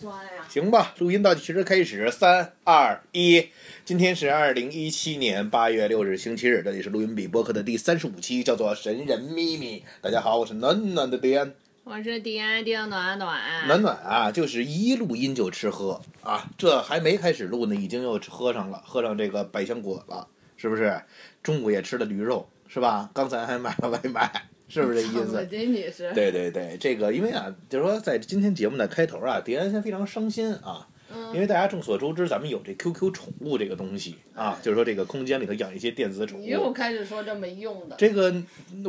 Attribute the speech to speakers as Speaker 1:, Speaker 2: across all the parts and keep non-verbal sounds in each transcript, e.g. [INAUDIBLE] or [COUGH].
Speaker 1: 酸呀、
Speaker 2: 行吧，录音倒计时开始，三二一，今天是二零一七年八月六日星期日，这里是录音笔播客的第三十五期，叫做《神人咪咪》。大家好，我是暖暖的迪安，
Speaker 1: 我是迪安丁暖暖，
Speaker 2: 暖暖啊，就是一录音就吃喝啊，这还没开始录呢，已经又喝上了，喝上这个百香果了，是不是？中午也吃了驴肉，是吧？刚才还买了外卖，是不是这意
Speaker 1: 我
Speaker 2: 思？
Speaker 1: 仅仅是，
Speaker 2: [LAUGHS] 对对对，这个因为啊，就是说在今天节目的开头啊，迪安先非常伤心啊，因
Speaker 1: 嗯，
Speaker 2: 为大家众所周知，咱们有这 QQ 宠物这个东西啊，就是说这个空间里头养一些电子宠
Speaker 1: 你又
Speaker 2: 物。
Speaker 1: 开始说这么用的，
Speaker 2: 这个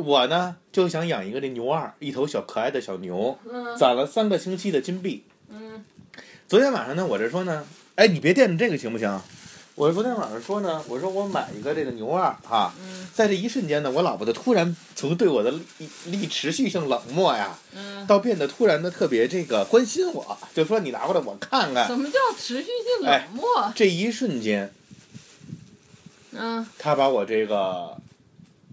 Speaker 2: 我呢就想养一个这牛二，一头小可爱的小牛，
Speaker 1: 嗯
Speaker 2: 攒了三个星期的金币。
Speaker 1: 嗯，
Speaker 2: 昨天晚上呢，我这说呢，哎，你别惦着这个行不行？我昨天晚上说呢，我说我买一个这个牛二哈、
Speaker 1: 嗯
Speaker 2: 在这一瞬间呢，我老婆就突然从对我的力力持续性冷漠呀，
Speaker 1: 嗯，
Speaker 2: 到变得突然的特别这个关心我，就说你拿过来我看看。
Speaker 1: 什么叫持续性冷漠？
Speaker 2: 这一瞬间，
Speaker 1: 嗯，
Speaker 2: 他把我这个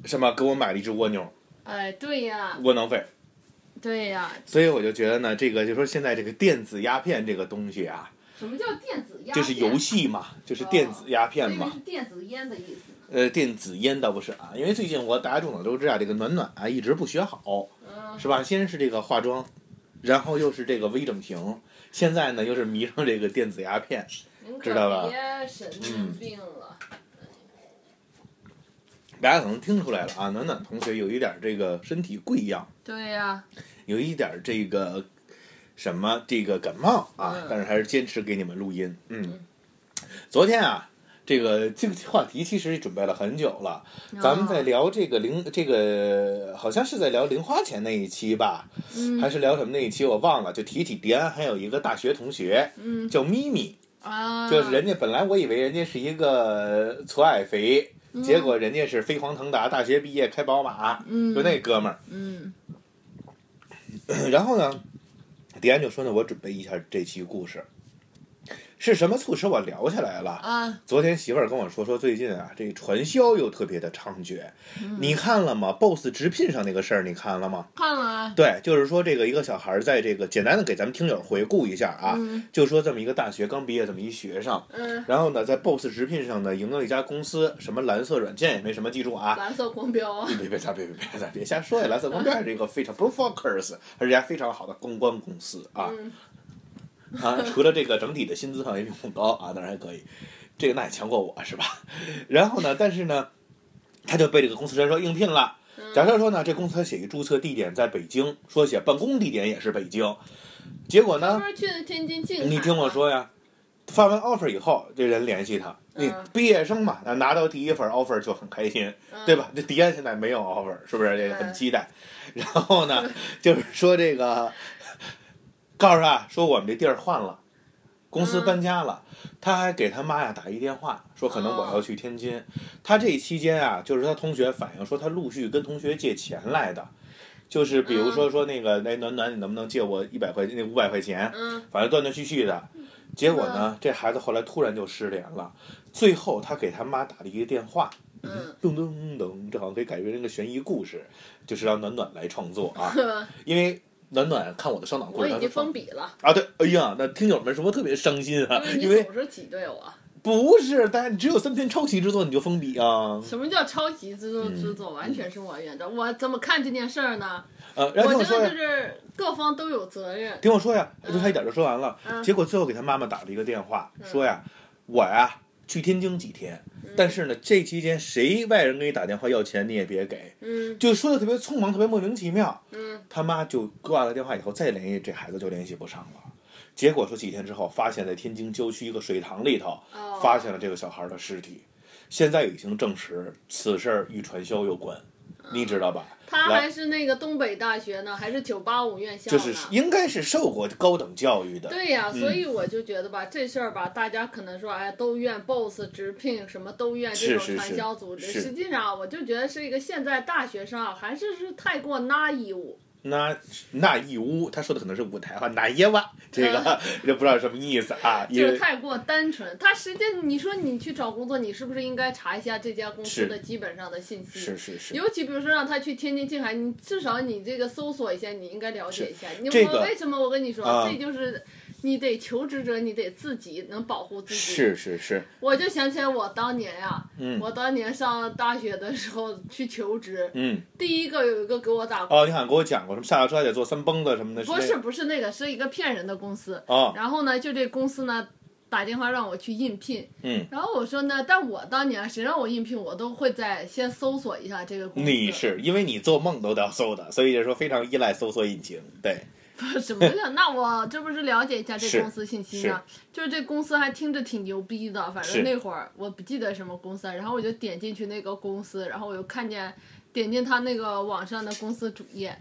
Speaker 2: 什么给我买了一只蜗牛，
Speaker 1: 哎，对呀，
Speaker 2: 窝囊废，
Speaker 1: 对呀，
Speaker 2: 所以我就觉得呢，这个就说现在这个电子鸦片这个东西啊，
Speaker 1: 什么叫电子啊鸦片？哦
Speaker 2: 就是游戏嘛，就是电子鸦片
Speaker 1: 我以为
Speaker 2: 嘛，
Speaker 1: 是电子烟的意思呢。
Speaker 2: 呃，电子烟倒不是啊，因为最近我大家众所周知啊，这个暖暖啊一直不学好，
Speaker 1: 嗯，
Speaker 2: 是吧？先是这个化妆，然后又是这个微整形，现在呢又是迷上这个电子鸦片，
Speaker 1: 您可
Speaker 2: 知道嗯吧
Speaker 1: 别神经病了，
Speaker 2: 大家可能听出来了啊，暖暖同学有一点儿这个身体贵样。
Speaker 1: 对呀，
Speaker 2: 有一点儿这个什么这个感冒啊
Speaker 1: 嗯，
Speaker 2: 但是还是坚持给你们录音。嗯
Speaker 1: 嗯，
Speaker 2: 昨天啊，这个这个话题其实准备了很久了，咱们在
Speaker 1: 哦，
Speaker 2: 聊这个零这个好像是在聊零花钱那一期吧，还
Speaker 1: 嗯
Speaker 2: 是聊什么那一期我忘了，就提起迪安还有一个大学同学
Speaker 1: 嗯
Speaker 2: 叫咪咪，
Speaker 1: 啊，
Speaker 2: 就是人家本来我以为人家是一个呃矬矮肥，
Speaker 1: 嗯
Speaker 2: 结果人家是飞黄腾达，大学毕业开宝马，
Speaker 1: 嗯，
Speaker 2: 就那哥们儿。
Speaker 1: 嗯
Speaker 2: 然后呢，迪安就说呢，我准备一下这期故事，是什么促使我聊下来了？
Speaker 1: 啊，
Speaker 2: 昨天媳妇儿跟我说，说最近啊，这传销又特别的猖獗，你看了吗？boss 直聘上那个事儿，你看了吗？
Speaker 1: 看了啊
Speaker 2: 对，就是说这个一个小孩儿在这个简单的给咱们听友回顾一下啊，
Speaker 1: 嗯
Speaker 2: 就说这么一个大学刚毕业这么一学生，
Speaker 1: 嗯，
Speaker 2: 然后呢，在 boss 直聘上呢，赢了一家公司，什么蓝色软件也没什么，记住啊，
Speaker 1: 蓝色狂飙，
Speaker 2: [LAUGHS] 别别别别别别别瞎说呀！蓝色光标这个非常不是 Focus，它是一家非常好的公关公司啊
Speaker 1: 嗯
Speaker 2: 啊！除了这个整体的薪资上也比我们高啊，当然还可以，这个那也强过我是吧？ [LAUGHS] 然后呢，但是呢，他就被这个公司传说应聘了。
Speaker 1: 嗯
Speaker 2: 假设说呢，这公司他写一注册地点在北京，说写办公地点也是北京，结果
Speaker 1: 是
Speaker 2: 呢
Speaker 1: 不，是去的天津静海？
Speaker 2: 啊你听我，说呀，发完 offer 以后，这人联系他，你
Speaker 1: 嗯
Speaker 2: 毕业生嘛，拿到第一份 offer 就很开心。
Speaker 1: 嗯、
Speaker 2: 对吧？这迪安现在没有 offer，是不是？这个很
Speaker 1: 嗯
Speaker 2: 期待。然后呢，就是说这个，告诉他说我们这地儿换了，公司
Speaker 1: 嗯
Speaker 2: 搬家了。他还给他妈呀打一电话，说可
Speaker 1: 哦
Speaker 2: 能我要去天津。他这期间啊，就是他同学反映说他陆续跟同学借钱来的，就是比如
Speaker 1: 嗯
Speaker 2: 说说那个那暖暖，你能不能借我一百块那五百块钱？
Speaker 1: 嗯？
Speaker 2: 反正断断续续的。结果呢，这孩子后来突然就失联了。最后他给他妈打了一个电话，
Speaker 1: 嗯
Speaker 2: 咚咚咚，这好像可以改编成一个悬疑故事，就是让暖暖来创作
Speaker 1: [LAUGHS]
Speaker 2: 啊，
Speaker 1: 嗯，
Speaker 2: 因为暖暖看我的上档故
Speaker 1: 我
Speaker 2: 事，
Speaker 1: 已
Speaker 2: 他
Speaker 1: 经
Speaker 2: 就
Speaker 1: 封笔了，
Speaker 2: 啊，对，哎呀，那听友们是不是特别伤心啊？因
Speaker 1: 因为你
Speaker 2: 为
Speaker 1: 总是挤兑我。
Speaker 2: 不是，但是只有三篇抄袭之作你就封笔啊，
Speaker 1: 什么叫超级制作
Speaker 2: 嗯
Speaker 1: 制作？完全是我愿的。我怎么看这件事儿呢？
Speaker 2: 呃，然后听
Speaker 1: 我
Speaker 2: 我
Speaker 1: 觉
Speaker 2: 说
Speaker 1: 得
Speaker 2: 呀
Speaker 1: 就，是各方都有责任。
Speaker 2: 听我说呀，
Speaker 1: 嗯
Speaker 2: 就他一点就说完了，
Speaker 1: 嗯
Speaker 2: 结果最后给他妈妈打了一个电话，
Speaker 1: 嗯
Speaker 2: 说呀，我呀去天津几天，但是呢，这期间谁外人给你打电话要钱你也别给，
Speaker 1: 嗯
Speaker 2: 就说的特别匆忙，特别莫名其妙。
Speaker 1: 嗯
Speaker 2: 他妈就挂了电话以后再联系这孩子就联系不上了。结果说几天之后，发现在天津郊区一个水塘里头
Speaker 1: 哦，
Speaker 2: 发现了这个小孩的尸体，现在已经证实此事儿与传销有关，
Speaker 1: 嗯
Speaker 2: 你知道吧？
Speaker 1: 他
Speaker 2: 来
Speaker 1: 还是那个东北大学呢，还是九八五院校
Speaker 2: 就
Speaker 1: 呢？
Speaker 2: 是应该是受过高等教育的，
Speaker 1: 对呀、
Speaker 2: 嗯
Speaker 1: 所以我就觉得吧，这事儿吧，大家可能说，哎，都怨 BOSS 直聘，什么都怨这
Speaker 2: 是是
Speaker 1: 种传销组织。
Speaker 2: 是
Speaker 1: 实际上，我就觉得是一个现在大学生啊，还是是太过 naive。
Speaker 2: 那那一屋他说的可能是舞台话，那耶哇，这个 [LAUGHS] 这不知道什么意思啊，因
Speaker 1: 嗯就是
Speaker 2: 为
Speaker 1: 太过单纯，他实际你说你去找工作，你是不是应该查一下这家公司
Speaker 2: 是
Speaker 1: 的基本上的信息？
Speaker 2: 是是是。
Speaker 1: 尤其比如说让他去天津、静海，你至少你这个搜索一下，你应该了解一下。你
Speaker 2: 这个
Speaker 1: 我为什么我跟你说，
Speaker 2: 啊
Speaker 1: 这就是你得求职者，你得自己能保护自己。
Speaker 2: 是是是，
Speaker 1: 我就想起来我当年呀、
Speaker 2: 嗯
Speaker 1: 我当年上大学的时候去求职，
Speaker 2: 嗯，
Speaker 1: 第一个有一个给我打，
Speaker 2: 哦，你好像给我讲过什么下了车还得做三蹦子什么的，
Speaker 1: 不
Speaker 2: 是
Speaker 1: 是不是那个，是一个骗人的公司。
Speaker 2: 那哦，
Speaker 1: 然后呢，就这公司呢打电话让我去应聘，
Speaker 2: 嗯，
Speaker 1: 然后我说呢，但我当年啊谁让我应聘，我都会在先搜索一下这
Speaker 2: [LAUGHS]
Speaker 1: 个公司。
Speaker 2: 你是因为你做梦都得搜的，所以就说非常依赖搜索引擎，对，
Speaker 1: [LAUGHS] 什么呀？那我这不是了解一下这公司信息吗？就是这公司还听着挺牛逼的，反
Speaker 2: 是
Speaker 1: 正那会儿我不记得什么公司，然后我就点进去那个公司，然后我就看见点进他那个网上的公司主页，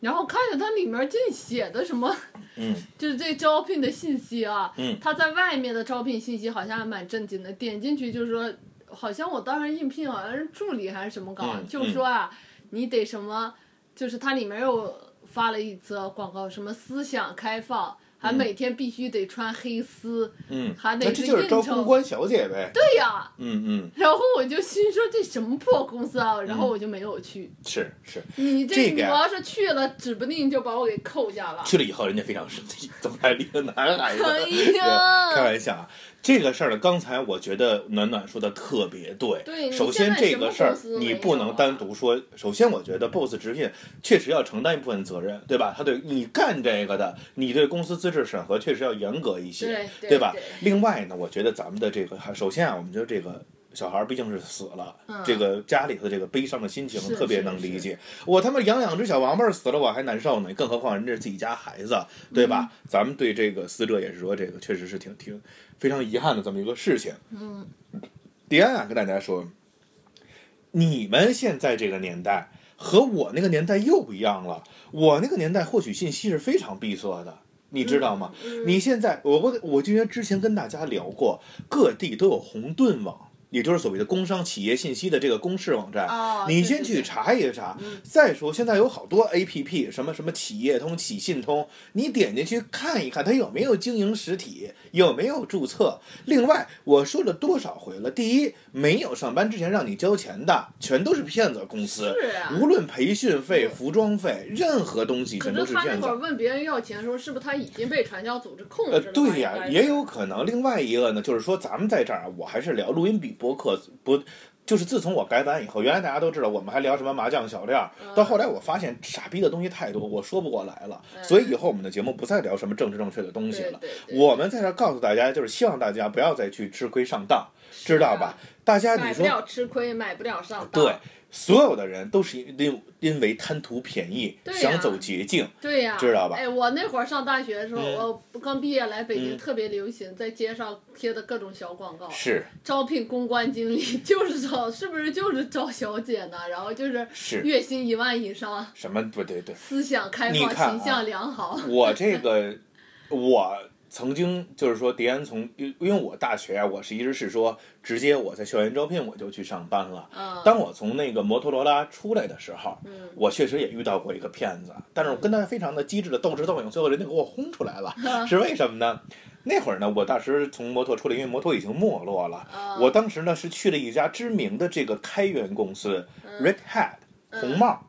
Speaker 1: 然后看见它里面竟写的什么，
Speaker 2: 嗯，
Speaker 1: 就是这招聘的信息啊，
Speaker 2: 嗯
Speaker 1: 他在外面的招聘信息好像还蛮震惊的，点进去就是说，好像我当时应聘好像是助理还是什么岗，
Speaker 2: 嗯
Speaker 1: 就是说啊，你得什么，就是它里面又发了一则广告，什么思想开放，还每天必须得穿黑丝，
Speaker 2: 嗯，
Speaker 1: 还得
Speaker 2: 那这就是
Speaker 1: 应
Speaker 2: 招
Speaker 1: 酬
Speaker 2: 公关小姐呗，
Speaker 1: 对呀、
Speaker 2: 嗯嗯，
Speaker 1: 然后我就心说这什么破公司啊，然后我就没有去。
Speaker 2: 是是，
Speaker 1: 你这
Speaker 2: 嗯这
Speaker 1: 你
Speaker 2: 个
Speaker 1: 要是去了，指不定就把我给扣下了。
Speaker 2: 去了以后人家非常生气，怎么还离个男孩子？
Speaker 1: 哎
Speaker 2: 对开
Speaker 1: 呀，
Speaker 2: 玩笑啊，这个事儿呢，刚才我觉得暖暖说的特别对。
Speaker 1: 对你
Speaker 2: 首先
Speaker 1: 现在
Speaker 2: 这
Speaker 1: 什么
Speaker 2: 个事儿
Speaker 1: 公司没
Speaker 2: 你
Speaker 1: 有
Speaker 2: 不能
Speaker 1: 啊
Speaker 2: 单独说。首先，我觉得 boss 直聘确实要承担一部分责任，对吧？他对你干这个的，你对公司资质审核确实要严格一些。
Speaker 1: 对
Speaker 2: 对吧
Speaker 1: 对
Speaker 2: 另外呢，我觉得咱们的这个，首先啊，我们觉得这个小孩儿毕竟是死了，
Speaker 1: 嗯
Speaker 2: 这个家里头这个悲伤的心情
Speaker 1: 是
Speaker 2: 特别
Speaker 1: 是
Speaker 2: 能理
Speaker 1: 是
Speaker 2: 解。我他妈养两只小王八儿死了我还难受呢，更何况人家是自己家孩子，对
Speaker 1: 嗯
Speaker 2: 吧？咱们对这个死者也是说，这个确实是挺挺非常遗憾的这么一个事情。嗯，迪安啊，跟大家说，你们现在这个年代。和我那个年代又不一样了。我那个年代获取信息是非常闭塞的，你知道吗？
Speaker 1: 嗯
Speaker 2: 你现在，我我我今天之前跟大家聊过，各地都有红盾网，也就是所谓的工商企业信息的这个公示网站。
Speaker 1: 哦，
Speaker 2: 你
Speaker 1: 对
Speaker 2: 先
Speaker 1: 对
Speaker 2: 去
Speaker 1: 对
Speaker 2: 查一查
Speaker 1: 嗯，
Speaker 2: 再说现在有好多 A P P，什么什么企业通、企信通，你点进去看一看，它有没有经营实体，有没有注册。另外，我说了多少回了，第一，没有上班之前让你交钱的，全都是骗子公司，
Speaker 1: 是啊。
Speaker 2: 无论培训费、
Speaker 1: 嗯
Speaker 2: 服装费，任何东西
Speaker 1: 可
Speaker 2: 全都
Speaker 1: 是
Speaker 2: 是
Speaker 1: 他那
Speaker 2: 骗子
Speaker 1: 会。儿问别人要钱的时候，是不是他已经被传销组织控制
Speaker 2: 呃，
Speaker 1: 了？
Speaker 2: 对呀、
Speaker 1: 应该是
Speaker 2: 也有可能。另外一个呢，就是说咱们在这儿啊，我还是聊录音笔播客不。就是自从我改版以后，原来大家都知道我们还聊什么麻将小料儿，
Speaker 1: 嗯
Speaker 2: 到后来我发现傻逼的东西太多，我说不过来了，
Speaker 1: 嗯
Speaker 2: 所以以后我们的节目不再聊什么政治正确的东西
Speaker 1: 对
Speaker 2: 了。
Speaker 1: 对对，
Speaker 2: 我们在这儿告诉大家，就是希望大家不要再去吃亏上当，知道吧？大家你
Speaker 1: 啊买不
Speaker 2: 说
Speaker 1: 了吃亏，买不了上当。
Speaker 2: 对，所有的人都是因因为贪图便宜，
Speaker 1: 对呀
Speaker 2: 想走捷径，
Speaker 1: 对呀、
Speaker 2: 知道吧
Speaker 1: 哎，我那会儿上大学的时候，
Speaker 2: 嗯
Speaker 1: 我刚毕业来北京，
Speaker 2: 嗯
Speaker 1: 特别流行在街上贴的各种小广告，
Speaker 2: 是
Speaker 1: 招聘公关经理 [LAUGHS] 就是招，是不是就是招小姐呢？然后就是
Speaker 2: 是，
Speaker 1: 月薪一万以上，
Speaker 2: 什么不对对。
Speaker 1: 思想开
Speaker 2: 你
Speaker 1: 放，
Speaker 2: 看啊
Speaker 1: 形象良好。
Speaker 2: [LAUGHS] 我这个，我曾经就是说，迪安从因因为我大学啊，我是一直是说，直接我在校园招聘我就去上班了。
Speaker 1: 嗯，
Speaker 2: 当我从那个摩托罗拉出来的时候，
Speaker 1: 嗯
Speaker 2: 我确实也遇到过一个骗子，但是我跟他非常的机智的斗智斗勇，最后人家给我轰出来
Speaker 1: [LAUGHS]
Speaker 2: 了，是为什么呢？那会儿呢，我当时从摩托出来，因为摩托已经没落了。
Speaker 1: 啊
Speaker 2: 我当时呢是去了一家知名的这个开源公司、
Speaker 1: 嗯
Speaker 2: r e d Hat 红帽。
Speaker 1: 嗯嗯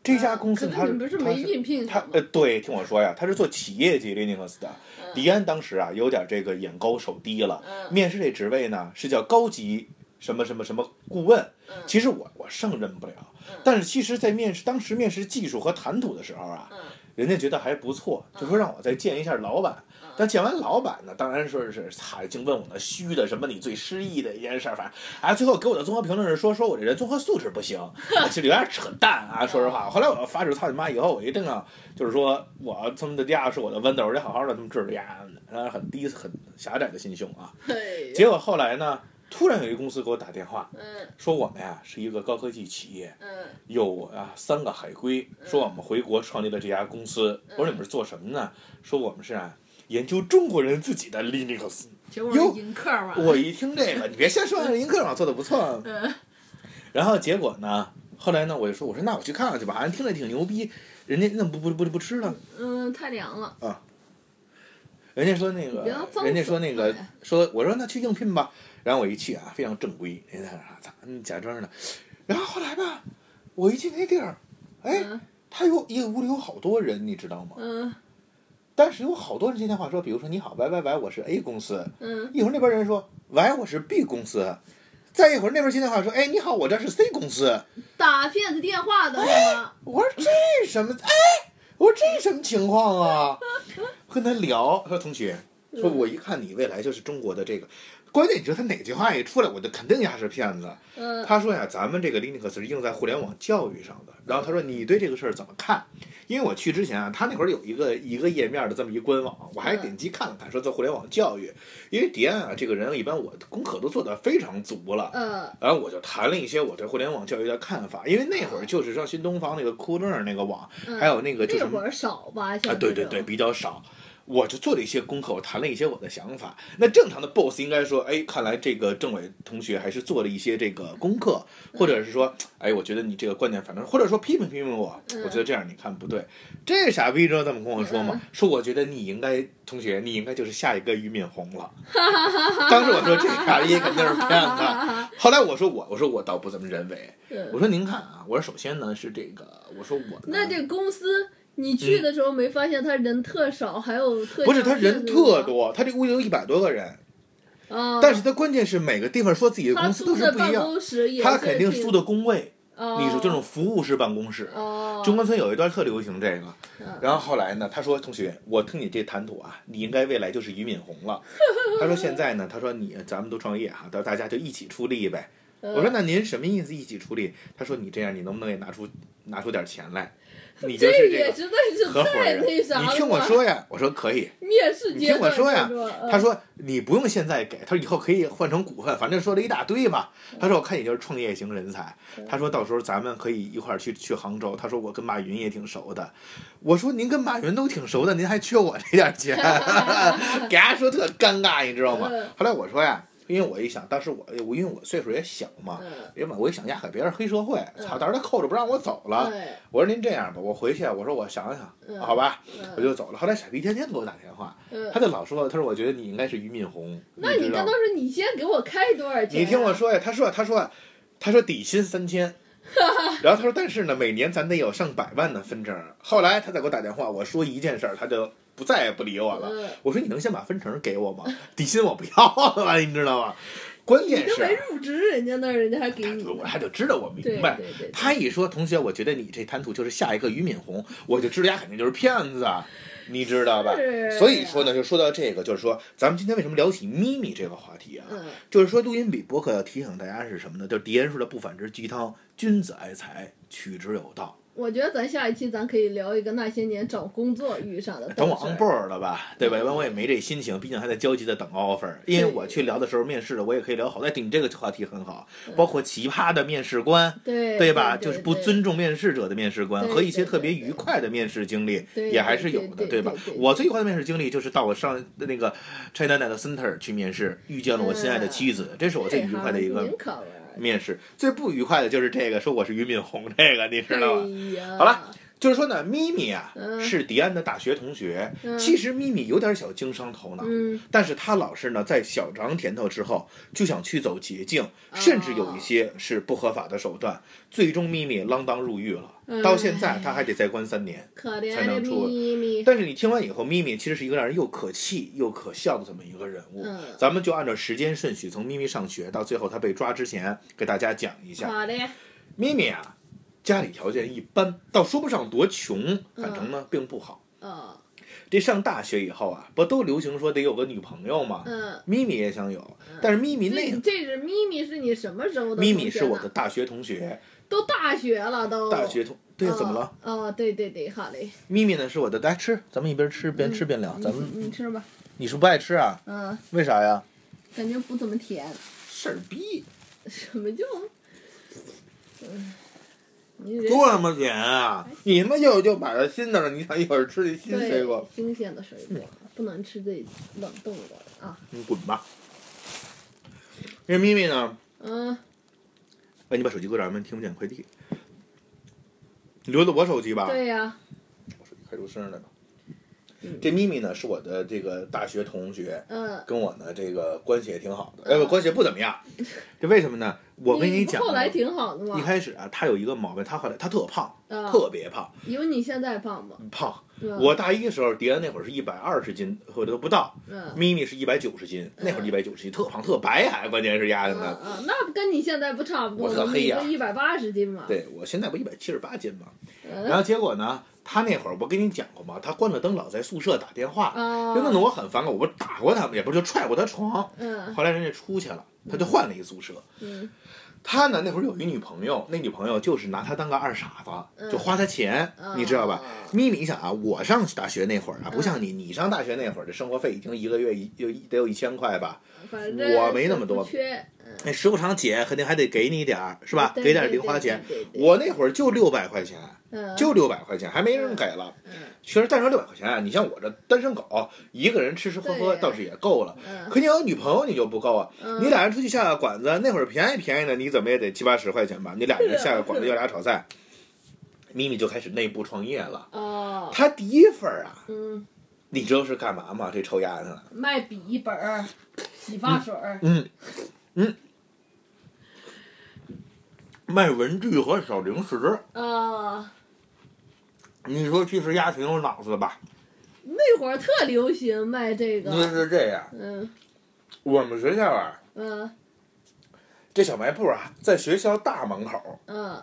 Speaker 2: 这家公司
Speaker 1: 可
Speaker 2: 它
Speaker 1: 是你不是
Speaker 2: 它
Speaker 1: 没应聘
Speaker 2: 他
Speaker 1: 吗
Speaker 2: 呃，对，听我说呀，他是做企业级 Linux 的。
Speaker 1: 嗯
Speaker 2: 迪安当时啊，有点这个眼高手低了。
Speaker 1: 嗯
Speaker 2: 面试这职位呢，是叫高级什么什么什么顾问。
Speaker 1: 嗯
Speaker 2: 其实我我胜任不了
Speaker 1: 嗯，
Speaker 2: 但是其实，在面试当时面试技术和谈吐的时候啊，
Speaker 1: 嗯
Speaker 2: 人家觉得还不错，就说让我再见一下老板。
Speaker 1: 嗯
Speaker 2: 但见完老板呢，当然说是操，净问我那虚的什么你最失意的一件事儿，反正啊，最后给我的综合评论是说说我这人综合素质不行， [LAUGHS] 其实有点扯淡啊，
Speaker 1: 嗯
Speaker 2: 说实话。后来我发誓操你妈，以后我一定要就是说我他们的家是我的温柔，我得好好的他们治理呀，当然很低很狭窄的心胸啊。
Speaker 1: 嘿
Speaker 2: 结果后来呢，突然有一公司给我打电话，
Speaker 1: 嗯
Speaker 2: 说我们呀是一个高科技企业，
Speaker 1: 嗯
Speaker 2: 有啊三个海归，说我们回国创立了这家公司。我说你们是做什么呢？说我们是啊研究中国人自己的 Linux。
Speaker 1: 结果是
Speaker 2: 哟
Speaker 1: 迎客嘛。
Speaker 2: 我一听这个，你别瞎说，林科长做的不错。
Speaker 1: 嗯
Speaker 2: 然后结果呢，后来呢，我就说，我说那我去看看去吧，好像听着挺牛逼。人家那不不不不吃了，
Speaker 1: 嗯，太凉了。
Speaker 2: 人家说那个
Speaker 1: 你别脏，死
Speaker 2: 人家说那个
Speaker 1: 哎
Speaker 2: 说，我说那去应聘吧。然后我一去啊，非常正规，人家在那儿啊咋嗯假装呢。然后后来吧，我一进那地儿，哎，
Speaker 1: 嗯
Speaker 2: 他有一个屋里有好多人，你知道吗？
Speaker 1: 嗯
Speaker 2: 但是有好多人接电话说，比如说你好，喂喂喂，我是 A 公司，
Speaker 1: 嗯，
Speaker 2: 一会儿那边人说喂，我是 B 公司，再一会儿那边接电话说，哎，你好，我这是 C 公司，
Speaker 1: 打骗子电话的是吗？
Speaker 2: 我说这什么？哎，我说这什么情况啊？跟他聊，说同学，说我一看你未来就是中国的这个，关键你知道他哪句话一出来，我就肯定他是骗子。
Speaker 1: 嗯
Speaker 2: 他说呀，咱们这个 Linux 是用在互联网教育上的。然后他说，你对这个事儿怎么看？因为我去之前啊，他那会儿有一个一个页面的这么一官网，我还点击看了看，说在互联网教育。因为迪安啊这个人，一般我功课都做得非常足了，
Speaker 1: 嗯
Speaker 2: 然后我就谈了一些我对互联网教育的看法。因为那会儿就是像新东方那个酷乐那个网，
Speaker 1: 嗯，
Speaker 2: 还有那个就是
Speaker 1: 那会儿少吧？
Speaker 2: 啊，
Speaker 1: 像
Speaker 2: 对
Speaker 1: 这
Speaker 2: 对
Speaker 1: 种
Speaker 2: 对，，比较少。我就做了一些功课，我谈了一些我的想法。那正常的 boss 应该说，哎，看来这个政委同学还是做了一些这个功课，或者是说，哎，我觉得你这个观点反正，或者说批评批评我，我觉得这样你看不对。这傻逼知道怎么跟我说吗？说我觉得你应该，同学，你应该就是下一个俞敏洪了。 [LAUGHS] 当时我说这傻逼肯定是骗子。后来我说我，我说我倒不怎么认为。
Speaker 1: 嗯
Speaker 2: 我说您看啊，我说首先呢是这个，我说我呢
Speaker 1: 那这公司你去的时候没发现他人特少，还有特
Speaker 2: 嗯不是他
Speaker 1: 像骗
Speaker 2: 人
Speaker 1: 子
Speaker 2: 特
Speaker 1: 吗
Speaker 2: 多，他这屋里有一百多个人。
Speaker 1: 啊，
Speaker 2: 但是他关键是每个地方说自己的
Speaker 1: 他
Speaker 2: 公司
Speaker 1: 租
Speaker 2: 都是
Speaker 1: 的
Speaker 2: 不
Speaker 1: 办
Speaker 2: 一样，
Speaker 1: 公室也
Speaker 2: 他
Speaker 1: 是
Speaker 2: 肯定
Speaker 1: 挺
Speaker 2: 租的工位，
Speaker 1: 哦
Speaker 2: 你说这种服务式办公室。
Speaker 1: 哦，
Speaker 2: 中关村有一段特流行这个，
Speaker 1: 嗯
Speaker 2: 然后后来呢，他说同学，我听你这谈吐啊，你应该未来就是俞敏洪
Speaker 1: [LAUGHS]
Speaker 2: 了。他说现在呢，他说你咱们都创业哈、啊，到大家就一起出力呗。
Speaker 1: 嗯
Speaker 2: 我说那您什么意思一起出力？他说你这样，你能不能也拿出拿出点钱来？你就
Speaker 1: 这
Speaker 2: 是
Speaker 1: 也
Speaker 2: 这
Speaker 1: 实在
Speaker 2: 个合
Speaker 1: 是
Speaker 2: 伙
Speaker 1: 太
Speaker 2: 人，
Speaker 1: 那啥了。
Speaker 2: 你听我，说呀，我说可以。
Speaker 1: 面试
Speaker 2: 你
Speaker 1: 阶
Speaker 2: 听我
Speaker 1: 段
Speaker 2: 说呀
Speaker 1: 再说嗯
Speaker 2: 他说你不用现在给，他说以后可以换成股份，反正说了一大堆嘛。
Speaker 1: 嗯
Speaker 2: 他说我看你就是创业型人才，他说到时候咱们可以一块儿去去杭州。他说我跟马云也挺熟的，我说您跟马云都挺熟的，您还缺我这点钱，
Speaker 1: [LAUGHS]
Speaker 2: 给大家说特尴尬，你知道吗
Speaker 1: 嗯？
Speaker 2: 后来我说呀，因为我一想，当时我我因为我岁数也小嘛，
Speaker 1: 嗯
Speaker 2: 因为我一想压给别人黑社会，
Speaker 1: 嗯
Speaker 2: 操，到时候他扣着不让我走了。
Speaker 1: 对，
Speaker 2: 我说您这样吧，我回去，我说我想想，
Speaker 1: 嗯
Speaker 2: 好吧，
Speaker 1: 嗯
Speaker 2: 我就走了。后来傻逼天天给我打电话。
Speaker 1: 嗯
Speaker 2: 他就老说，他说我觉得你应该是俞敏洪，
Speaker 1: [LAUGHS] 那你
Speaker 2: 知道
Speaker 1: 跟
Speaker 2: 吗
Speaker 1: 他？说你先给我开多少钱？啊
Speaker 2: 你听我，说呀，他说他说他说底薪三
Speaker 1: [LAUGHS]
Speaker 2: 千，然后他说但是呢，每年咱得有上百万的分成。后来他再给我打电话，我说一件事儿，他就不再也不理我了。
Speaker 1: 嗯，
Speaker 2: 我说你能先把分成给我吗？底薪我不要了，你知道吗？关
Speaker 1: 你
Speaker 2: 键
Speaker 1: 都
Speaker 2: 是
Speaker 1: 没入职，人家那儿人家还给你，
Speaker 2: 啊我他就知道我明
Speaker 1: 对
Speaker 2: 白，
Speaker 1: 对对，
Speaker 2: 他一说同学，我觉得你这谈吐就是下一个俞敏洪，我就知道他肯定就是骗子，你知道吧？
Speaker 1: 是啊
Speaker 2: 啊所以说呢，就说到这个，就是说咱们今天为什么聊起咪咪这个话题啊？
Speaker 1: 嗯
Speaker 2: 就是说录音笔播客要提醒大家是什么呢？就是狄仁说的不反之鸡汤，君子爱财，取之有道。
Speaker 1: 我觉得咱下一期咱可以聊一个那些年找工作遇上的
Speaker 2: 等我
Speaker 1: 事儿
Speaker 2: on board 了吧，对
Speaker 1: 嗯
Speaker 2: 吧？一般我也没这心情，毕竟还在焦急的等 offer。因为我去聊的时候，面试的我也可以聊好。但你这个话题很好，包括奇葩的面试官，
Speaker 1: 嗯对
Speaker 2: 对
Speaker 1: 对
Speaker 2: 吧？就是不尊重面试者的面试官
Speaker 1: 对
Speaker 2: 和一些
Speaker 1: 对
Speaker 2: 特别
Speaker 1: 对对
Speaker 2: 愉快的面试经历
Speaker 1: 对
Speaker 2: 也还是有的，
Speaker 1: 对对
Speaker 2: 对
Speaker 1: 对
Speaker 2: 吧
Speaker 1: 对？对
Speaker 2: 我最愉快的面试经历就是到我上那个 China Net Center 去面试，遇见了我心爱的妻
Speaker 1: 嗯
Speaker 2: 子，这是我最愉快的一个
Speaker 1: 考
Speaker 2: 面试。最不愉快的就是这个，说我是俞敏洪这个，你知道吗？
Speaker 1: 呀，
Speaker 2: 好了，就是说呢，咪咪啊
Speaker 1: 嗯
Speaker 2: 是迪安的大学同学，
Speaker 1: 嗯
Speaker 2: 其实咪咪有点小经商头脑。
Speaker 1: 嗯，
Speaker 2: 但是他老是呢，在小尝甜头之后，就想去走捷
Speaker 1: 哦
Speaker 2: 径，甚至有一些是不合法的手段，最终咪咪锒铛入狱了。
Speaker 1: 嗯
Speaker 2: 到现
Speaker 1: 哎
Speaker 2: 在他还得再关三年。
Speaker 1: 可怜
Speaker 2: 才
Speaker 1: 的
Speaker 2: 能出
Speaker 1: 咪咪，
Speaker 2: 但是你听完以后，咪咪其实是一个让人又可气又可笑的这么一个人物。
Speaker 1: 嗯
Speaker 2: 咱们就按照时间顺序，从咪咪上学到最后他被抓之前，给大家讲一下。
Speaker 1: 好的，
Speaker 2: 咪咪啊，家里条件一般，倒说不上多穷，反正呢并不好。
Speaker 1: 嗯
Speaker 2: 这上大学以后啊，不都流行说得有个女朋友吗？
Speaker 1: 嗯，
Speaker 2: 咪咪也想有，但是咪咪那
Speaker 1: 这这是咪咪是你什么时候的？
Speaker 2: 咪咪是我的，大学同学，
Speaker 1: 都大学了都，嗯
Speaker 2: 大学同对怎么了？？
Speaker 1: 哦，对对对，好嘞，
Speaker 2: 咪咪呢是我的，来吃，咱们一边吃边吃边聊。啊咱们
Speaker 1: 你吃吧，
Speaker 2: 你是不爱吃啊？
Speaker 1: 嗯，
Speaker 2: 为啥呀？
Speaker 1: 感觉不怎么甜，
Speaker 2: 事儿逼，
Speaker 1: 什么就，嗯，你人
Speaker 2: 多他妈甜啊！你他妈又就买了新的了，你想一会儿吃这新水
Speaker 1: 对
Speaker 2: 果，
Speaker 1: 新鲜的水果不能吃这冷冻的啊，
Speaker 2: 你滚吧！这哎咪咪呢？
Speaker 1: 嗯，
Speaker 2: 哎，你把手机搁这儿，咱们听不见快递。你留的我手机吧？
Speaker 1: 对呀，
Speaker 2: 我手机开出声来吧
Speaker 1: 嗯。
Speaker 2: 这咪咪呢，是我的这个大学同学，
Speaker 1: 嗯。
Speaker 2: 跟我呢这个关系也挺好的，呃，关系也不怎么样。这为什么呢？我跟
Speaker 1: 哦你不
Speaker 2: 讲啊，
Speaker 1: 后来挺好的嘛
Speaker 2: 一。开始啊，他有一个毛病，他后来他特胖，
Speaker 1: 啊，
Speaker 2: 特别胖，
Speaker 1: 有你现在胖吗？
Speaker 2: 胖。
Speaker 1: 对
Speaker 2: 我大一的时候，迪安那会儿是一百二十斤或者都不到，
Speaker 1: 嗯
Speaker 2: 咪咪是一百九十斤，那会儿一百九十斤，特胖特白还，关键是丫的
Speaker 1: 嗯
Speaker 2: 呢。
Speaker 1: 嗯，那跟你现在不差不多
Speaker 2: 我特
Speaker 1: 吗？
Speaker 2: 黑
Speaker 1: 你
Speaker 2: 呀
Speaker 1: 都一百八十斤嘛。
Speaker 2: 对我现在不一百七十八斤吗？
Speaker 1: 嗯
Speaker 2: [LAUGHS] 然后结果呢，他那会儿不跟你讲过吗？他关了灯老在宿舍打电话，
Speaker 1: 啊，
Speaker 2: 就弄得我很反感。我不是打过他们，也不是就踹过他床。
Speaker 1: 嗯
Speaker 2: 后来人家出去了，他就换了一宿舍。
Speaker 1: 嗯
Speaker 2: 他呢那会儿有一女朋友，那女朋友就是拿他当个二傻子，
Speaker 1: 嗯
Speaker 2: 就花他钱，你知道吧？
Speaker 1: 啊
Speaker 2: 咪咪，你想啊，我上大学那会儿啊，不像你，
Speaker 1: 嗯
Speaker 2: 你上大学那会儿的生活费已经一个月一有一得有一千块吧？
Speaker 1: 嗯反正
Speaker 2: 我没那么多
Speaker 1: 不缺，嗯
Speaker 2: 那时不常姐肯定还得给你点儿，是吧？
Speaker 1: 对
Speaker 2: 给点儿
Speaker 1: 对
Speaker 2: 零花
Speaker 1: 对
Speaker 2: 钱。
Speaker 1: 对对
Speaker 2: 我那会儿就六百块钱，
Speaker 1: 嗯
Speaker 2: 就六百块钱，还没人给了。其实但是六百块钱啊，你像我这单身狗，一个人吃吃喝喝
Speaker 1: 对呀
Speaker 2: 倒是也够了。
Speaker 1: 嗯
Speaker 2: 可你有女朋友你就不够啊！
Speaker 1: 嗯
Speaker 2: 你俩人出去下个馆子，那会儿便宜便宜的，你怎么也得七八十块钱吧？你俩人下个馆子要俩炒菜，咪咪就开始内部创业了。
Speaker 1: 哦，
Speaker 2: 他第一份儿啊，
Speaker 1: 嗯，
Speaker 2: 你知道是干嘛吗？这抽烟的，
Speaker 1: 卖笔本儿、洗发水儿，
Speaker 2: 嗯嗯，卖文具和小零食。
Speaker 1: 啊，
Speaker 2: 你说其实丫挺有脑子的吧？
Speaker 1: 那会儿特流行卖这
Speaker 2: 那
Speaker 1: 个，
Speaker 2: 是这样，
Speaker 1: 嗯
Speaker 2: 我们学校啊，
Speaker 1: 嗯
Speaker 2: 这小卖部啊，在学校大门口。
Speaker 1: 嗯，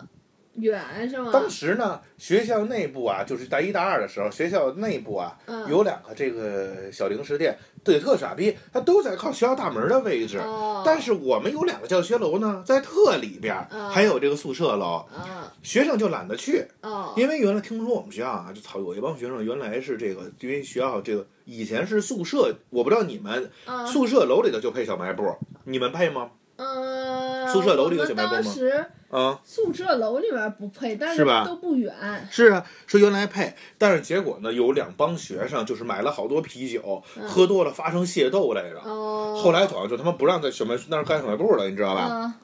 Speaker 1: 远是吗？
Speaker 2: 当时呢，学校内部啊，就是大一大二的时候，学校内部啊，
Speaker 1: 嗯
Speaker 2: 有两个这个小零食店，对，特傻逼，它都在靠学校大门的位置。
Speaker 1: 哦，
Speaker 2: 但是我们有两个教学楼呢，在特里边儿，
Speaker 1: 嗯
Speaker 2: 还有这个宿舍楼，
Speaker 1: 啊
Speaker 2: 学生就懒得去，
Speaker 1: 哦，
Speaker 2: 因为原来听说我们学校啊，就操有一帮学生原来是这个，因为学校这个以前是宿舍，我不知道你们
Speaker 1: 啊
Speaker 2: 宿舍楼里头就配小卖部，你们配吗？
Speaker 1: 嗯，
Speaker 2: 宿舍楼里有
Speaker 1: 我
Speaker 2: 小
Speaker 1: 们
Speaker 2: 卖部吗
Speaker 1: 当时
Speaker 2: 嗯。
Speaker 1: 宿舍楼里面不配，但
Speaker 2: 是吧
Speaker 1: 都不远，
Speaker 2: 是啊，说原来配，但是结果呢，有两帮学生就是买了好多啤酒，
Speaker 1: 嗯
Speaker 2: 喝多了发生械斗来着。
Speaker 1: 哦，
Speaker 2: 后来好像就他妈不让在小卖那儿干小卖部了，你知道吧？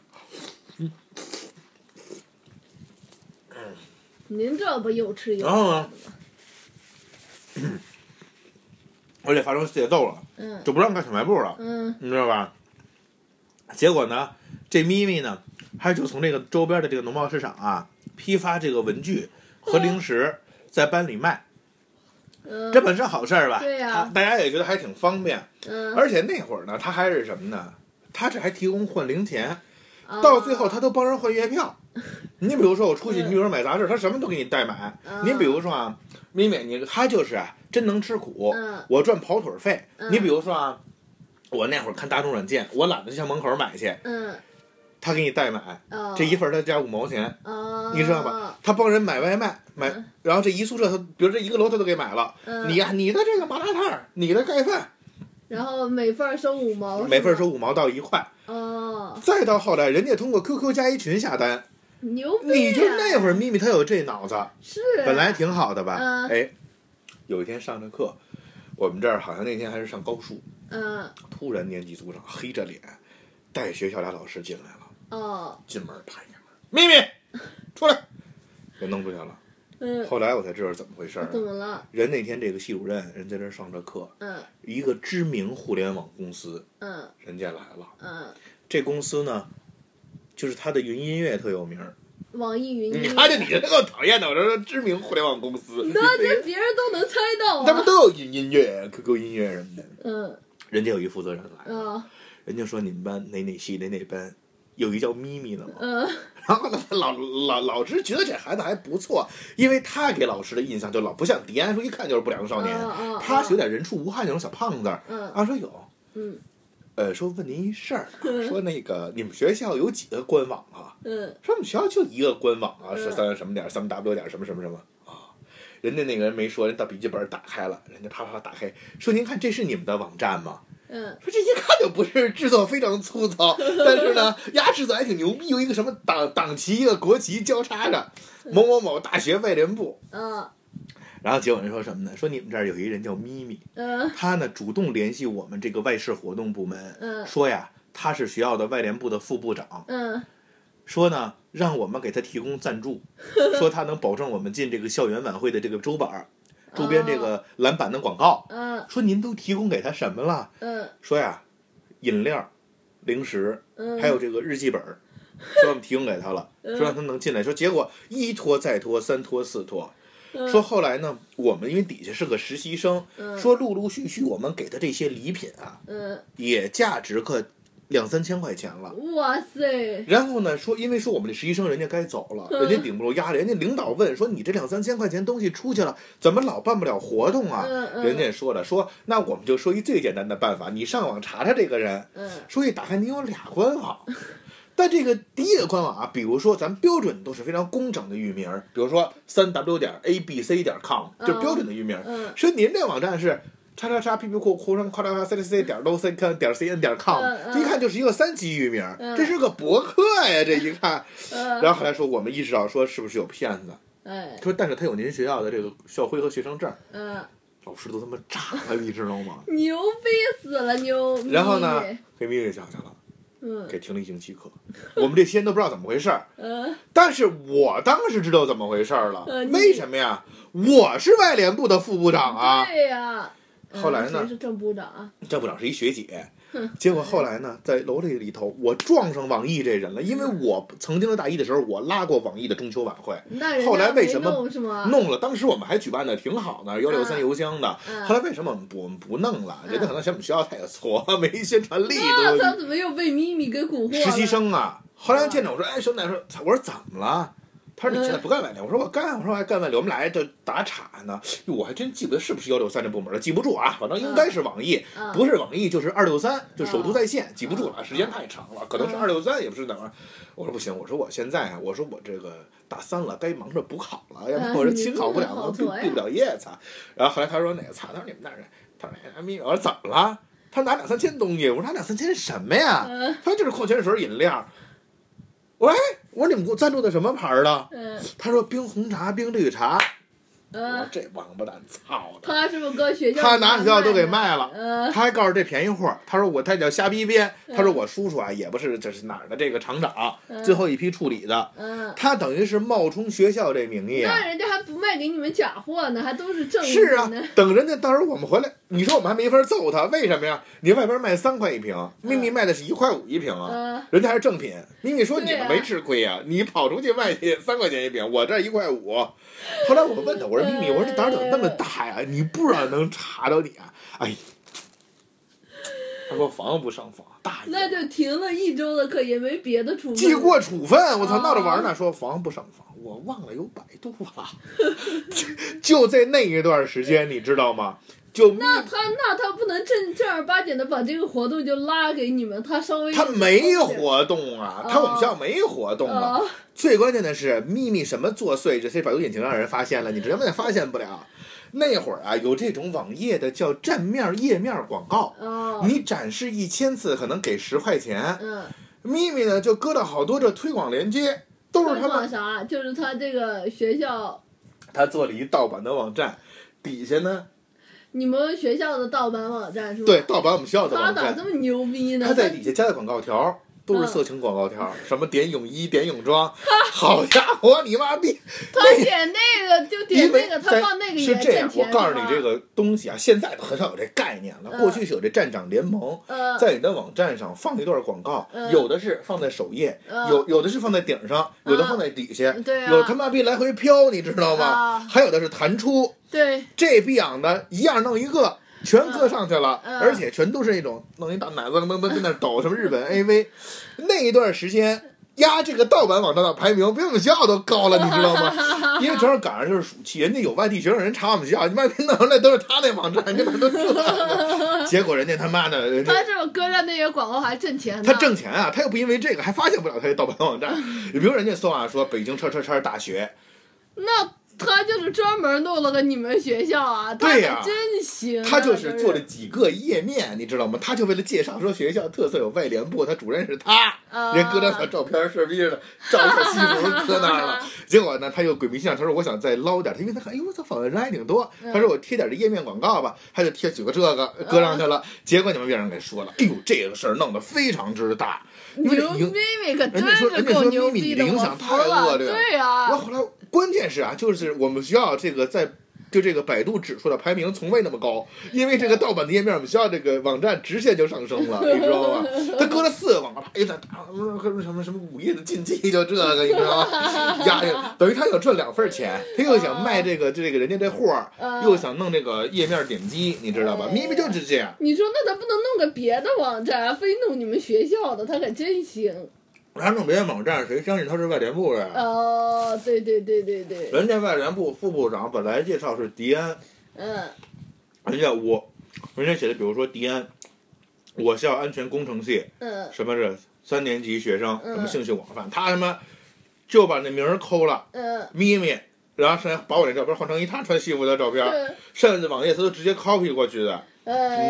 Speaker 1: 嗯您这不又吃又
Speaker 2: 然后呢，而且发生械斗了，
Speaker 1: 嗯
Speaker 2: 就不让干小卖部了，
Speaker 1: 嗯
Speaker 2: 你知道吧？结果呢，这咪咪呢，他就从这个周边的这个农贸市场啊，批发这个文具和零食，在班里卖，
Speaker 1: 嗯，
Speaker 2: 这本是好事儿吧？
Speaker 1: 对呀
Speaker 2: 他大家也觉得还挺方便。
Speaker 1: 嗯，
Speaker 2: 而且那会儿呢，他还是什么呢？他这还提供换零钱，
Speaker 1: 嗯哦
Speaker 2: 到最后他都帮人换月
Speaker 1: [LAUGHS]
Speaker 2: 票。你比如说我出去，
Speaker 1: 嗯
Speaker 2: 你比如说买杂志，他什么都给你代买。
Speaker 1: 啊
Speaker 2: 你比如说啊，咪咪，你他就是啊，真能吃苦，
Speaker 1: 嗯
Speaker 2: 我赚跑腿儿费。
Speaker 1: 嗯
Speaker 2: 你比如说啊，我那会儿看大众软件，我懒得去向门口买去，
Speaker 1: 嗯
Speaker 2: 他给你代买，
Speaker 1: 哦，
Speaker 2: 这一份儿他加五毛钱。
Speaker 1: 哦，
Speaker 2: 你知道吧？他帮人买外卖，买
Speaker 1: 嗯，
Speaker 2: 然后这一宿舍他，比如这一个楼他都给买了。
Speaker 1: 嗯，
Speaker 2: 你呀、你的这个麻辣烫儿，你的盖饭，
Speaker 1: 然后每份儿收五毛，
Speaker 2: 每份儿
Speaker 1: 是
Speaker 2: 收
Speaker 1: 吧
Speaker 2: 五毛到一块。
Speaker 1: 哦，
Speaker 2: 再到后来，人家通过 QQ 加一群下单，
Speaker 1: 牛逼啊！
Speaker 2: 你就那会儿咪咪她有这脑子，
Speaker 1: 是
Speaker 2: 本来挺好的吧？
Speaker 1: 嗯
Speaker 2: 哎，有一天上着课，我们这儿好像那天还是上高数，
Speaker 1: 嗯
Speaker 2: 突然年级组长黑着脸带学校俩老师进来了，
Speaker 1: 哦
Speaker 2: 进门拍开门，咪咪出来，给弄出去了。
Speaker 1: 嗯，
Speaker 2: 后来我才知道是怎么回事儿
Speaker 1: 怎
Speaker 2: 啊。
Speaker 1: 么了？
Speaker 2: 人那天这个系主任人在这儿上着课，
Speaker 1: 嗯
Speaker 2: 一个知名互联网公司
Speaker 1: 嗯
Speaker 2: 人家来了，
Speaker 1: 嗯，
Speaker 2: 这公司呢，就是它的云音乐特有名儿。
Speaker 1: 网易云
Speaker 2: 你
Speaker 1: 音
Speaker 2: 看着
Speaker 1: 乐
Speaker 2: 你这个讨厌的，我这是知名互联网公司，
Speaker 1: 那这别人都能猜到
Speaker 2: [LAUGHS] 他们
Speaker 1: 啊。
Speaker 2: 都有音音乐、QQ 音乐什么的。
Speaker 1: 嗯
Speaker 2: 人家有一负责人来，
Speaker 1: 嗯
Speaker 2: 人家说你们班哪哪系哪哪班有一叫咪咪的嘛，
Speaker 1: 嗯
Speaker 2: [LAUGHS] 然后呢，老老老师觉得这孩子还不错，因为他给老师的印象就老不像迪安说一看就是不良少年，
Speaker 1: 嗯嗯
Speaker 2: 他是有点人畜无害那种小胖子儿。
Speaker 1: 嗯
Speaker 2: 啊，说有，
Speaker 1: 嗯
Speaker 2: 呃，说问您一事儿，说那个你们学校有几个官网啊？
Speaker 1: 嗯
Speaker 2: 说我们学校就一个官网啊，
Speaker 1: 嗯
Speaker 2: 是三什么点儿三 w 点儿什么什么什么啊。人家那个人没说，人到笔记本打开了，人家啪啪啪打开，说您看这是你们的网站吗？
Speaker 1: 嗯
Speaker 2: 说这一看就不是，制作非常粗糙，但是呢，压制作还挺牛逼，用一个什么党党旗一个国旗交叉着，某某某大学外联部。
Speaker 1: 嗯
Speaker 2: 然后结果人说什么呢？说你们这儿有一人叫咪咪，
Speaker 1: 嗯
Speaker 2: 他呢主动联系我们这个外事活动部门，
Speaker 1: 嗯
Speaker 2: 说呀他是学校的外联部的副部长，
Speaker 1: 嗯
Speaker 2: 说呢，让我们给他提供赞助，说他能保证我们进这个校园晚会的这个周板儿，周边这个篮板的广告。
Speaker 1: 嗯
Speaker 2: 说您都提供给他什么了？
Speaker 1: 嗯
Speaker 2: 说呀，饮料、零食，
Speaker 1: 嗯，
Speaker 2: 还有这个日记本儿，说我们提供给他了，
Speaker 1: 嗯
Speaker 2: 说让他能进来。说结果一拖再拖，三拖四拖，说后来呢，我们因为底下是个实习生，
Speaker 1: 嗯
Speaker 2: 说陆陆续续我们给的这些礼品啊，
Speaker 1: 嗯，
Speaker 2: 也价值个两三千块钱了。
Speaker 1: 哇塞，
Speaker 2: 然后呢，说因为说我们这实习生人家该走了，
Speaker 1: 嗯
Speaker 2: 人家顶不住压力，人家领导问说你这两三千块钱东西出去了，怎么老办不了活动啊？
Speaker 1: 嗯嗯，
Speaker 2: 人家也说了，说那我们就说一最简单的办法，你上网查查这个人，
Speaker 1: 嗯
Speaker 2: 说一打开你有俩官网，但这个第一个官网啊，比如说咱们标准都是非常工整的域名儿，比如说三 w 点 a b c 点 com
Speaker 1: 嗯
Speaker 2: 就标准的域名儿。
Speaker 1: 嗯
Speaker 2: 说您这网站是叉叉叉 p p 库库上夸张夸 c c 点 low c n 点 c n 点 com，
Speaker 1: 嗯嗯
Speaker 2: 这一看就是一个三级域名儿，
Speaker 1: 嗯
Speaker 2: 这是个博客呀，这一看。
Speaker 1: 嗯，
Speaker 2: 然后后来说我们意识到说是不是有骗子，
Speaker 1: 哎
Speaker 2: 说但是他有您学校的这个校徽和学生证儿，
Speaker 1: 嗯，
Speaker 2: 老师都他妈炸了，你知道吗？
Speaker 1: 牛逼死了，牛逼。
Speaker 2: 然后呢，给咪给叫去了。
Speaker 1: 嗯
Speaker 2: 给停了一星期课。我们这些人都不知道怎么回事儿，
Speaker 1: 嗯
Speaker 2: 但是我当时知道怎么回事儿了
Speaker 1: 呃。你
Speaker 2: 为什么呀？我是外联部的副部长啊。
Speaker 1: 对呀。嗯
Speaker 2: 后来呢
Speaker 1: 谁是正部长啊？
Speaker 2: 这部长是一学姐，结果后来呢，在楼里里头，我撞上网易这人了，因
Speaker 1: 嗯
Speaker 2: 为我曾经的大一的时候，我拉过网易的中秋晚会，
Speaker 1: 那人
Speaker 2: 后来
Speaker 1: 家
Speaker 2: 为
Speaker 1: 没
Speaker 2: 什么
Speaker 1: 弄是吗？
Speaker 2: 弄了。当时我们还举办的挺好的，幺六三邮箱的。
Speaker 1: 嗯
Speaker 2: 后来为什么我们不我们不弄了？
Speaker 1: 嗯
Speaker 2: 人家可能嫌我们学校太挫，没宣传力
Speaker 1: 那
Speaker 2: 度
Speaker 1: 他。怎么又被咪咪给蛊惑了？
Speaker 2: 实习生啊。后来见着我说：“哎，兄弟，说我说怎么了？”他说：“你现在不干外联？”我说：“我干。”我说：“我还干外联。”我们俩还就打岔呢。哟，我还真记不得是不是幺六三这部门了，记不住啊。反正应该是网易，
Speaker 1: 嗯，
Speaker 2: 不是网易就是二六三，就首都在线，记不住了，
Speaker 1: 嗯
Speaker 2: 时间太长了，可能是
Speaker 1: 嗯
Speaker 2: 二六三，也不是哪儿。我说不行，我说我现在啊，我说我这个大三了，该忙着补考了，要不然我这勤考不了，
Speaker 1: 嗯
Speaker 2: 我
Speaker 1: 你这
Speaker 2: 毕
Speaker 1: 个好挫呀
Speaker 2: 毕不了业，操！然后后来他说哪个，操，他说你们那人，他说哎咪，我说怎么了？他拿两三千东西，我说拿两三千是什么呀？
Speaker 1: 嗯
Speaker 2: 他说就是矿泉水饮料。喂，我说你们给我赞助的什么牌儿的？
Speaker 1: 嗯
Speaker 2: 他说冰红茶、冰绿茶。我说
Speaker 1: 嗯，
Speaker 2: 这王八蛋，操的！
Speaker 1: 他是不是搁学校？
Speaker 2: 他拿学校都给。卖了。
Speaker 1: 嗯
Speaker 2: 他还告诉这便宜货，他说我他叫瞎逼编，
Speaker 1: 嗯
Speaker 2: 他说我叔叔啊也不是这是哪儿的这个厂长，
Speaker 1: 嗯
Speaker 2: 最后一批处理的，
Speaker 1: 嗯，
Speaker 2: 他等于是冒充学校这名义啊。
Speaker 1: 那人家还不卖给你们假货呢，还都是正品
Speaker 2: 是啊
Speaker 1: 呢。，
Speaker 2: 等人家到时候我们回来，你说我们还没法揍他，为什么呀？你外边卖三块一瓶，咪咪卖的是一块五一瓶啊，
Speaker 1: 嗯
Speaker 2: 人家还是正品。咪咪说你
Speaker 1: 对啊
Speaker 2: 们没吃亏呀、你跑出去卖去三块钱一瓶，我这一块五。后来我问他，我说咪咪，我说你胆儿怎么那么大呀？你不知道能查着你啊？哎，他说防不胜防，大爷
Speaker 1: 那就停了一周的课，也没别的出。
Speaker 2: 记过处分，我操，
Speaker 1: 哦
Speaker 2: 闹着玩儿呢，说防不胜防，我忘了有百度了， [LAUGHS] 就在那一段时间，你知道吗？就
Speaker 1: 那他那他不能正正儿八经的把这个活动就拉给你们，他稍微啊
Speaker 2: 他没活动啊
Speaker 1: 哦，
Speaker 2: 他我们学校没活动啊。
Speaker 1: 啊，
Speaker 2: 最关键的是，秘密什么作祟，这些百度引擎让人发现了，你根本发现不了。那会儿啊，有这种网页的叫站面页面广告，
Speaker 1: 哦，
Speaker 2: 你展示一千次可能给十块钱。
Speaker 1: 嗯，
Speaker 2: 秘密呢就搁了好多这推广链接，都是
Speaker 1: 推
Speaker 2: 他们
Speaker 1: 广啥？啊就是他这个学校，
Speaker 2: 他做了一盗版的网站，底下呢
Speaker 1: 你们学校的盗版网站是吧？
Speaker 2: 对，盗版我们学校的
Speaker 1: 他
Speaker 2: 网
Speaker 1: 咋
Speaker 2: 站，
Speaker 1: 这么牛逼呢？
Speaker 2: 他在底下加的广告条儿都是色情广告条儿，什么点泳衣、点泳装，好家伙，你妈逼！
Speaker 1: 他点那个就点
Speaker 2: 因
Speaker 1: 那
Speaker 2: 为
Speaker 1: 个，他
Speaker 2: 在
Speaker 1: 放那个
Speaker 2: 是
Speaker 1: 也
Speaker 2: 这
Speaker 1: 挣
Speaker 2: 样，我
Speaker 1: 钱。
Speaker 2: 告诉你这
Speaker 1: 个，
Speaker 2: 个东西啊，现在都很少有这概念了，
Speaker 1: 嗯
Speaker 2: 过去是有这站长联盟。
Speaker 1: 呃，
Speaker 2: 在你的网站上放一段广告，
Speaker 1: 嗯
Speaker 2: 有的是放在首页，
Speaker 1: 嗯
Speaker 2: 有有的是放在顶上，有的放在底下，
Speaker 1: 对啊，
Speaker 2: 有他妈逼来回飘，你知道吗？
Speaker 1: 啊
Speaker 2: 还有的是弹出，
Speaker 1: 对，
Speaker 2: 这逼养的一样弄一个，全搁上去了，
Speaker 1: 嗯嗯
Speaker 2: 而且全都是那种弄一大奶子噔噔噔跟那抖什么日本 AV，那一段时间。压这个盗版网站的排名比我们学校都高了，你知道
Speaker 1: [LAUGHS]
Speaker 2: 吗？因为正好赶上就是暑期，人家有外地学生，人查我们学校，你妈逼弄出来都是他那网站，跟他都这
Speaker 1: [LAUGHS]
Speaker 2: 样，结果人家他妈的，人家
Speaker 1: 他这种搁上那些广告还挣钱呢。
Speaker 2: 他挣钱啊，他又不因为这个还发现不了他的盗版网站。比如人家搜啊，说北京叉叉叉大学，
Speaker 1: 那他就是专门弄了个你们学校啊，他
Speaker 2: 对呀
Speaker 1: 可真行啊、
Speaker 2: 他就是做了几个页面，你知道吗？他就为了介绍说学校特色有外联部，他主任是他，
Speaker 1: 啊
Speaker 2: 人搁张小照片是不是的，照一下西服搁那儿了。
Speaker 1: 啊
Speaker 2: [LAUGHS] 结果呢，他又鬼迷心窍，他说我想再捞点儿，因为他看，哎呦我操，访问人还挺多，
Speaker 1: 嗯
Speaker 2: 他说我贴点儿这页面广告吧，他就贴几个这个搁上去
Speaker 1: 嗯
Speaker 2: 了。结果你们别让人给说了，哎呦这个事儿弄得非常之大，因为这
Speaker 1: 牛
Speaker 2: 影
Speaker 1: 咪咪可真
Speaker 2: 人家说
Speaker 1: 是够牛逼
Speaker 2: 人家说咪咪
Speaker 1: 的，
Speaker 2: 影
Speaker 1: 我
Speaker 2: 响
Speaker 1: 服
Speaker 2: 太恶
Speaker 1: 了。
Speaker 2: 劣了
Speaker 1: 对
Speaker 2: 然后
Speaker 1: 啊，
Speaker 2: 后来，关键是啊，就是我们学校这个在就这个百度指出的排名从未那么高，因为这个盗版的页面，我们学校这个网站直线就上升了，你知道吗？他搁了四个网吧，哎呀，什么什么午夜的禁忌，就这个，你知道吗？压呀，等于他想赚两份钱，他又想卖这个这个人家这货儿，
Speaker 1: 呃
Speaker 2: 又想弄这个页面点击，你知道吧？
Speaker 1: 哎
Speaker 2: 明明就是这样。
Speaker 1: 你说那咱不能弄个别的网站，非弄你们学校啊的，他可真行。
Speaker 2: 然后弄别的网站，谁相信他是外联部的呀？
Speaker 1: 哦，对对对对对，
Speaker 2: 人家外联部副部长本来介绍是迪安，呃
Speaker 1: 嗯
Speaker 2: 人家我，人家写的，比如说迪安，我校安全工程系
Speaker 1: 嗯
Speaker 2: 什么是三年级学生，什么
Speaker 1: 嗯
Speaker 2: 兴趣广泛，他他妈就把那名儿抠了，
Speaker 1: 嗯
Speaker 2: 咪咪，然后甚至把我这照片换成一他穿西服的照片，
Speaker 1: 嗯，
Speaker 2: 甚至网页他都直接 copy 过去的，
Speaker 1: 哎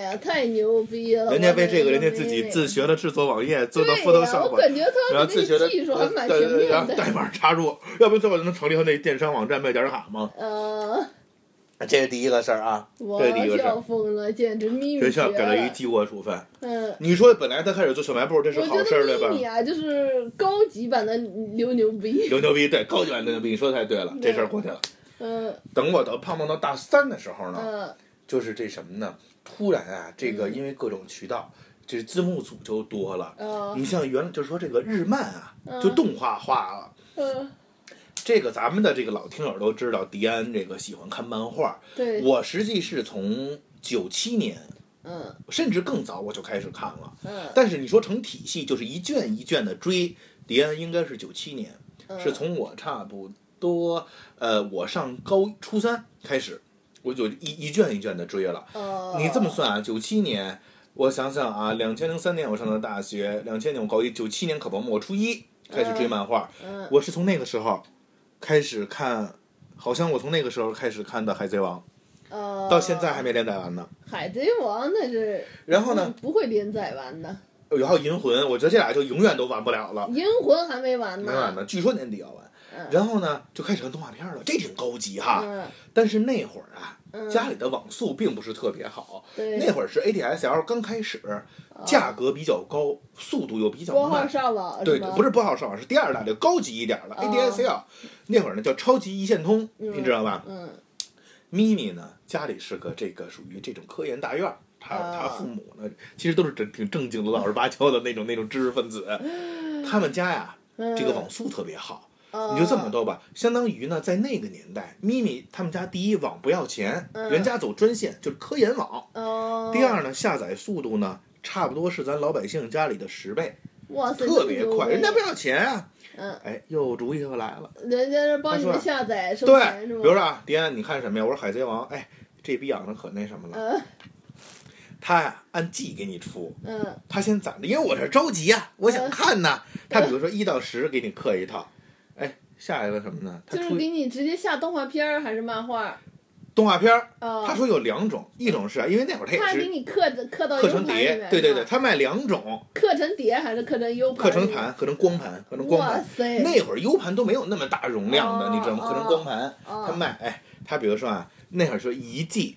Speaker 1: 呀，太牛逼了！
Speaker 2: 啊人家为这个
Speaker 1: 我
Speaker 2: 人
Speaker 1: 的
Speaker 2: 家自己
Speaker 1: 妹
Speaker 2: 自学的制作网页，做
Speaker 1: 对
Speaker 2: 的
Speaker 1: 呀，我
Speaker 2: Photoshop。
Speaker 1: 感觉
Speaker 2: 然
Speaker 1: 他
Speaker 2: 后
Speaker 1: 这
Speaker 2: 自学的，
Speaker 1: 技术还蛮全
Speaker 2: 呃然
Speaker 1: 面
Speaker 2: 后
Speaker 1: 的。
Speaker 2: 代码插入，要不然最后能成立他那电商网站卖点卡吗？
Speaker 1: 呃，
Speaker 2: 这是第一个事儿啊，
Speaker 1: 我
Speaker 2: 这是第一个事儿
Speaker 1: 笑疯了，简直咪咪
Speaker 2: 学校
Speaker 1: 绝
Speaker 2: 给了一
Speaker 1: 了
Speaker 2: 记过处分。
Speaker 1: 嗯。
Speaker 2: 你说本来他开始做小卖部，这是
Speaker 1: 我
Speaker 2: 好
Speaker 1: 觉
Speaker 2: 事儿，对
Speaker 1: 得
Speaker 2: 吧
Speaker 1: 咪？咪啊，就是高级版的牛牛
Speaker 2: [LAUGHS]
Speaker 1: 逼。
Speaker 2: 牛牛逼，对，高级版牛牛逼，你说的太对了，这事儿过去了。
Speaker 1: 嗯
Speaker 2: 等我到胖胖到大三的时候呢，
Speaker 1: 嗯
Speaker 2: 就是这什么呢？突然啊，这个因为各种渠道，这字幕组就多了。
Speaker 1: 嗯
Speaker 2: 你像原来就说这个日漫啊，
Speaker 1: 嗯
Speaker 2: 就动画化了。
Speaker 1: 嗯，
Speaker 2: 这个咱们的这个老听友都知道，迪安这个喜欢看漫画。
Speaker 1: 对，
Speaker 2: 我实际是从九七年
Speaker 1: 嗯
Speaker 2: 甚至更早我就开始看了，
Speaker 1: 嗯
Speaker 2: 但是你说成体系，就是一卷一卷的追。迪安应该是九七年，
Speaker 1: 嗯，
Speaker 2: 是从我差不多，呃，我上高初三开始，我就一一卷一卷的追了。
Speaker 1: 呃，
Speaker 2: 你这么算啊，九七年，我想想啊，两千零三年我上的大学，两千年我高一，九七年可不嘛，我初一开始追漫画，
Speaker 1: 嗯，
Speaker 2: 我是从那个时候开始看，好像我从那个时候开始看的《海贼王》，
Speaker 1: 呃，
Speaker 2: 到现在还没连载完呢。
Speaker 1: 《海贼王》那是，嗯
Speaker 2: 然后呢，
Speaker 1: 不会连载完的，
Speaker 2: 然后《银魂》，我觉得这俩就永远都完不了了
Speaker 1: 《，银魂》还没完
Speaker 2: 没完
Speaker 1: 呢。
Speaker 2: 呢，据说年底要完。
Speaker 1: 嗯
Speaker 2: 然后呢，就开始看动画片了，这挺高级哈。
Speaker 1: 嗯
Speaker 2: 但是那会儿啊，
Speaker 1: 嗯，
Speaker 2: 家里的网速并不是特别好，
Speaker 1: 对
Speaker 2: 那会儿是 ADSL 刚开始，价格比较高，速度又比较
Speaker 1: 嗯呃拨号
Speaker 2: 慢。
Speaker 1: 上网
Speaker 2: 啊对，不
Speaker 1: 是吗
Speaker 2: 是拨号上网，是第二代的高级一点的
Speaker 1: 哦
Speaker 2: ADSL，那会儿呢叫超级一线通，
Speaker 1: 嗯
Speaker 2: 你知道吧？
Speaker 1: 嗯
Speaker 2: 咪咪呢家里是个这个属于这种科研大院儿，他
Speaker 1: 哦
Speaker 2: 他父母呢其实都是正挺正经的老实巴交的那种那种知识分
Speaker 1: [LAUGHS]
Speaker 2: 子，他们家呀
Speaker 1: 嗯，
Speaker 2: 这个网速特别好，
Speaker 1: 嗯，
Speaker 2: 你就这么多吧，相当于呢，在那个年代，咪咪他们家第一网不要钱，
Speaker 1: 嗯
Speaker 2: 人家走专线就是科研网。
Speaker 1: 嗯，
Speaker 2: 第二呢，下载速度呢，差不多是咱老百姓家里的十倍，
Speaker 1: 哇塞，
Speaker 2: 特别快，
Speaker 1: 这
Speaker 2: 人
Speaker 1: 么牛
Speaker 2: 家不要钱啊。
Speaker 1: 嗯，
Speaker 2: 哎，又主意又来了，
Speaker 1: 人家是帮你
Speaker 2: 他
Speaker 1: 们
Speaker 2: 说
Speaker 1: 下载收
Speaker 2: 对，
Speaker 1: 钱
Speaker 2: 比
Speaker 1: 是吗？
Speaker 2: 如说啊，迪安，你看什么呀？我说《海贼王》，哎，这逼养的可那什么了，
Speaker 1: 嗯
Speaker 2: 他呀按季给你出，
Speaker 1: 嗯
Speaker 2: 他先攒着，因为我这着急啊，我想
Speaker 1: 嗯
Speaker 2: 看呐。他比如说一到十给你刻一套，哎，下一个什么呢？他
Speaker 1: 就是
Speaker 2: 出
Speaker 1: 给你直接下动画片儿还是漫画儿？
Speaker 2: 动画片儿。
Speaker 1: 啊，
Speaker 2: 他说有两种，一种是因为那会儿他也
Speaker 1: 他给
Speaker 2: 是
Speaker 1: 你刻刻到
Speaker 2: 课
Speaker 1: U
Speaker 2: 程
Speaker 1: 盘里
Speaker 2: 碟
Speaker 1: 面，，
Speaker 2: 对对
Speaker 1: 是
Speaker 2: 对，
Speaker 1: 吧，
Speaker 2: 他卖两种
Speaker 1: 课程碟还是课程 U 盘？
Speaker 2: 课程，盘、课程光盘、课程光
Speaker 1: 哇
Speaker 2: 盘。
Speaker 1: 塞，
Speaker 2: 那会儿 U 盘都没有那么大容量的，
Speaker 1: 哦
Speaker 2: 你知道吗？
Speaker 1: 哎哦
Speaker 2: 课程光盘，他
Speaker 1: 啊，
Speaker 2: 卖，哎，他比如说啊，那会儿说一 G，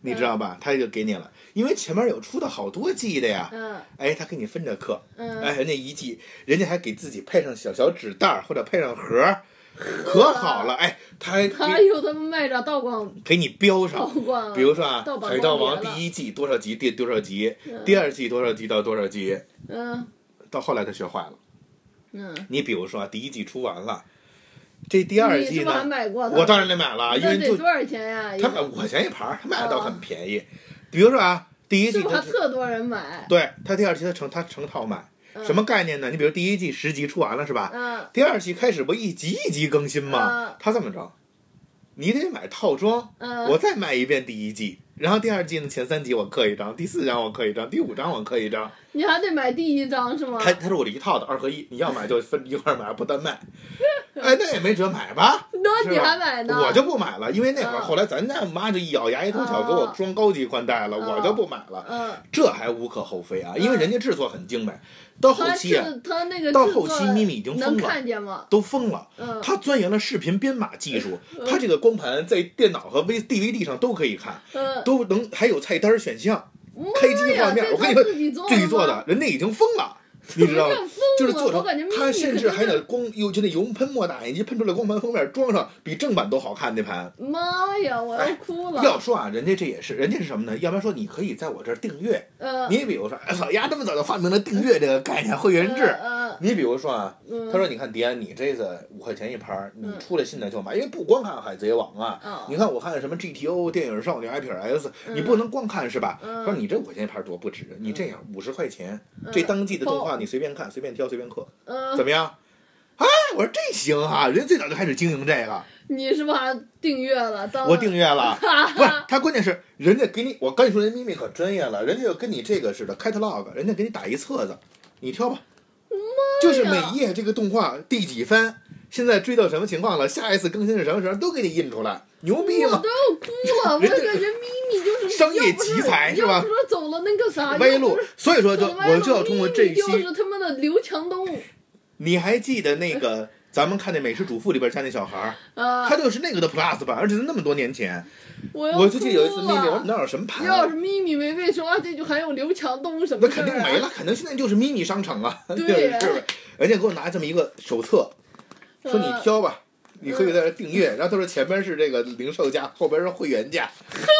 Speaker 2: 你知道
Speaker 1: 嗯
Speaker 2: 吧？他就给你了，因为前面有出的好多 G 的呀，
Speaker 1: 嗯
Speaker 2: 哎，他给你分着刻，哎，
Speaker 1: 嗯，
Speaker 2: 人家一 G，人家还给自己配上小小纸袋儿或者配上盒儿，
Speaker 1: [LAUGHS]
Speaker 2: 可好了，哎，他还
Speaker 1: 他
Speaker 2: 给
Speaker 1: 又他妈卖着道光
Speaker 2: 给你标上
Speaker 1: 道，光，
Speaker 2: 比如说啊，
Speaker 1: 盗
Speaker 2: 《
Speaker 1: 版
Speaker 2: 海盗王
Speaker 1: 光》碟了
Speaker 2: 第一季多少集，第多少集，
Speaker 1: 嗯
Speaker 2: 第二季多少集到多少集，
Speaker 1: 嗯
Speaker 2: 到后来他学坏了。
Speaker 1: 嗯，
Speaker 2: 你比如说啊，第一季出完了，这第二
Speaker 1: 你
Speaker 2: 季
Speaker 1: 是不是还
Speaker 2: 呢，
Speaker 1: 买过它？
Speaker 2: 我当然得买了，因
Speaker 1: 那
Speaker 2: 为
Speaker 1: 得
Speaker 2: 就
Speaker 1: 多少钱呀？
Speaker 2: 他买五块钱一盘儿，他卖的倒很便宜。比如说啊，第一
Speaker 1: 嗯是
Speaker 2: 季
Speaker 1: 不是还
Speaker 2: 他
Speaker 1: 特多人买？
Speaker 2: 对他第二季他成他成套买，
Speaker 1: 嗯
Speaker 2: 什么概念呢？你比如第一季十集出完了是吧？
Speaker 1: 嗯
Speaker 2: 第二季开始不一集一集更新吗
Speaker 1: 嗯？
Speaker 2: 他这么着，你得买套装。
Speaker 1: 嗯，
Speaker 2: 我再卖一遍第一季，然后第二季呢前三集我刻一张，第四章我刻一张，第五章我刻一张。
Speaker 1: 你还得买第一张是吗？
Speaker 2: 他他说我这一套的二合一，你要买就分一块儿买，不单
Speaker 1: [LAUGHS]
Speaker 2: 卖。哎，那也没辙，买吧。
Speaker 1: 那你还买呢？
Speaker 2: 我就不买了，因为那会儿
Speaker 1: 嗯
Speaker 2: 后来咱家妈就一咬牙一跺脚
Speaker 1: 嗯
Speaker 2: 给我装高级宽带了，
Speaker 1: 嗯
Speaker 2: 我就不买了。
Speaker 1: 嗯，
Speaker 2: 这还无可厚非啊，因为
Speaker 1: 嗯
Speaker 2: 人家制作很精美。到后
Speaker 1: 他
Speaker 2: 期啊，
Speaker 1: 是他那个
Speaker 2: 到
Speaker 1: 制
Speaker 2: 后
Speaker 1: 作
Speaker 2: 期咪咪已经
Speaker 1: 能
Speaker 2: 疯了，
Speaker 1: 看见吗？
Speaker 2: 都疯了。
Speaker 1: 嗯，
Speaker 2: 他钻研了视频编码技术，他这个光盘在电脑和 V DVD 上都可以看。
Speaker 1: 嗯，
Speaker 2: 都能还有菜单选项，
Speaker 1: 妈
Speaker 2: 开机画面
Speaker 1: 呀
Speaker 2: 我跟你说
Speaker 1: 这他自己做
Speaker 2: 自己做
Speaker 1: 吗
Speaker 2: 的，人家已经疯了。你知道吗
Speaker 1: 有点？疯
Speaker 2: 就是
Speaker 1: 了
Speaker 2: 做
Speaker 1: 我
Speaker 2: 成
Speaker 1: 感觉
Speaker 2: 它
Speaker 1: mini
Speaker 2: 甚
Speaker 1: 可
Speaker 2: 至
Speaker 1: 真
Speaker 2: 还有
Speaker 1: 的
Speaker 2: 点光，有就那油喷墨打印机喷出来光盘封面装上，比正版都好看那盘。
Speaker 1: 妈呀，我要哭
Speaker 2: 哎要
Speaker 1: 了。
Speaker 2: 说啊，人家这也是，人家是什么呢？要不然说你可以在我这儿订阅。
Speaker 1: 呃，
Speaker 2: 你比如说，哎操，丫这么早就发明了订阅这个概念，会员制。
Speaker 1: 呃，
Speaker 2: 你比如说啊，
Speaker 1: 嗯
Speaker 2: 他说：“你看迪安，你这次五块钱一盘儿，你
Speaker 1: 嗯
Speaker 2: 出来新的就买，因为不光看《海贼王》啊，
Speaker 1: 嗯
Speaker 2: 你看我看什么 GTO 电影少女 IPS，、你不能光看是吧？
Speaker 1: 嗯
Speaker 2: 他说你这五块钱一盘儿多不值，你这样五十块钱，这当季的动画你随便看，随便挑，随便刻，
Speaker 1: 嗯呃，
Speaker 2: 怎么样？哎，我说这行哈、人家最早就开始经营这个，
Speaker 1: 你是不是还订阅了？当
Speaker 2: 我订阅了，
Speaker 1: 嗯
Speaker 2: [LAUGHS] 不是他关键是人家给你，我跟你说，人咪咪可专业了，人家就跟你这个似的 catalog，人家给你打一册子，你挑吧，就是每页这个动画第几番，现在追到什么情况了，下一次更新是什么时候，都给你印出来，牛逼
Speaker 1: 我
Speaker 2: 吗
Speaker 1: 都？要哭了，我
Speaker 2: 人家
Speaker 1: 感觉咪咪就是
Speaker 2: 商业
Speaker 1: 要不
Speaker 2: 奇才是
Speaker 1: 要
Speaker 2: 吧
Speaker 1: 不是走了那个啥
Speaker 2: 歪路，所以说就
Speaker 1: 走了歪
Speaker 2: 我
Speaker 1: 路
Speaker 2: 就要通过这一期，
Speaker 1: 咪咪就是他妈的刘强东，
Speaker 2: 你还记得那个咱们看那《美食主妇》里边家那小孩儿，
Speaker 1: 呃，
Speaker 2: 他就是那个的 plus 版，而且是那么多年前，
Speaker 1: 我要
Speaker 2: 我就记得有一次咪咪，我说
Speaker 1: 哭了
Speaker 2: 你那有什么盘啊？
Speaker 1: 要是咪咪没被抓进去，还有刘强东什
Speaker 2: 那
Speaker 1: 么事
Speaker 2: 肯
Speaker 1: 儿
Speaker 2: 定
Speaker 1: 啊
Speaker 2: 没了，肯定现在就是迷你商场啊，
Speaker 1: [LAUGHS]
Speaker 2: [LAUGHS]
Speaker 1: 对
Speaker 2: 就是是不是？人家给我拿这么一个手册，说你
Speaker 1: 呃
Speaker 2: 挑吧，你可以在这订
Speaker 1: 嗯
Speaker 2: 阅。然后他说前边是这个零售价，后边是会员
Speaker 1: [LAUGHS]
Speaker 2: 价，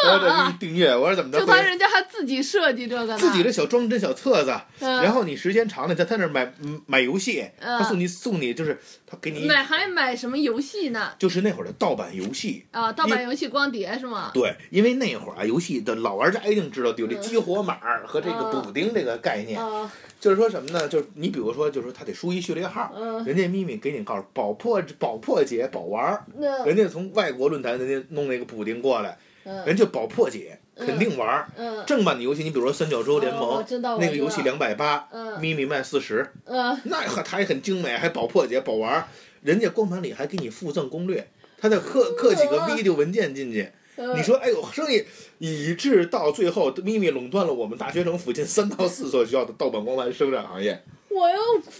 Speaker 2: 然后这一订阅，我说怎么
Speaker 1: 就
Speaker 2: 着？
Speaker 1: 他
Speaker 2: 会员
Speaker 1: 人家还自己设计这个呢，
Speaker 2: 自己的小装帧小册子，
Speaker 1: 嗯，
Speaker 2: 然后你时间长了，在他那儿买嗯买游戏，
Speaker 1: 嗯
Speaker 2: 他送你送你就是他给你
Speaker 1: 买还买什么游戏呢？
Speaker 2: 就是那会儿的盗版游戏。
Speaker 1: 啊，盗版游戏光碟是吗？
Speaker 2: 对，因为那会儿啊，游戏的老玩家一定知道有这
Speaker 1: 嗯
Speaker 2: 激活码儿和这个
Speaker 1: 嗯
Speaker 2: 补丁这个概念，
Speaker 1: 啊，
Speaker 2: 就是说什么呢？就是你比如说，就是说他得输一序列号，
Speaker 1: 嗯，
Speaker 2: 人家咪咪给你告诉保破保破解保玩儿，
Speaker 1: 那
Speaker 2: 人家从外国论坛人家弄那个补丁过来，
Speaker 1: 嗯
Speaker 2: 人家保破解
Speaker 1: 嗯
Speaker 2: 肯定玩儿。
Speaker 1: 嗯，
Speaker 2: 正版的游戏，你比如说《三角洲联
Speaker 1: 哦我
Speaker 2: 盟》
Speaker 1: 知道嗯
Speaker 2: 那个游戏，两百八，
Speaker 1: 我知道
Speaker 2: 咪咪卖四十，
Speaker 1: 嗯
Speaker 2: 那呵它也很精美，还保破解保玩儿，人家光盘里还给你附赠攻略，他再刻
Speaker 1: 哦
Speaker 2: 刻几个
Speaker 1: 哇
Speaker 2: video 文件进去。
Speaker 1: 嗯，
Speaker 2: 你说，哎呦，生意以致到最后，咪咪垄断了我们大学城附近三到四所学校的盗版光盘生产行业。
Speaker 1: 我要哭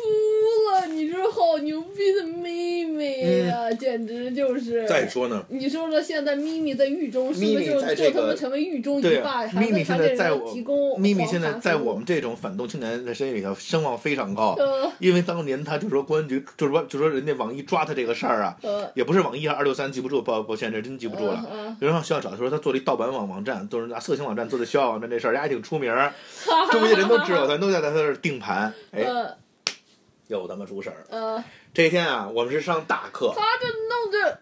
Speaker 1: 了，你这好牛逼的妹妹呀，简直就是。
Speaker 2: 嗯再说呢，
Speaker 1: 你说说现在咪咪在狱中是不
Speaker 2: 咪
Speaker 1: 是
Speaker 2: 咪
Speaker 1: 就
Speaker 2: 在
Speaker 1: 就
Speaker 2: 这
Speaker 1: 他
Speaker 2: 个
Speaker 1: 们成为狱中
Speaker 2: 对啊
Speaker 1: 一霸，还
Speaker 2: 咪咪
Speaker 1: 为
Speaker 2: 现在
Speaker 1: 还为人
Speaker 2: 在
Speaker 1: 家
Speaker 2: 我
Speaker 1: 提供
Speaker 2: 咪咪
Speaker 1: 黄
Speaker 2: 现在
Speaker 1: 盘
Speaker 2: 在
Speaker 1: 服务
Speaker 2: 我们这种反动青年的身里头声望非常高，
Speaker 1: 呃
Speaker 2: 因为当年他就说公安局就是说就说人家网易抓他这个事儿啊， [LAUGHS]
Speaker 1: 呃
Speaker 2: 也不是网易啊，二六三记不住，抱抱歉，这真记不住了。
Speaker 1: 嗯
Speaker 2: 有人上学校找他说他做了一盗版网网站，都是拿色情网站做的学校网站这事儿，人家还挺出名儿，
Speaker 1: [LAUGHS]
Speaker 2: 周围的人都知道他，都在他这儿盯盘。哎，
Speaker 1: 呃
Speaker 2: 又他妈出事儿了！
Speaker 1: 呃，
Speaker 2: 这天啊，我们是上大课，
Speaker 1: 他这弄这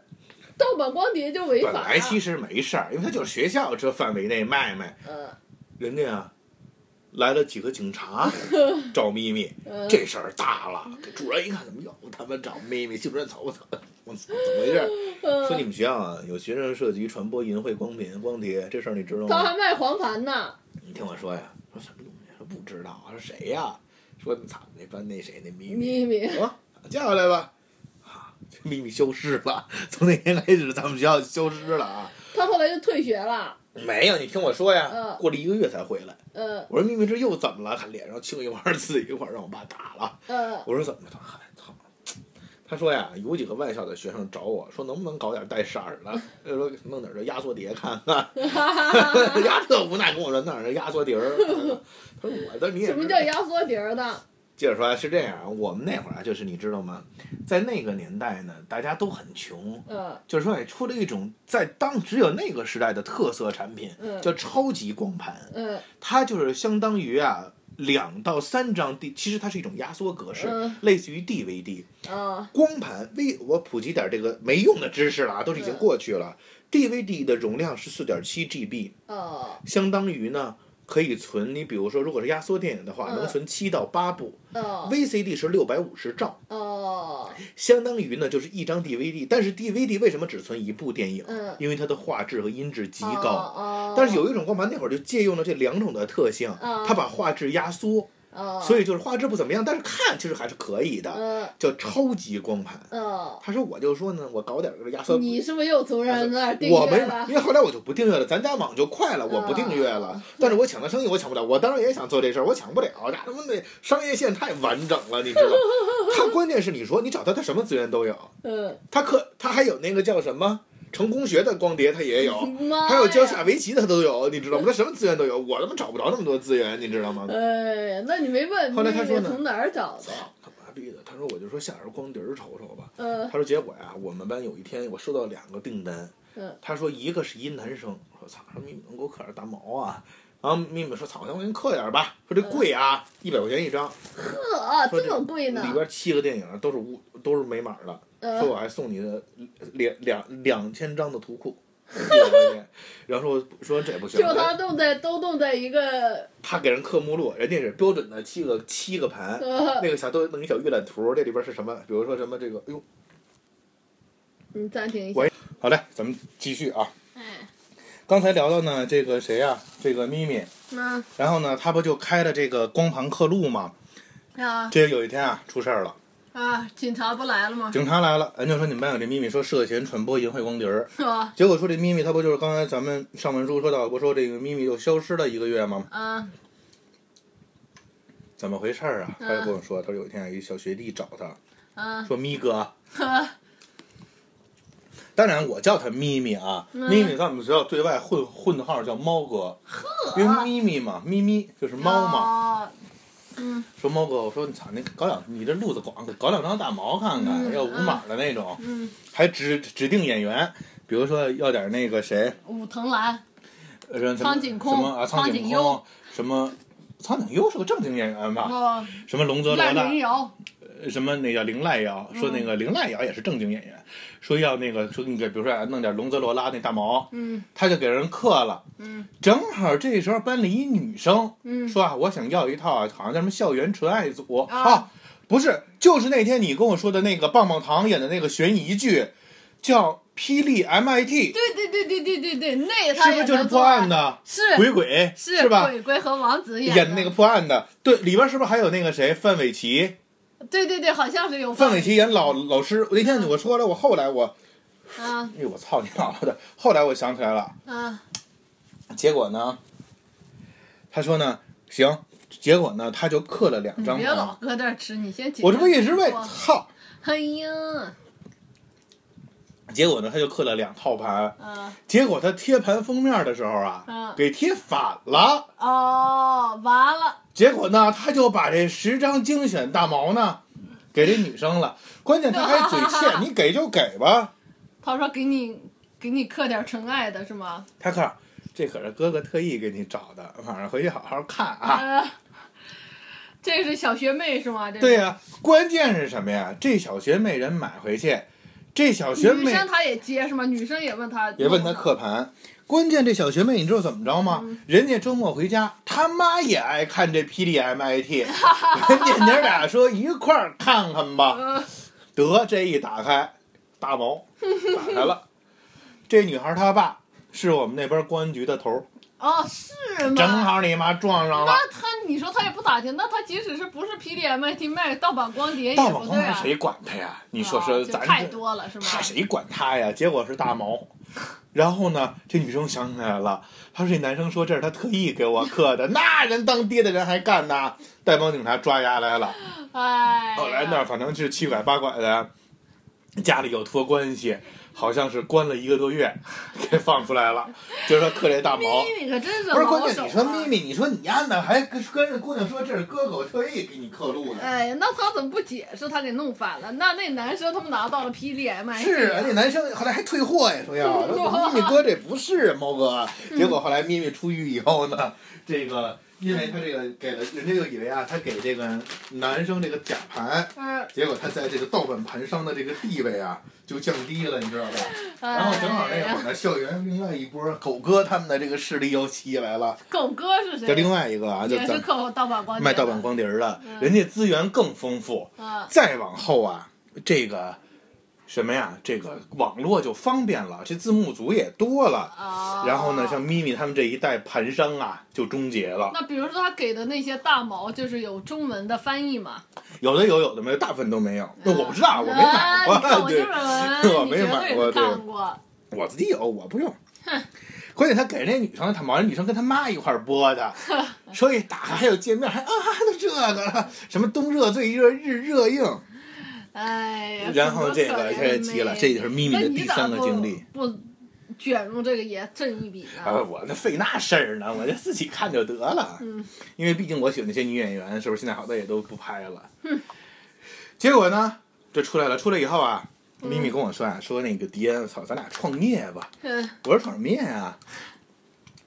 Speaker 1: 盗版光碟就违
Speaker 2: 本
Speaker 1: 法啊
Speaker 2: 来
Speaker 1: 呀。
Speaker 2: 其实没事儿，因为他就是学校这范围内卖卖，
Speaker 1: 呃
Speaker 2: 人家啊来了几个警察
Speaker 1: [LAUGHS]
Speaker 2: 找咪咪。
Speaker 1: 呃，
Speaker 2: 这事儿大了，给主任一看，怎么又他妈找妹妹？系主任操我操，我操，怎么回事儿？说你们学校啊有学生涉及传播淫秽光频光碟，这事儿你知道
Speaker 1: 呃他
Speaker 2: 吗？
Speaker 1: 还卖黄盘呢。
Speaker 2: 你听我说呀，说什么东西？说不知道啊，说谁呀、说你操那班那谁那咪咪
Speaker 1: 咪咪，
Speaker 2: 啊，叫过来吧。啊，这咪咪消失了， [LAUGHS] 从那天开始咱们学校消失了啊。
Speaker 1: 他后来就退学了。
Speaker 2: 没有，你听我说呀
Speaker 1: 嗯，
Speaker 2: 过了一个月才回来。
Speaker 1: 呃
Speaker 2: 我说咪咪这又怎么了？看脸上青一块儿紫一块儿，让我爸打了。
Speaker 1: 呃
Speaker 2: 我说怎么了？他说嗨操！他说呀，有几个外校的学生找我说，能不能搞点带色儿的？就说弄点这压缩碟看看。 [LAUGHS] 丫特无奈跟我说，弄点压缩碟儿。他说我的你也
Speaker 1: 什么
Speaker 2: 知
Speaker 1: 叫
Speaker 2: 道
Speaker 1: 压缩碟儿的？
Speaker 2: 接着说啊是这样啊，我们那会儿啊，就是你知道吗？在那个年代呢，大家都很穷，
Speaker 1: 呃
Speaker 2: 就是说也出了一种在当只有那个时代的特色产品，
Speaker 1: 嗯
Speaker 2: 叫超级光盘。
Speaker 1: 呃
Speaker 2: 它就是相当于啊两到三张 D，其实它是一种压缩格式，
Speaker 1: 嗯
Speaker 2: 类似于 DVD。
Speaker 1: 啊
Speaker 2: 光盘微，我普及点这个没用的知识了啊，都是已经过去了。DVD 的容量是四点七 GB，
Speaker 1: 啊
Speaker 2: 相当于呢可以存你比如说，如果是压缩电影的话，
Speaker 1: 嗯
Speaker 2: 能存七到八部。
Speaker 1: 啊
Speaker 2: VCD 是六百五十兆，
Speaker 1: 啊！
Speaker 2: 相当于呢就是一张 DVD。但是 DVD 为什么只存一部电影？
Speaker 1: 嗯
Speaker 2: 因为它的画质和音质极高。
Speaker 1: 高
Speaker 2: 但是有一种光盘那会儿就借用了这两种的特性，
Speaker 1: 哦嗯
Speaker 2: 它把画质压缩，
Speaker 1: 有
Speaker 2: 所
Speaker 1: 以
Speaker 2: 以就是画质不怎么样，但是看其实还是可以的，
Speaker 1: 呃
Speaker 2: 叫超级光盘。
Speaker 1: 呃，
Speaker 2: 他说我就说呢，我搞点这个压缩。
Speaker 1: 你是不是又从人那儿订
Speaker 2: 我
Speaker 1: 阅
Speaker 2: 没
Speaker 1: 了嗯
Speaker 2: 买，？因为后来我就不订阅了，咱家网就快了，我不订阅了。但是我抢的生意我抢不了，我当然也想做这事儿，我抢不了。家他妈那商业线太完整了，你知
Speaker 1: [LAUGHS]
Speaker 2: 道？ [LAUGHS] 他关键是你说你找他，他什么资源都有，
Speaker 1: 嗯
Speaker 2: 他可他还有那个叫什么成功学的光碟它也有，
Speaker 1: [LAUGHS] 妈
Speaker 2: 还有教
Speaker 1: 呀
Speaker 2: 下围棋的它都有，你知道吗？它什么资源都有，我他妈找不着那么多资源，你知道吗？
Speaker 1: 哎呀，那你没问
Speaker 2: 后来他
Speaker 1: 妹
Speaker 2: 说
Speaker 1: 妹
Speaker 2: 呢
Speaker 1: 从哪儿找的？
Speaker 2: 他妈逼的，他说我就说下点光碟儿瞅瞅吧。
Speaker 1: 呃，
Speaker 2: 他说结果呀，我们班有一天我收到两个订单，
Speaker 1: 嗯
Speaker 2: 他说一个是一男生，我说操，说咪咪能给我刻点大毛啊？然后咪咪说操，我先刻点吧，说这
Speaker 1: 嗯
Speaker 2: 贵啊，一百块钱一张，
Speaker 1: 呵，
Speaker 2: 说
Speaker 1: 啊这么贵呢？
Speaker 2: 里边七个电影都是无都是没码的，说啊
Speaker 1: 呃，
Speaker 2: 我还送你的两两两千张的图
Speaker 1: [LAUGHS]
Speaker 2: 库。一百块钱，然后说说这不行，
Speaker 1: 就他弄在都弄在一个
Speaker 2: 他给人刻目录，人家是标准的七个七个盘，
Speaker 1: 呃，
Speaker 2: 那个小都弄一小预览图，这里边是什么？比如说什么这个，哎呦，
Speaker 1: 你暂停一下
Speaker 2: 我。好嘞，咱们继续啊。
Speaker 1: 哎，
Speaker 2: 刚才聊到呢，这个谁呀、这个咪咪，
Speaker 1: 那
Speaker 2: 然后呢，他不就开了这个光盘刻录吗？
Speaker 1: 啊
Speaker 2: 这有一天啊，出事儿了，
Speaker 1: 啊，警察不来了吗？
Speaker 2: 警察来了，人就说你们班有这咪咪说涉嫌传播淫秽光碟儿，
Speaker 1: 是吧？
Speaker 2: 结果说这咪咪他不就是刚才咱们上文书说到，不说这个咪咪就消失了一个月吗？
Speaker 1: 啊，
Speaker 2: 怎么回事儿啊？
Speaker 1: 嗯
Speaker 2: 他就跟我说，他说有一天啊，一小学弟找他
Speaker 1: 啊，
Speaker 2: 说咪哥，当然我叫他咪咪啊，咪咪在我们学校对外混混的号叫猫哥，因为咪咪嘛，咪咪就是猫嘛。
Speaker 1: 嘛，
Speaker 2: 说猫哥，我说你操，你搞两，你这路子广，搞两张大毛看看，
Speaker 1: 嗯
Speaker 2: 要无码的那种，
Speaker 1: 嗯，
Speaker 2: 还指指定演员，比如说要点那个谁，
Speaker 1: 武藤兰，
Speaker 2: 呃什么
Speaker 1: 苍井空
Speaker 2: 什么啊，苍
Speaker 1: 苍
Speaker 2: 井
Speaker 1: 井
Speaker 2: 空
Speaker 1: 优，
Speaker 2: 什么苍井优是个正经演员吧？
Speaker 1: 哦，
Speaker 2: 什么龙泽罗
Speaker 1: 赖
Speaker 2: 大
Speaker 1: 明，瑶，
Speaker 2: 呃什么那叫林濑遥，说那
Speaker 1: 嗯
Speaker 2: 个林濑遥也是正经演员，说要那个说你给比如说啊弄点龙泽罗拉那大毛，
Speaker 1: 嗯
Speaker 2: 他就给人刻了，
Speaker 1: 嗯
Speaker 2: 正好这时候班里一女生，
Speaker 1: 嗯，
Speaker 2: 说啊，我想要一套啊，好像叫什么校园纯爱组
Speaker 1: 啊
Speaker 2: 不是，就是那天你跟我说的那个棒棒糖演的那个悬疑剧，叫《霹雳 MIT》，
Speaker 1: 对对对对对对对，那个他
Speaker 2: 是不
Speaker 1: 也
Speaker 2: 是就是
Speaker 1: 能
Speaker 2: 破
Speaker 1: 做
Speaker 2: 案，的
Speaker 1: 是
Speaker 2: 鬼鬼
Speaker 1: 啊是
Speaker 2: 吧？
Speaker 1: 鬼鬼和王子
Speaker 2: 演
Speaker 1: 的
Speaker 2: 那个，破案的，对，里边是不是还有那个谁范玮琪？
Speaker 1: 对对对，好像是有
Speaker 2: 范玮琪演老老师。我那天我说了，我后来我，
Speaker 1: 啊
Speaker 2: 哎呦我操你姥姥的！后来我想起来了，
Speaker 1: 啊
Speaker 2: 结果呢，他说呢，行，结果呢他就刻了两
Speaker 1: 你
Speaker 2: 张
Speaker 1: 别老
Speaker 2: 嘛。
Speaker 1: 搁这儿吃，你先解
Speaker 2: 我这不一
Speaker 1: 决
Speaker 2: 直为
Speaker 1: 我
Speaker 2: 操，
Speaker 1: 哎呀，
Speaker 2: 结果呢，他就刻了两套盘。
Speaker 1: 啊
Speaker 2: 结果他贴盘封面的时候啊，
Speaker 1: 嗯
Speaker 2: 给贴反了。
Speaker 1: 哦，完了，
Speaker 2: 结果呢，他就把这十张精选大毛呢，给这女生了。关键他还嘴
Speaker 1: [LAUGHS]
Speaker 2: 欠，你给就给吧。
Speaker 1: 他说给你给你刻点纯爱的是吗？
Speaker 2: 他看，这可是哥哥特意给你找的，晚上回去好好看啊。
Speaker 1: 啊，这是小学妹是吗？这是
Speaker 2: 对呀、关键是什么呀？这小学妹人买回去，这小学
Speaker 1: 女
Speaker 2: 妹
Speaker 1: 生她也接是吗？女生也问她，
Speaker 2: 也问他刻盘。关键这小学妹，你知道怎么着吗？
Speaker 1: 嗯
Speaker 2: 人家周末回家，他妈也爱看这 P D M I
Speaker 1: [LAUGHS]
Speaker 2: T，人家娘俩说一块儿看看吧。
Speaker 1: 呃，
Speaker 2: 得，这一打开，大毛打开
Speaker 1: [LAUGHS]
Speaker 2: 了。这女孩她爸是我们那边公安局的头儿，
Speaker 1: 哦，是吗？
Speaker 2: 正好你妈撞上了。
Speaker 1: 那他，你说他也不打听，那他即使是不是 PDMIT 卖盗版光碟也
Speaker 2: 大网
Speaker 1: 不
Speaker 2: 公
Speaker 1: 对
Speaker 2: 安
Speaker 1: 啊？
Speaker 2: 谁管他呀？你
Speaker 1: 你
Speaker 2: 说说，咱
Speaker 1: 啊就太
Speaker 2: 这
Speaker 1: 多了
Speaker 2: [LAUGHS]
Speaker 1: 是吗？
Speaker 2: 他谁管他呀？结果是大毛。然后呢，这女生想起来了，她说这男生说这是他特意给我刻的，那人当爹的人还干呢，带帮警察抓丫来了。
Speaker 1: 哎呀，
Speaker 2: 后哦来那儿反正是七拐八拐的，家里有托关系，好像是关了一个多月，给放出来了，就是说刻这大毛。
Speaker 1: 咪咪可真是
Speaker 2: 不是
Speaker 1: 老
Speaker 2: 关键，
Speaker 1: 手
Speaker 2: 你说
Speaker 1: 啊
Speaker 2: 咪咪，你说你丫呢还跟跟着姑娘说这是哥哥，我特意给你刻录的。
Speaker 1: 哎呀，那他怎么不解释他给弄反了？那那男生他们拿到了 PDMIT，
Speaker 2: 是啊，那男生后来还退货呀，说
Speaker 1: [LAUGHS]
Speaker 2: 要咪咪哥这不是猫哥。啊
Speaker 1: 嗯
Speaker 2: 结果后来咪咪出狱以后呢，这个因为他这个给了人家就以为啊，他给这个男生这个假盘，
Speaker 1: 嗯，
Speaker 2: 结果他在这个盗版盘商的这个地位啊就降低了，你知道吧？然
Speaker 1: 然
Speaker 2: 后正好那会儿呢，校园另外一波狗哥他们的这个势力又起来了，
Speaker 1: 狗哥是谁？
Speaker 2: 这另外一个啊，就
Speaker 1: 也是
Speaker 2: 咱
Speaker 1: 刻盗版光碟，
Speaker 2: 卖盗版光碟儿的，
Speaker 1: 嗯
Speaker 2: 人家资源更丰富。
Speaker 1: 啊，
Speaker 2: 再往后啊，这个什么呀，这个网络就方便了，这字幕组也多了。
Speaker 1: 啊
Speaker 2: 然后呢，像咪咪他们这一代盘商啊，就终结了。
Speaker 1: 那比如说他给的那些大毛，就是有中文的翻译嘛？
Speaker 2: 有的有，有的没有，大部分都没有。那我不知道，我没买
Speaker 1: 啊你看
Speaker 2: 过。
Speaker 1: 我
Speaker 2: 对
Speaker 1: 就是，文，
Speaker 2: [LAUGHS] 我没买
Speaker 1: 你绝
Speaker 2: 过
Speaker 1: 对是
Speaker 2: 对
Speaker 1: 看过。
Speaker 2: 我自己有，我不用。关键他给那女生他毛，人女生跟他妈一块儿播的，所以打开还有界面，还啊都这个了，什么冬热最热日热映，
Speaker 3: 哎呀，
Speaker 2: 然后这个
Speaker 3: 这
Speaker 2: 这急了，这就是咪咪的第三个经历。
Speaker 3: 不卷入这个也挣一笔
Speaker 2: 啊，
Speaker 3: 呢？
Speaker 2: 我那费那事儿呢，我就自己看就得了。
Speaker 3: 嗯，
Speaker 2: 因为毕竟我喜欢那些女演员，是不是现在好多也都不拍了？结果呢，这出来了，出来以后啊，咪咪跟我说啊，说那个迪安，操，咱俩创业吧。
Speaker 3: 嗯
Speaker 2: 我说创什么业啊？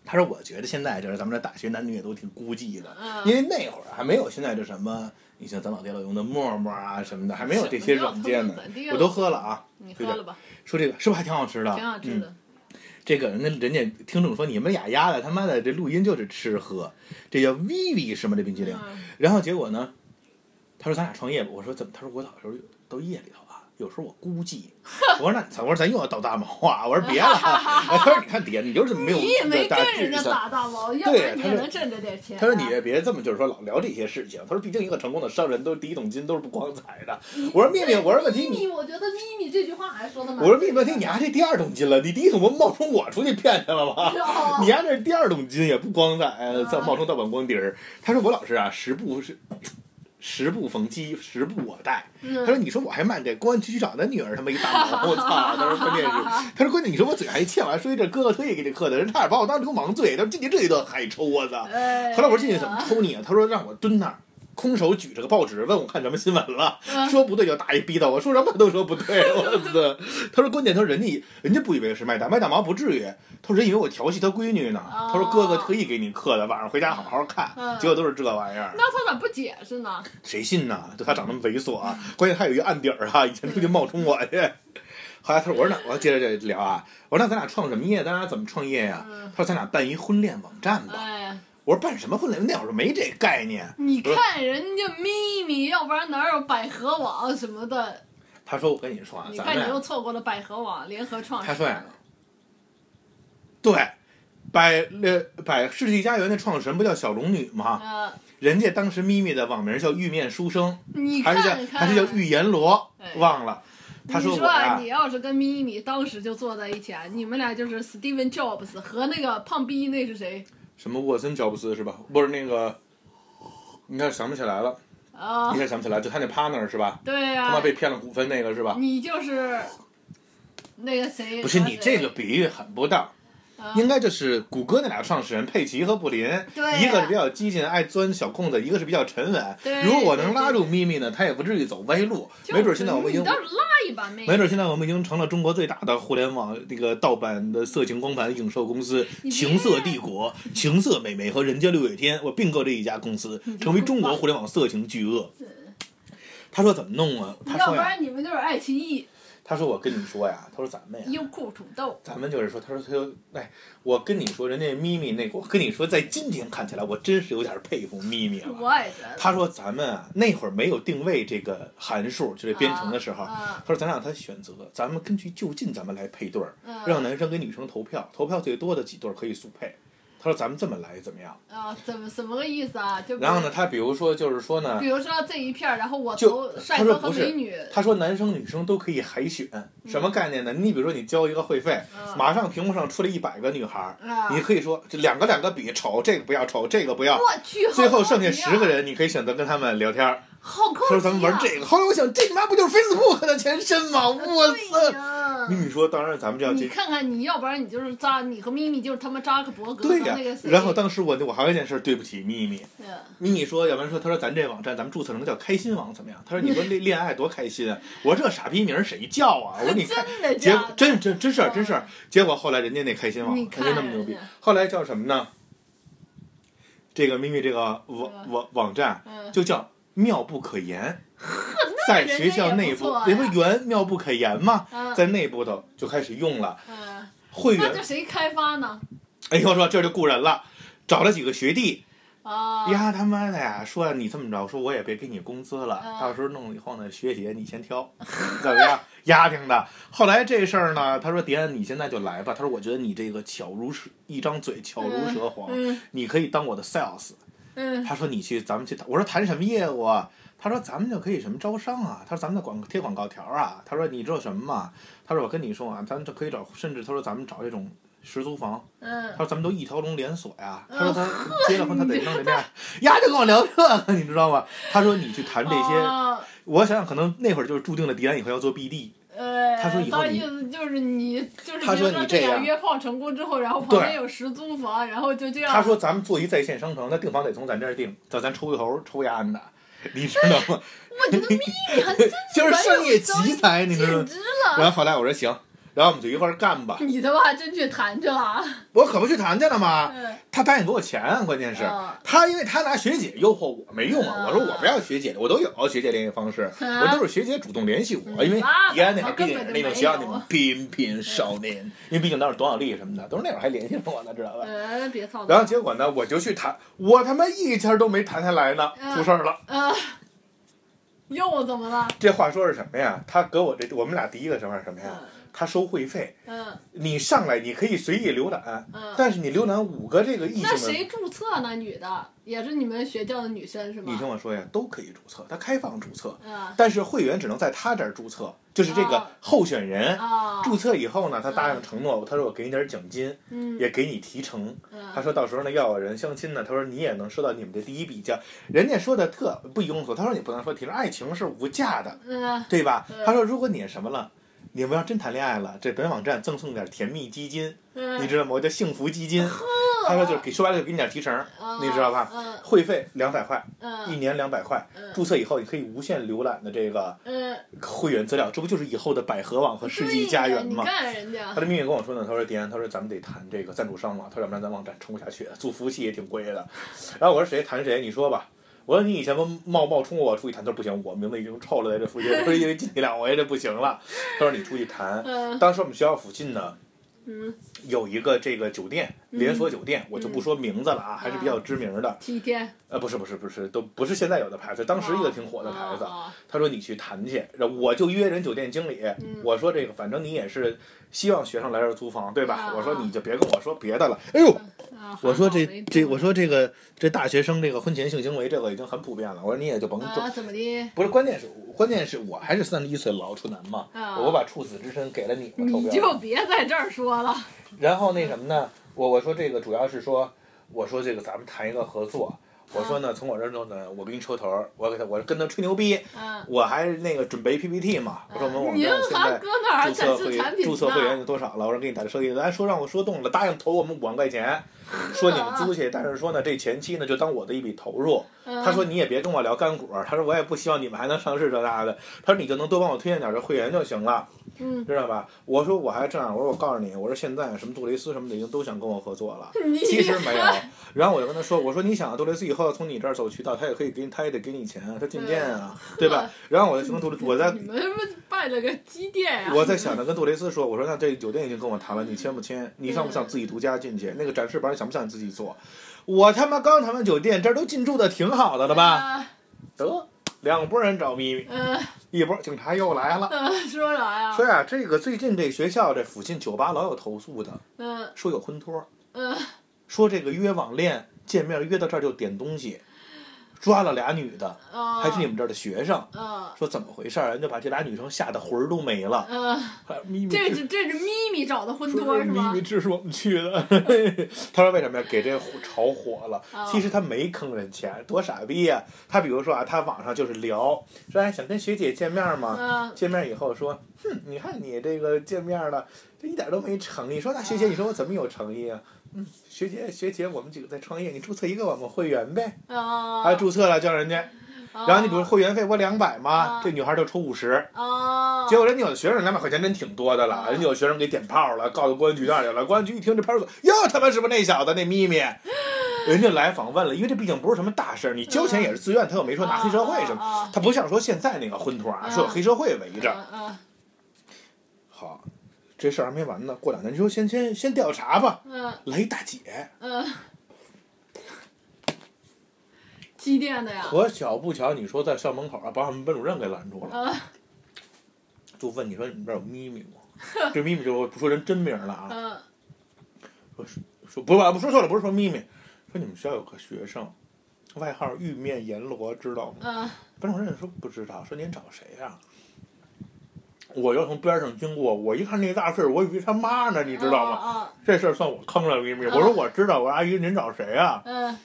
Speaker 2: 他说我觉得现在就是咱们这大学男女也都挺孤寂的，因
Speaker 3: 嗯，
Speaker 2: 为那会儿还没有现在这什么，你像咱老爹老用的陌陌啊什么的，还没有这些软件呢
Speaker 3: 什么叫怎么地。了
Speaker 2: 我都喝了啊，
Speaker 3: 你喝了吧，
Speaker 2: 说这个是不是还挺好吃的？
Speaker 3: 挺好吃
Speaker 2: 嗯
Speaker 3: 的。
Speaker 2: 这个人家人家听众说你们俩丫的他妈的这录音就是吃喝，这叫 Vivi 什么这冰激凌。
Speaker 3: 嗯
Speaker 2: 然后结果呢，他说咱俩创业吧，我说怎么？他说我有时候到夜里头啊，有时候我估计，我说那咱我说咱又要倒大毛啊，我说别了啊，他说你看爹，你就是没有
Speaker 3: [LAUGHS] 你也没
Speaker 2: 大
Speaker 3: 跟
Speaker 2: 志
Speaker 3: 人家
Speaker 2: 向。
Speaker 3: 打啊大毛，要不然你也能挣着点钱啊。
Speaker 2: 他说：“你也别这么，就是说老聊这些事情。”他说：“毕竟一个成功的商人，都是第一桶金，都是不光彩的。”我说：“秘密，我说问题
Speaker 3: 咪
Speaker 2: 你，
Speaker 3: 咪，我觉得咪咪这句话还说的蛮。
Speaker 2: 我说秘密，问题你丫这第二桶金了，你第一桶不冒充我出去骗去了吗？ [LAUGHS]
Speaker 3: 哦
Speaker 2: 你丫这第二桶金也不光彩，
Speaker 3: 嗯
Speaker 2: 再冒充大碗光碟儿。”他说：“我老是啊，十步是十步逢七，十步我待。”他说：“
Speaker 3: 嗯，
Speaker 2: 你说我还慢，这公安局局长的女儿他妈一大毛，我操！”他说：“关键
Speaker 3: [LAUGHS]
Speaker 2: 是，他说关键你说我嘴还欠，我还说一这哥哥特意给你刻的，人差点把我当流氓罪。他说进去这一顿海抽，我操！”
Speaker 3: 哎
Speaker 2: 后来我说进去怎么抽你啊？他说让我蹲那儿，空手举着个报纸，问我看什么新闻了。
Speaker 3: 嗯
Speaker 2: 说不对就打一逼斗，我说什么都说不
Speaker 3: [LAUGHS]
Speaker 2: 对，我操！他说关键他说人家人家不以为是卖大卖大毛不至于，他说人以为我调戏他闺女呢。
Speaker 3: 哦
Speaker 2: 他说哥哥特意给你刻的，晚上回家好好看，
Speaker 3: 嗯
Speaker 2: 结果都是这玩意儿，
Speaker 3: 那他咋不解释呢？
Speaker 2: 谁信呐？就他长那么猥琐啊，关键他有一案底儿
Speaker 3: [LAUGHS]
Speaker 2: 啊，以前出去冒充我去。后来他说我说那我要接着这聊啊，我说那咱俩创什么业？咱俩怎么创业呀、
Speaker 3: 嗯
Speaker 2: 他说咱俩办一婚恋网站吧。
Speaker 3: 哎，
Speaker 2: 我说办什么婚恋？那会儿没这概念。
Speaker 3: 你看人家咪咪，要不然哪有百合网什么的？
Speaker 2: 他说：“我跟你说啊，
Speaker 3: 你
Speaker 2: 咱
Speaker 3: 看你
Speaker 2: 们
Speaker 3: 又
Speaker 2: 啊
Speaker 3: 错过了百合网联合创始
Speaker 2: 他
Speaker 3: 人。
Speaker 2: 说呀，对，百呃百世纪佳缘的创始人不叫小龙女吗？
Speaker 3: 呃，
Speaker 2: 人家当时咪咪的网名叫玉面书生，
Speaker 3: 你
Speaker 2: 还
Speaker 3: 看
Speaker 2: 是
Speaker 3: 看，
Speaker 2: 叫还是叫玉阎罗，
Speaker 3: 哎
Speaker 2: 忘了。他
Speaker 3: 你
Speaker 2: 我
Speaker 3: 啊
Speaker 2: 呀
Speaker 3: 你，要是跟咪咪当时就坐在一起啊，你们俩就是 Steven Jobs 和那个胖逼那是谁？
Speaker 2: 什么沃森乔布斯是吧？不是那个，你看想不起来了，
Speaker 3: 啊、
Speaker 2: 一下想不起来，就他那 partner 是吧？
Speaker 3: 对呀、
Speaker 2: 他妈被骗了股份那个是吧？
Speaker 3: 你就是那个谁？
Speaker 2: 不是
Speaker 3: 和
Speaker 2: 你
Speaker 3: 谁
Speaker 2: 这个比喻很不当。
Speaker 3: 啊
Speaker 2: 应该就是谷歌那俩创始人佩奇和布林，
Speaker 3: 对啊呀
Speaker 2: 一个是比较激进，爱钻小空子，一个是比较沉稳。
Speaker 3: 对
Speaker 2: 如果我能拉住咪咪呢，他也不至于走歪路。
Speaker 3: 就是
Speaker 2: 没准现在我们已经
Speaker 3: 你，倒是拉一把妹，
Speaker 2: 没准现在我们已经成了中国最大的互联网那个盗版的色情光盘影售公司
Speaker 3: 你别
Speaker 2: 情色帝国、情色美眉和人间六月天，我并购这一家公司，成为中国互联网色情巨鳄。他说怎么弄啊？他
Speaker 3: 要
Speaker 2: 说
Speaker 3: 不
Speaker 2: 呀，
Speaker 3: 然你们就是爱奇艺、
Speaker 2: 他说我跟你说呀，他说咱们呀，
Speaker 3: 优酷、土豆。
Speaker 2: 咱们就是说，他说他说，哎，我跟你说，人家咪咪那个，我跟你说，在今天看起来，我真是有点佩服咪咪了。
Speaker 3: 我也觉得
Speaker 2: 他说咱们啊，那会儿没有定位这个函数，就是编程的时候，
Speaker 3: 啊
Speaker 2: 他说咱让他选择，咱们根据就近咱们来配对儿，
Speaker 3: 嗯
Speaker 2: 让男生跟女生投票，投票最多的几对儿可以速配。他说咱们这么来怎么样？
Speaker 3: 啊，怎么怎么个意思啊？就比
Speaker 2: 然后呢，？他比如说就是说呢
Speaker 3: 比，如说这一片儿，然后我
Speaker 2: 就
Speaker 3: 投帅
Speaker 2: 他说
Speaker 3: 哥和
Speaker 2: 不是
Speaker 3: 美女，
Speaker 2: 他说男生女生都可以海选，什么概念呢？你比如说你交一个会费，
Speaker 3: 嗯
Speaker 2: 马上屏幕上出来一百个女孩儿，
Speaker 3: 啊，
Speaker 2: 你可以说这两个两个比丑，这个不要丑，这个不要。
Speaker 3: 我去，
Speaker 2: 最后
Speaker 3: 好高
Speaker 2: 剩
Speaker 3: 级
Speaker 2: 下
Speaker 3: 啊
Speaker 2: 十个，人，你可以选择跟他们聊天儿。
Speaker 3: 好高级啊！
Speaker 2: 他说咱们玩这个，后来我想，这他妈不就是 Facebook 的前身吗？我
Speaker 3: 对
Speaker 2: 操！
Speaker 3: 呀
Speaker 2: 咪
Speaker 1: 嗯
Speaker 2: 咪说，当然咱们就要
Speaker 3: 你
Speaker 2: 去。
Speaker 3: 看看，你要不然你就是扎，你和咪咪就是他妈扎克伯格和
Speaker 2: 对呀
Speaker 3: 那个，谁，
Speaker 2: 然后当时我我还有一件事，对不起咪咪。
Speaker 3: [LAUGHS] 嗯
Speaker 2: 咪咪说，要不然说，他说咱这网站咱们注册成叫开心网怎么样？他说你说恋恋爱多开心啊！我说这傻逼名儿谁叫
Speaker 3: [LAUGHS]
Speaker 2: 啊？我说你看，
Speaker 3: 真的
Speaker 2: 结
Speaker 3: 假
Speaker 2: 果
Speaker 3: 的？嗯
Speaker 2: 真真真事儿真事儿，结果后来人家那开心网
Speaker 3: 你
Speaker 2: 人
Speaker 3: 看
Speaker 2: 家那么牛逼
Speaker 3: 人家，
Speaker 2: 后来叫什么呢？这个咪咪这个网
Speaker 3: 嗯
Speaker 2: 网网站
Speaker 3: 嗯，
Speaker 2: 就叫妙不可
Speaker 3: [LAUGHS]
Speaker 2: 言，在学校内部
Speaker 3: 人家也
Speaker 2: 因
Speaker 3: 不错
Speaker 2: 为
Speaker 3: 呀
Speaker 2: 原妙不可言嘛，
Speaker 3: 嗯
Speaker 2: 在内部头就开始用了
Speaker 3: 嗯，
Speaker 2: 会
Speaker 3: 那
Speaker 2: 员
Speaker 3: 这。谁开发呢？
Speaker 2: 哎呦，我说这就雇人了。找了几个学弟
Speaker 3: 啊，
Speaker 2: 呀，他妈的呀！说你这么着，说我也别给你工资了，
Speaker 3: 嗯
Speaker 2: 到时候弄了以后呢，学姐你先挑， [LAUGHS] 怎么样？丫挺的。后来这事儿呢，他说：“迪安，你现在就来吧。”他说：“我觉得你这个巧如舌，一张嘴巧如舌黄，
Speaker 3: 嗯
Speaker 2: 你可以当我的 sales。”
Speaker 3: 嗯
Speaker 2: 他说你去，咱们去谈。我说谈什么业务啊？他说咱们就可以什么招商啊？他说咱们的广贴广告条啊？他说你知道什么吗？他说我跟你说啊，咱们就可以找，甚至他说咱们找这种十租房，他
Speaker 3: 嗯，
Speaker 2: 说咱们都一条龙连锁呀。他说
Speaker 3: [LAUGHS]
Speaker 2: 他结了婚他得弄这面，呀就跟我聊这个，你知道吗？他说你去谈这些，
Speaker 3: 啊
Speaker 2: 我想想，可能那会儿就是注定了迪安以后要做 BD。
Speaker 1: 呃，
Speaker 2: 他说以后
Speaker 1: 意
Speaker 2: 你
Speaker 1: 思就是你就是
Speaker 2: 他说
Speaker 1: 比如
Speaker 2: 你
Speaker 1: 这
Speaker 2: 这
Speaker 1: 俩
Speaker 2: 样
Speaker 1: 约炮成功之后，然后旁边
Speaker 2: 对
Speaker 1: 有十租房，然后就这样。
Speaker 2: 他说咱们做一在线商城，那订房得从咱这儿订，到咱抽头抽一案的，你知道吗？
Speaker 1: [LAUGHS] 我觉得秘密很真
Speaker 2: 就是商业奇才，你知道
Speaker 1: 简
Speaker 2: 吗？
Speaker 1: 直
Speaker 2: 然
Speaker 1: 了，
Speaker 2: 后
Speaker 1: 嗯
Speaker 2: 后来我说行，然后我们就一块儿干吧。
Speaker 1: 你他妈还真去谈去了啊。
Speaker 2: 我可不去谈去了吗？
Speaker 1: 嗯
Speaker 2: 他答应给我钱啊，关键是
Speaker 1: 啊
Speaker 2: 他因为他拿学姐诱惑我，没用啊。
Speaker 1: 啊
Speaker 2: 我说我不要学姐的，我都有学姐联系方式，
Speaker 1: 啊
Speaker 2: 我都是学姐主动联系我，
Speaker 1: 嗯
Speaker 2: 因为
Speaker 1: 啊
Speaker 2: 迪安那会
Speaker 1: 我
Speaker 2: 儿毕
Speaker 1: 根
Speaker 2: 竟
Speaker 1: 本
Speaker 2: 是那种
Speaker 1: 就没
Speaker 2: 学校
Speaker 1: 有
Speaker 2: 那种翩翩少年，因为毕竟当时董小丽什么的都是那会儿还联系着我呢，知道吧？
Speaker 1: 呃，别操
Speaker 2: 然后
Speaker 1: 了。
Speaker 2: 结果呢，我就去谈，我他妈一天都没谈下来呢，
Speaker 1: 啊
Speaker 2: 出事儿了。
Speaker 1: 呃，又怎么了？
Speaker 2: 这话说是什么呀？他给我这我们俩第一个想法是什么呀？他收会费，
Speaker 1: 嗯
Speaker 2: 你上来你可以随意浏览，
Speaker 1: 嗯。
Speaker 2: 但是你浏览五个这个异性
Speaker 1: 那
Speaker 2: 的
Speaker 1: 谁注册呢？女的也是你们学校的女生是吗？
Speaker 2: 你听我说呀，都可以注册，它开放注册，
Speaker 1: 嗯
Speaker 2: 但是会员只能在他这儿注册，就是这个
Speaker 1: 啊
Speaker 2: 候选人。
Speaker 1: 啊，
Speaker 2: 注册以后呢，他答应
Speaker 1: 嗯
Speaker 2: 承诺，他说我给你点奖金，
Speaker 1: 嗯
Speaker 2: 也给你提成。
Speaker 1: 嗯
Speaker 2: 他说到时候呢，要有人相亲呢，他说你也能收到你们的第一笔交。人家说的特不庸俗，他说你不能说提成，爱情是无价的，
Speaker 1: 嗯
Speaker 2: 对吧
Speaker 1: 嗯？
Speaker 2: 他说如果你什么了，你们要真谈恋爱了，这本网站赠送点甜蜜基金，
Speaker 1: 嗯，
Speaker 2: 你知道吗？我叫幸福基金。他说就是给说白了就给你点提成，你知道吧
Speaker 1: 嗯
Speaker 2: 会费两百块，一
Speaker 1: 嗯
Speaker 2: 年两百块。
Speaker 1: 嗯
Speaker 2: 注册以后，你可以无限浏览的这个
Speaker 1: 嗯，
Speaker 2: 会员资料，这不就是以后的百合网和世纪佳缘
Speaker 1: 对呀
Speaker 2: 吗
Speaker 1: 你？看人家
Speaker 2: 他，的秘密跟我说呢，他说迪安，他说咱们得谈这个赞助商了，他说要不然咱网站撑不下去，做服务器也挺贵的。然后我说谁谈谁，你说吧。我说你以前不冒冒充我出去谈，他说不行，我名字已经臭了在这附近，不是因为进去两回这不行了。他说你出去谈。
Speaker 1: 嗯
Speaker 2: 当时我们学校附近呢
Speaker 1: 嗯，
Speaker 2: 有一个这个酒店，连锁酒店，我就不说名字了
Speaker 1: 嗯
Speaker 2: 啊，还是比较知名的。
Speaker 1: 体贴
Speaker 2: 呃，不是不是不是，都不是现在有的牌子，当时
Speaker 1: 哦
Speaker 2: 一个挺火的牌子。
Speaker 1: 啊
Speaker 2: 他说你去谈去，然后我就约人酒店经理，
Speaker 1: 嗯
Speaker 2: 我说这个反正你也是希望学生来这儿租房对吧？
Speaker 1: 啊
Speaker 2: 我说你就别跟我说别的了。哎呦，
Speaker 1: 啊
Speaker 2: 我说
Speaker 1: 还好
Speaker 2: 这
Speaker 1: 没
Speaker 2: 这
Speaker 1: 中
Speaker 2: 我说这个这大学生这个婚前性行为这个已经很普遍了。我说你也就甭做，
Speaker 1: 啊怎么的？
Speaker 2: 不是关键是关键是我还是三十一岁老处男嘛，
Speaker 1: 啊
Speaker 2: 我把处子之身给了你，我臭
Speaker 1: 你
Speaker 2: 不
Speaker 1: 就
Speaker 2: 要。
Speaker 1: 别在这儿说了，
Speaker 2: 然后那什么呢？我我说这个主要是说，我说这个咱们谈一个合作。我说
Speaker 1: 啊
Speaker 2: 呢，从我这儿弄呢，我给你抽头儿，我给他，我跟他吹牛逼，
Speaker 1: 嗯，
Speaker 2: 我还那个准备 PPT 嘛，我说我们网
Speaker 1: 银
Speaker 2: 站现
Speaker 1: 行
Speaker 2: 在
Speaker 1: 搁那儿还
Speaker 2: 注册
Speaker 1: 展示
Speaker 2: 会
Speaker 1: 产品呢，
Speaker 2: 注册会员有多少了？我说给你打个收益，咱说让我说动了，答应投我们五万块
Speaker 1: [LAUGHS]
Speaker 2: 钱，说你们租去，但是说呢，这前期呢就当我的一笔投入。
Speaker 1: 嗯，
Speaker 2: 他说你也别跟我聊干股，他说我也不希望你们还能上市这那的，他说你就能多帮我推荐点这会员就行了，
Speaker 1: 嗯，
Speaker 2: 知道吧？我说我还这样，我说我告诉你，我说现在什么杜蕾斯什么的已经都想跟我合作了。
Speaker 1: 你
Speaker 2: 其实没有，然后我就跟他说：“我说你想啊，杜蕾斯以后要从你这儿走渠道，他也可以给你，他也得给你钱啊，他
Speaker 1: 嗯
Speaker 2: 进店啊，对吧？”然后我就跟杜蕾，我在
Speaker 1: 你们他妈办了个基店呀、
Speaker 2: 我在想着跟杜蕾斯说，我说那这酒店已经跟我谈了，你签不签？你想不想自己独家进去？那个展示板想不想你自己做？我他妈刚谈完酒店，这儿都进驻的挺好的了吧？
Speaker 1: 啊嗯
Speaker 2: 得，两拨人找咪咪，
Speaker 1: 呃？呃，
Speaker 2: 一波警察又来了。
Speaker 1: 呃 [LAUGHS] 说啥呀？
Speaker 2: 说呀、这个最近这学校这附近酒吧老有投诉的，
Speaker 1: 嗯
Speaker 2: 说有婚托，
Speaker 1: 嗯
Speaker 2: 说这个约网恋见面约到这儿就点东西，抓了俩女的，
Speaker 1: 啊，
Speaker 2: 还是你们这儿的学生。
Speaker 1: 嗯
Speaker 2: 说怎么回事儿？人就把这俩女生吓得魂儿都没了。
Speaker 1: 嗯，
Speaker 2: 还咪咪
Speaker 1: 这是这是咪咪找的婚
Speaker 2: 说
Speaker 1: 托
Speaker 2: 是
Speaker 1: 是
Speaker 2: 迷
Speaker 1: 吗
Speaker 2: 迷？这是我们去的。他说为什么呀？给这火炒火了。
Speaker 1: 啊
Speaker 2: 其实他没坑人钱，多傻逼呀、他比如说啊，他网上就是聊，说哎想跟学姐见面吗？
Speaker 1: 嗯
Speaker 2: 见面以后说，哼，你看你这个见面了，这一点都没诚意。说那学姐，你说我怎么有诚意啊？嗯，学姐学姐，我们几个在创业，你注册一个我们会员呗。
Speaker 1: 啊，
Speaker 2: 啊，注册了叫人家，
Speaker 1: 啊，
Speaker 2: 然后你比如会员费不两百吗
Speaker 1: 啊？
Speaker 2: 这女孩就出五十。
Speaker 1: 啊，
Speaker 2: 结果人家有的学生两百块钱真挺多的了，
Speaker 1: 啊
Speaker 2: 人家有学生给点炮了，告到公安局那儿去了。公安局一听这派出所，哟，他妈是不是那小子那咪咪？人家来访问了，因为这毕竟不是什么大事儿，你交钱也是自愿，他又没
Speaker 1: 哦
Speaker 2: 说拿黑社会什
Speaker 3: 哦
Speaker 2: 么，
Speaker 1: 么
Speaker 2: 他不像说现在那个婚托啊，
Speaker 1: 啊
Speaker 2: 说有黑社会围着。
Speaker 1: 嗯
Speaker 2: 好，这事儿还没完呢，过两天你说先先先调查吧，
Speaker 1: 嗯
Speaker 2: 来一大姐，
Speaker 1: 嗯，基店的呀？
Speaker 2: 可巧不巧，你说在校门口啊，把我们班主任给拦住了，
Speaker 1: 嗯
Speaker 2: 就问你说你们这儿有咪咪吗？ [LAUGHS] 这咪咪就我不说人真名了啊，
Speaker 1: 嗯
Speaker 2: 说不不不说错了，不是说咪咪，说你们学校有个学生，外号玉面阎罗，知道吗？
Speaker 1: 嗯
Speaker 2: 班主任说不知道，说您找谁呀、我又从边上经过，我一看那大岁数，我以为他妈呢，你知道吗？
Speaker 1: 吗？
Speaker 2: 啊这事儿算我坑了咪咪。我说我知道，我说阿姨您找谁呀、
Speaker 1: 嗯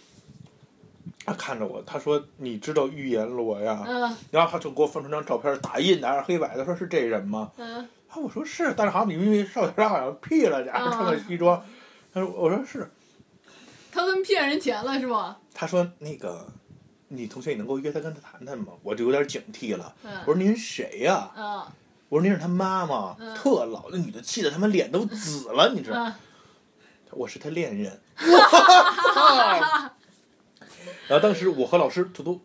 Speaker 2: 他看着我，他说：“你知道玉颜罗呀？”
Speaker 1: 嗯
Speaker 2: 然后他就给我翻出张照片，打印的，还是黑白的，说是这人吗？
Speaker 1: 嗯
Speaker 2: 啊，我说是，但是好像因为少年好像屁了点儿，
Speaker 1: 嗯
Speaker 2: 穿个西装。他说，我说是。
Speaker 1: 他们骗人钱了是吧？
Speaker 2: 他说那个，你同学你能够约他跟他谈谈吗？我就有点警惕了。我
Speaker 1: 嗯
Speaker 2: 说您谁呀、
Speaker 1: 嗯
Speaker 2: 我说您是他妈妈，
Speaker 1: 嗯
Speaker 2: 特老，那女的气得他妈脸都紫了，你知道？
Speaker 1: 嗯，
Speaker 2: 我是他恋人。我操！然后当时我和老师图图，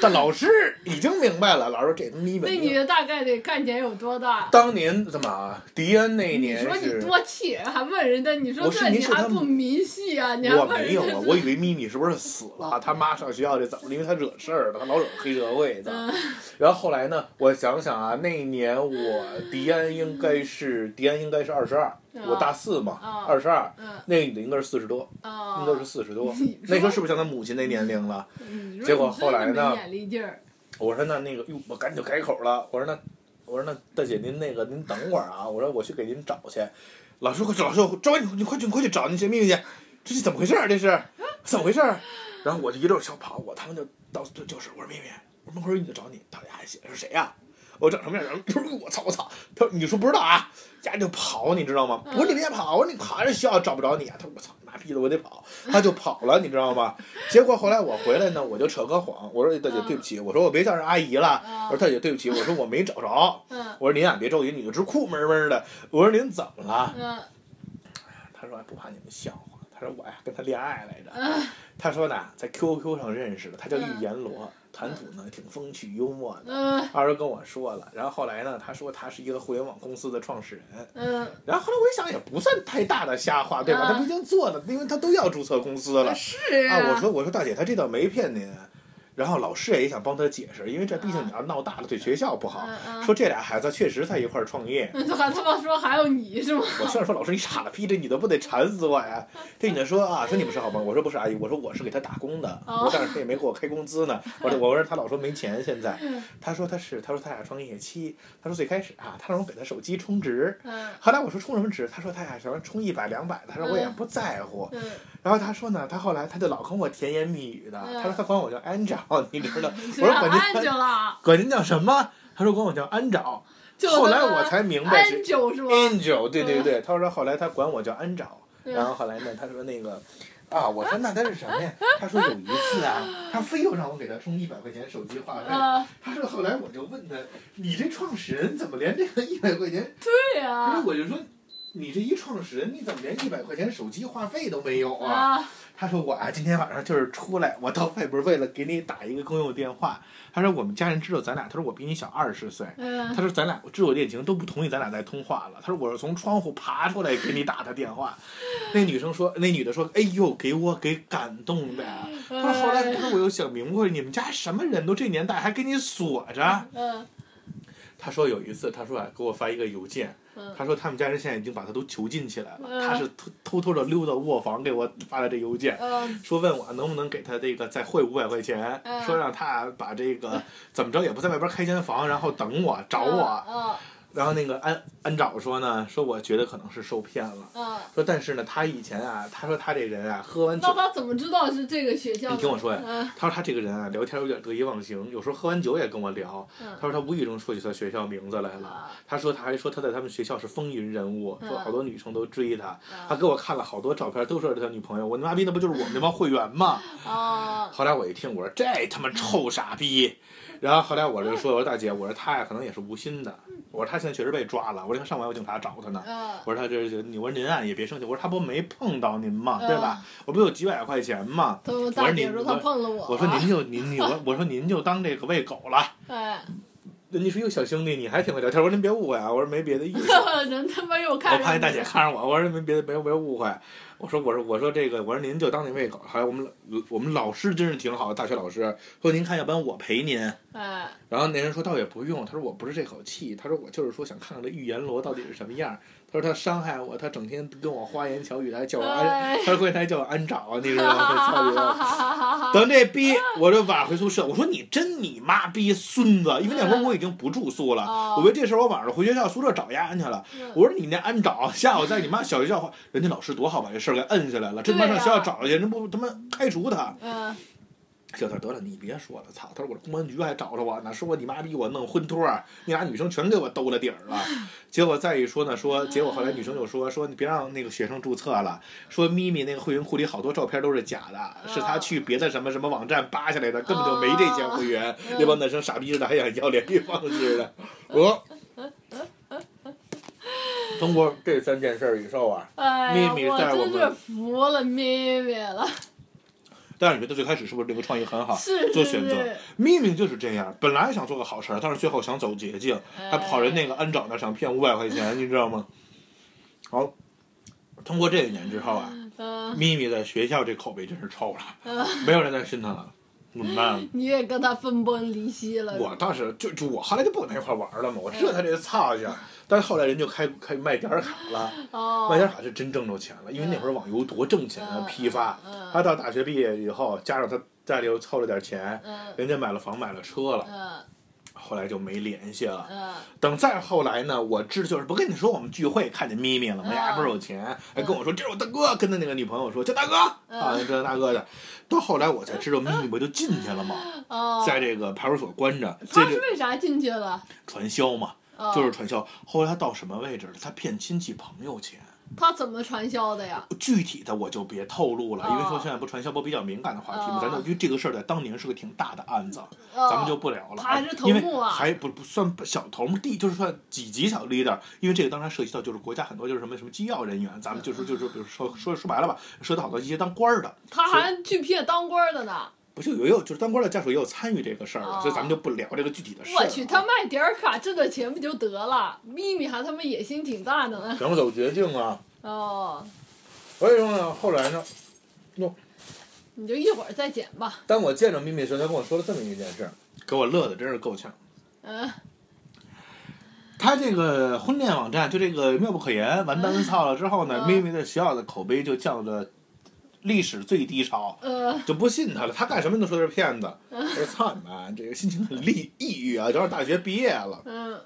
Speaker 2: 但老师已经明白了，老师说这他妈你
Speaker 1: 那
Speaker 2: 本
Speaker 1: 女
Speaker 2: 就。
Speaker 1: 的大概得看见有多大？
Speaker 2: 当年怎么啊？迪恩那一
Speaker 1: 你
Speaker 2: 年
Speaker 1: 说你
Speaker 2: 是。
Speaker 1: 多气人，还问人家，你说
Speaker 2: 不是
Speaker 1: 这
Speaker 2: 您
Speaker 1: 你
Speaker 2: 是
Speaker 1: 还
Speaker 2: 他
Speaker 1: 不
Speaker 2: 们
Speaker 1: 明细啊？你还
Speaker 2: 我
Speaker 1: 问
Speaker 2: 没有
Speaker 1: 人
Speaker 2: 啊，
Speaker 1: 家？
Speaker 2: 我以为咪咪是不是死了？他妈上学校去怎么了？因为他惹事儿了，他老惹黑社会的。
Speaker 1: 嗯
Speaker 2: 然后后来呢，我想想啊，那一年我迪安应该是迪安应该是二十二，我大四嘛
Speaker 1: 啊，
Speaker 2: 二十二，
Speaker 1: 嗯
Speaker 2: 那女的应该是四十多，
Speaker 1: 啊，
Speaker 2: 应该是四十多
Speaker 1: [LAUGHS] 你。
Speaker 2: 那时
Speaker 1: 说
Speaker 2: 候是不是像他母亲那年龄了？
Speaker 1: 你说
Speaker 2: 结果
Speaker 1: 你
Speaker 2: 后来
Speaker 1: 真的
Speaker 2: 呢
Speaker 1: 没眼力劲儿，
Speaker 2: 我说那那个，哟，我赶紧就改口了。我说那，我说那大姐您那个您等会儿啊，我说我去给您找去。老师快去，老师找你你快去你快去找那些秘密去，这是怎么回事儿？这是怎么回事儿？然后我就一溜小跑，我他们就到就就是我说秘密，我门口有女的找你，他俩写是谁呀、我长什么样？然后他说我操我操，他说你说不知道啊，家就跑，你知道吗？我说你别跑，我说你跑这学校找不着你啊。他说我操你妈逼的，我得跑，他就跑了，你知道吗？结果后来我回来呢，我就扯个谎，我说哎大姐对不起，我说我别叫人阿姨了，我说大姐对不起，我说我没找着，
Speaker 1: 嗯
Speaker 2: 我说您啊别着急，你就直哭闷闷的，我说您怎么了？
Speaker 1: 嗯
Speaker 2: 他说哎不怕你们笑话，他说我呀跟他恋爱来着，他说呢在 QQ 上认识的，他叫
Speaker 1: 嗯
Speaker 2: 易阎罗，谈吐呢挺风趣幽默的。
Speaker 1: 嗯
Speaker 2: 二哥跟我说了，然后后来呢，他说他是一个互联网公司的创始人，
Speaker 1: 嗯，
Speaker 2: 然后后来我一想也不算太大的瞎话，对吧？
Speaker 1: 啊
Speaker 2: 他毕竟做了，因为他都要注册公司了。
Speaker 1: 是
Speaker 2: 啊，我说我说大姐，他这倒没骗您。然后老师也想帮他解释，因为这毕竟你要闹大了对学校不好。
Speaker 1: 嗯嗯
Speaker 2: 说这俩孩子确实在一块儿创业。
Speaker 1: [LAUGHS] 那还他妈说还有你是吗？
Speaker 2: 我虽然说老师你傻了屁，这女的不得馋死我
Speaker 1: [LAUGHS]
Speaker 2: 呀？这女的说啊，说你们是好朋友，我说不是阿姨，我说我是给她打工的，
Speaker 1: 哦
Speaker 2: 我说但是她也没给我开工资呢。我说我说她老说没钱现在，
Speaker 1: 嗯
Speaker 2: 她说她是，她说她俩创业期，她说最开始啊，她让我给她手机充值，
Speaker 1: 嗯
Speaker 2: 后来我说充什么值，她说她俩想让充一百两百，她说我也不在乎。
Speaker 1: 嗯，
Speaker 2: 然后她说呢，她后来她就老跟我甜言蜜语的，
Speaker 1: 嗯
Speaker 2: 她说她管我叫安长，你知
Speaker 1: [LAUGHS]
Speaker 2: 道？我
Speaker 1: 谁
Speaker 2: 说
Speaker 1: 让
Speaker 2: 管
Speaker 1: 安
Speaker 2: 您
Speaker 1: 久了？
Speaker 2: 管您叫什么？她说管我叫安长。
Speaker 1: 就
Speaker 2: 后来
Speaker 1: 他妈
Speaker 2: 我才明白是
Speaker 1: 安久是吗？
Speaker 2: Angel，对对对，他说后来他管我叫安找，
Speaker 1: 嗯
Speaker 2: 然后后来呢，他说那个。啊，我说那他是什么呀？他说有一次啊，他非要让我给他充一百块钱手机话费。
Speaker 1: 啊，
Speaker 2: 他说后来我就问他，你这创始人怎么连这个一百块钱？
Speaker 1: 对
Speaker 2: 然后
Speaker 1: 呀，
Speaker 2: 我就说，你这一创始人你怎么连一百块钱手机话费都没有啊？
Speaker 1: 啊，
Speaker 2: 他说我啊，今天晚上就是出来，我到外边为了给你打一个公用电话。他说我们家人知道咱俩，他说我比你小二十岁，
Speaker 1: 嗯
Speaker 2: 他说咱俩挚友恋情都不同意咱俩再通话了。他说我是从窗户爬出来给你打的电话。那女生说，那女的说，哎呦，给我给感动的。
Speaker 1: 哎
Speaker 2: 他说后来，他说我又想明白，你们家什么人都这年代还给你锁着。
Speaker 1: 嗯
Speaker 2: 他说有一次，他说啊，给我发一个邮件，
Speaker 1: 嗯
Speaker 2: 他说他们家人现在已经把他都囚禁起来
Speaker 1: 嗯
Speaker 2: 了，他是偷偷偷的溜到卧房给我发了这邮件。
Speaker 1: 嗯
Speaker 2: 说问我能不能给他这个再汇五百块钱，
Speaker 1: 嗯
Speaker 2: 说让他把这
Speaker 1: [LAUGHS]
Speaker 2: 个怎么着也不在外边开间房，然后等我找我，
Speaker 1: 嗯
Speaker 2: 然后那个安安找说呢，说我觉得可能是受骗了，
Speaker 1: 嗯，
Speaker 2: 说但是呢，他以前啊，他说他这人啊，喝完酒
Speaker 1: 那，他怎么知道是这个学校的？
Speaker 2: 你听我说呀
Speaker 1: 嗯
Speaker 2: 他说他这个人啊，聊天有点得意忘形，有时候喝完酒也跟我聊，
Speaker 1: 嗯
Speaker 2: 他说他无意中说起他学校名字来了。
Speaker 1: 啊
Speaker 2: 他说，他还说他在他们学校是风云人物，
Speaker 1: 嗯
Speaker 2: 说好多女生都追他。他
Speaker 1: 啊
Speaker 2: 给我看了好多照片，都说是他女朋友。我他妈逼，那不就是我们那帮会员吗？
Speaker 1: 啊
Speaker 2: 后来我一听，我说这他妈臭傻逼。然后后来我就说，我说大姐，我说他呀，可能也是无心的。我说他现在确实被抓了，我说他上午还有警察找他呢。
Speaker 1: 啊
Speaker 2: 我说他这是，你我说您啊也别生气，我说他不没碰到您嘛，
Speaker 1: 嗯
Speaker 2: 对吧？我不有几百块钱嘛？
Speaker 1: 他说大姐说他碰了我
Speaker 2: 我说您就您你我我说您就当这个喂狗了。
Speaker 1: 哎， [LAUGHS]
Speaker 2: 人家说哟小兄弟，你还挺会聊天。我说您别误会啊，我说没别的意思。
Speaker 1: 人他妈又 [LAUGHS] 看
Speaker 2: 我
Speaker 1: 上
Speaker 2: 怕那
Speaker 1: 你
Speaker 2: 大姐看上我，我说没别的，没有没有误会。我说我说我说这个，我说您就当您喂狗。还有我们老我们老师真是挺好的，大学老师说您看，要不然我陪您。
Speaker 1: 哎
Speaker 2: 然后那人说倒也不用，他说我不是这口气，他说我就是说想看看这玉阎罗到底是什么样儿。他说他伤害我，他整天跟我花言巧语，他叫我安
Speaker 1: 哎，
Speaker 2: 他说他叫我安找，你知道吗？
Speaker 1: 哈哈
Speaker 2: 操
Speaker 1: 哈
Speaker 2: 你妈！
Speaker 1: 哈哈哈哈！
Speaker 2: 等这逼，我就晚上回宿舍，我说你真你妈逼孙子！因为那会儿我已经不住宿了，
Speaker 1: 哦
Speaker 2: 我为这事儿我晚上回学校宿舍找丫安去了。我说你那安找，下午在你妈小学校花，人家老师多好把这事儿给摁下来了，真他妈上
Speaker 1: 对呀
Speaker 2: 学校找去，人不他妈开除他。
Speaker 1: 嗯
Speaker 2: 小特得了，你别说了，操！他说我这公安局还找着我呢，说我你妈逼我弄婚托儿，那俩女生全给我兜了底儿了。结果再一说呢，说结果后来女生就说说你别让那个学生注册了，说咪咪那个会员库里好多照片都是假的，是他去别的什么什么网站扒下来的，根本就没这些会员。那帮男生傻逼似的还想要联系方式哦的，我、
Speaker 1: [LAUGHS]
Speaker 2: 通过这三件事儿以后啊，
Speaker 1: 哎呀，
Speaker 2: 秘密在我
Speaker 1: 真
Speaker 2: 们
Speaker 1: 是服了咪咪了，
Speaker 2: 但是你觉得最开始是不是这个创意很好？
Speaker 1: 是
Speaker 2: 做
Speaker 1: 是
Speaker 2: 选择
Speaker 1: 是，
Speaker 2: 明明就是这样，本来想做个好事儿，但是最后想走捷径，还
Speaker 1: 哎
Speaker 2: 跑人那个安长那儿想骗五百块钱，你知道吗？好，通过这一年之后啊，
Speaker 1: 嗯、
Speaker 2: 咪咪在学校这口碑真是臭了，没有人再信他了，怎么办？
Speaker 1: 你也跟他分崩离析了，
Speaker 2: 我当时就就我后来就不跟他一块玩了嘛，
Speaker 1: 嗯
Speaker 2: 我知道他这操性，但是后来人就开开卖点儿卡了，卖点
Speaker 1: 哦，
Speaker 2: 儿卡是真挣着钱了，因为那会儿网游多挣钱啊，
Speaker 1: 嗯
Speaker 2: 批发
Speaker 1: 嗯。
Speaker 2: 他到大学毕业以后，加上他家里又凑了点钱，
Speaker 1: 嗯
Speaker 2: 人家买了房买了车了，
Speaker 1: 嗯
Speaker 2: 后来就没联系了。
Speaker 1: 嗯
Speaker 2: 等再后来呢，我知就是不跟你说我们聚会看见咪咪了吗？哎
Speaker 1: 嗯
Speaker 2: 呀，倍儿有钱，还跟我说这是我大哥，跟他那个女朋友说叫大哥
Speaker 1: 嗯
Speaker 2: 啊，叫大哥的。到后来我才知道咪咪不就进去了吗？
Speaker 1: 哦，
Speaker 2: 在这个派出所关着，这
Speaker 1: 他是
Speaker 2: 这
Speaker 1: 为啥进去了？
Speaker 2: 传销嘛，
Speaker 1: 哦、
Speaker 2: 就是传销。后来他到什么位置了？他骗亲戚朋友钱。
Speaker 1: 他怎么传销的呀？
Speaker 2: 具体的我就别透露了，因为说
Speaker 1: 哦
Speaker 2: 现在不传销不比较敏感的话题吗？
Speaker 1: 哦
Speaker 2: 咱就因为这个事儿在当年是个挺大的案子，
Speaker 1: 哦、
Speaker 2: 咱们就不聊了。
Speaker 1: 他还是头
Speaker 2: 因为
Speaker 1: 目啊
Speaker 2: 还不不算小头目，第就是算几级小 leader，因为这个当然涉及到就是国家很多就是什么什么机要人员，咱们就是就是比如说说说白了吧，涉及到好多一些当官儿的，
Speaker 1: 他还去骗当官的呢。
Speaker 2: 不就也有就是当官的家属也有参与这个事儿的，
Speaker 1: 哦
Speaker 2: 所以咱们就不聊这个具体的事儿。
Speaker 1: 我去，他。卖点儿卡挣点钱不就得了？咪咪还他妈野心挺大的呢。
Speaker 2: 想哦走捷径啊！
Speaker 1: 哦，
Speaker 2: 所以说呢，后来呢，
Speaker 1: 你就一会儿再剪吧。
Speaker 2: 当我见着咪咪的时候，他跟我说了这么一件事儿，给我乐的真是够呛。
Speaker 1: 嗯、
Speaker 2: 他这个婚恋网站就这个妙不可言，完蛋操了之后呢，
Speaker 1: 嗯
Speaker 2: 咪咪在学校的口碑就降到了历史最低潮，
Speaker 1: 呃，
Speaker 2: 就不信他了。他干什么都说他是骗子，
Speaker 1: 嗯
Speaker 2: 我说操你妈，这个心情很抑抑郁啊！正好大学毕业了，
Speaker 1: 嗯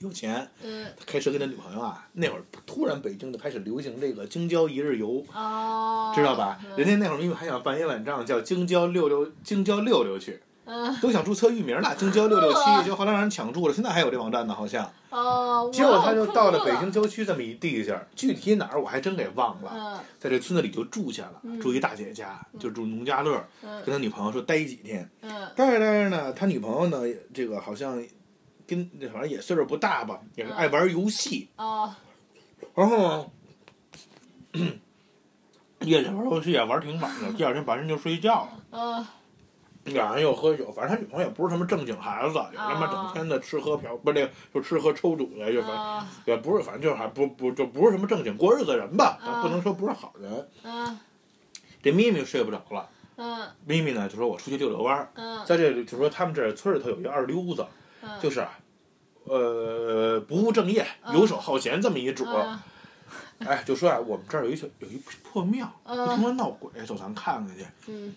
Speaker 2: 有钱，
Speaker 1: 嗯，
Speaker 2: 开车跟他女朋友啊，那会儿突然北京就开始流行这个京郊一日游。
Speaker 1: 哦，
Speaker 2: 知道吧？人
Speaker 1: 家
Speaker 2: 家那会儿咪咪还想办一晚上叫京郊六六京郊六六去，
Speaker 1: 嗯
Speaker 2: 都想注册域名了，京郊六六七，就后来让人抢注了。现在还有这网站呢，好像。
Speaker 1: 哦，
Speaker 2: 结果
Speaker 1: 我
Speaker 2: 他就
Speaker 1: 好
Speaker 2: 到
Speaker 1: 困
Speaker 2: 了北
Speaker 1: 惑
Speaker 2: 京。郊区这么一地界儿，具体哪儿我还真给忘了，
Speaker 1: 嗯
Speaker 2: 在这村子里就住下了，
Speaker 1: 嗯
Speaker 2: 住一大姐家，就住农家乐，跟
Speaker 1: 嗯
Speaker 2: 他女朋友说待几天，
Speaker 1: 嗯
Speaker 2: 待着待着呢，他女朋友呢，这个好像跟反正也岁数不大吧，
Speaker 1: 嗯
Speaker 2: 也是爱玩游戏，
Speaker 1: 哦
Speaker 2: 然后 [CLEARS THROAT] 呢。夜里玩游戏也玩挺晚 [LAUGHS] 的，第二天白天就睡觉了，
Speaker 1: 嗯
Speaker 2: 俩人又喝酒，反正他女朋友也不是什么正经孩子，也他妈整天的吃喝嫖，不是那个就吃喝抽赌的，就反正
Speaker 1: 嗯
Speaker 2: 也不是，反正就是还不不就不是什么正经过日子人吧，
Speaker 1: 啊
Speaker 2: 咱不能说不是好人。
Speaker 1: 嗯
Speaker 2: 这咪咪睡不着了，
Speaker 1: 嗯
Speaker 2: 咪咪呢就说我出去溜溜弯儿，
Speaker 1: 嗯
Speaker 2: 在这里就说他们这村里头有一二溜子，
Speaker 1: 嗯，
Speaker 2: 就是啊，呃不务正业、
Speaker 1: 啊
Speaker 2: 游手好闲这么一主儿。
Speaker 1: 嗯
Speaker 2: 哎，就说啊，我们这儿有一小有一破庙，
Speaker 1: 嗯
Speaker 2: 他妈闹鬼，走咱看看去。
Speaker 1: 嗯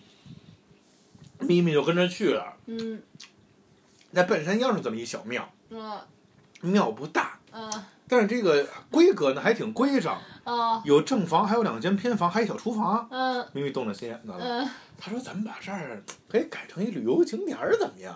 Speaker 2: 咪咪就跟着去了，
Speaker 1: 嗯
Speaker 2: 在半山腰上这么一小庙，
Speaker 1: 嗯
Speaker 2: 庙不大，
Speaker 1: 嗯
Speaker 2: 但是这个规格呢还挺规整，
Speaker 1: 哦
Speaker 2: 有正房，还有两间偏房，还有小厨房。
Speaker 1: 嗯
Speaker 2: 咪咪动了心眼子了。
Speaker 1: 嗯
Speaker 2: 他说：“咱们把这儿可以改成一旅游景点儿，怎么
Speaker 1: [LAUGHS]
Speaker 2: 样？”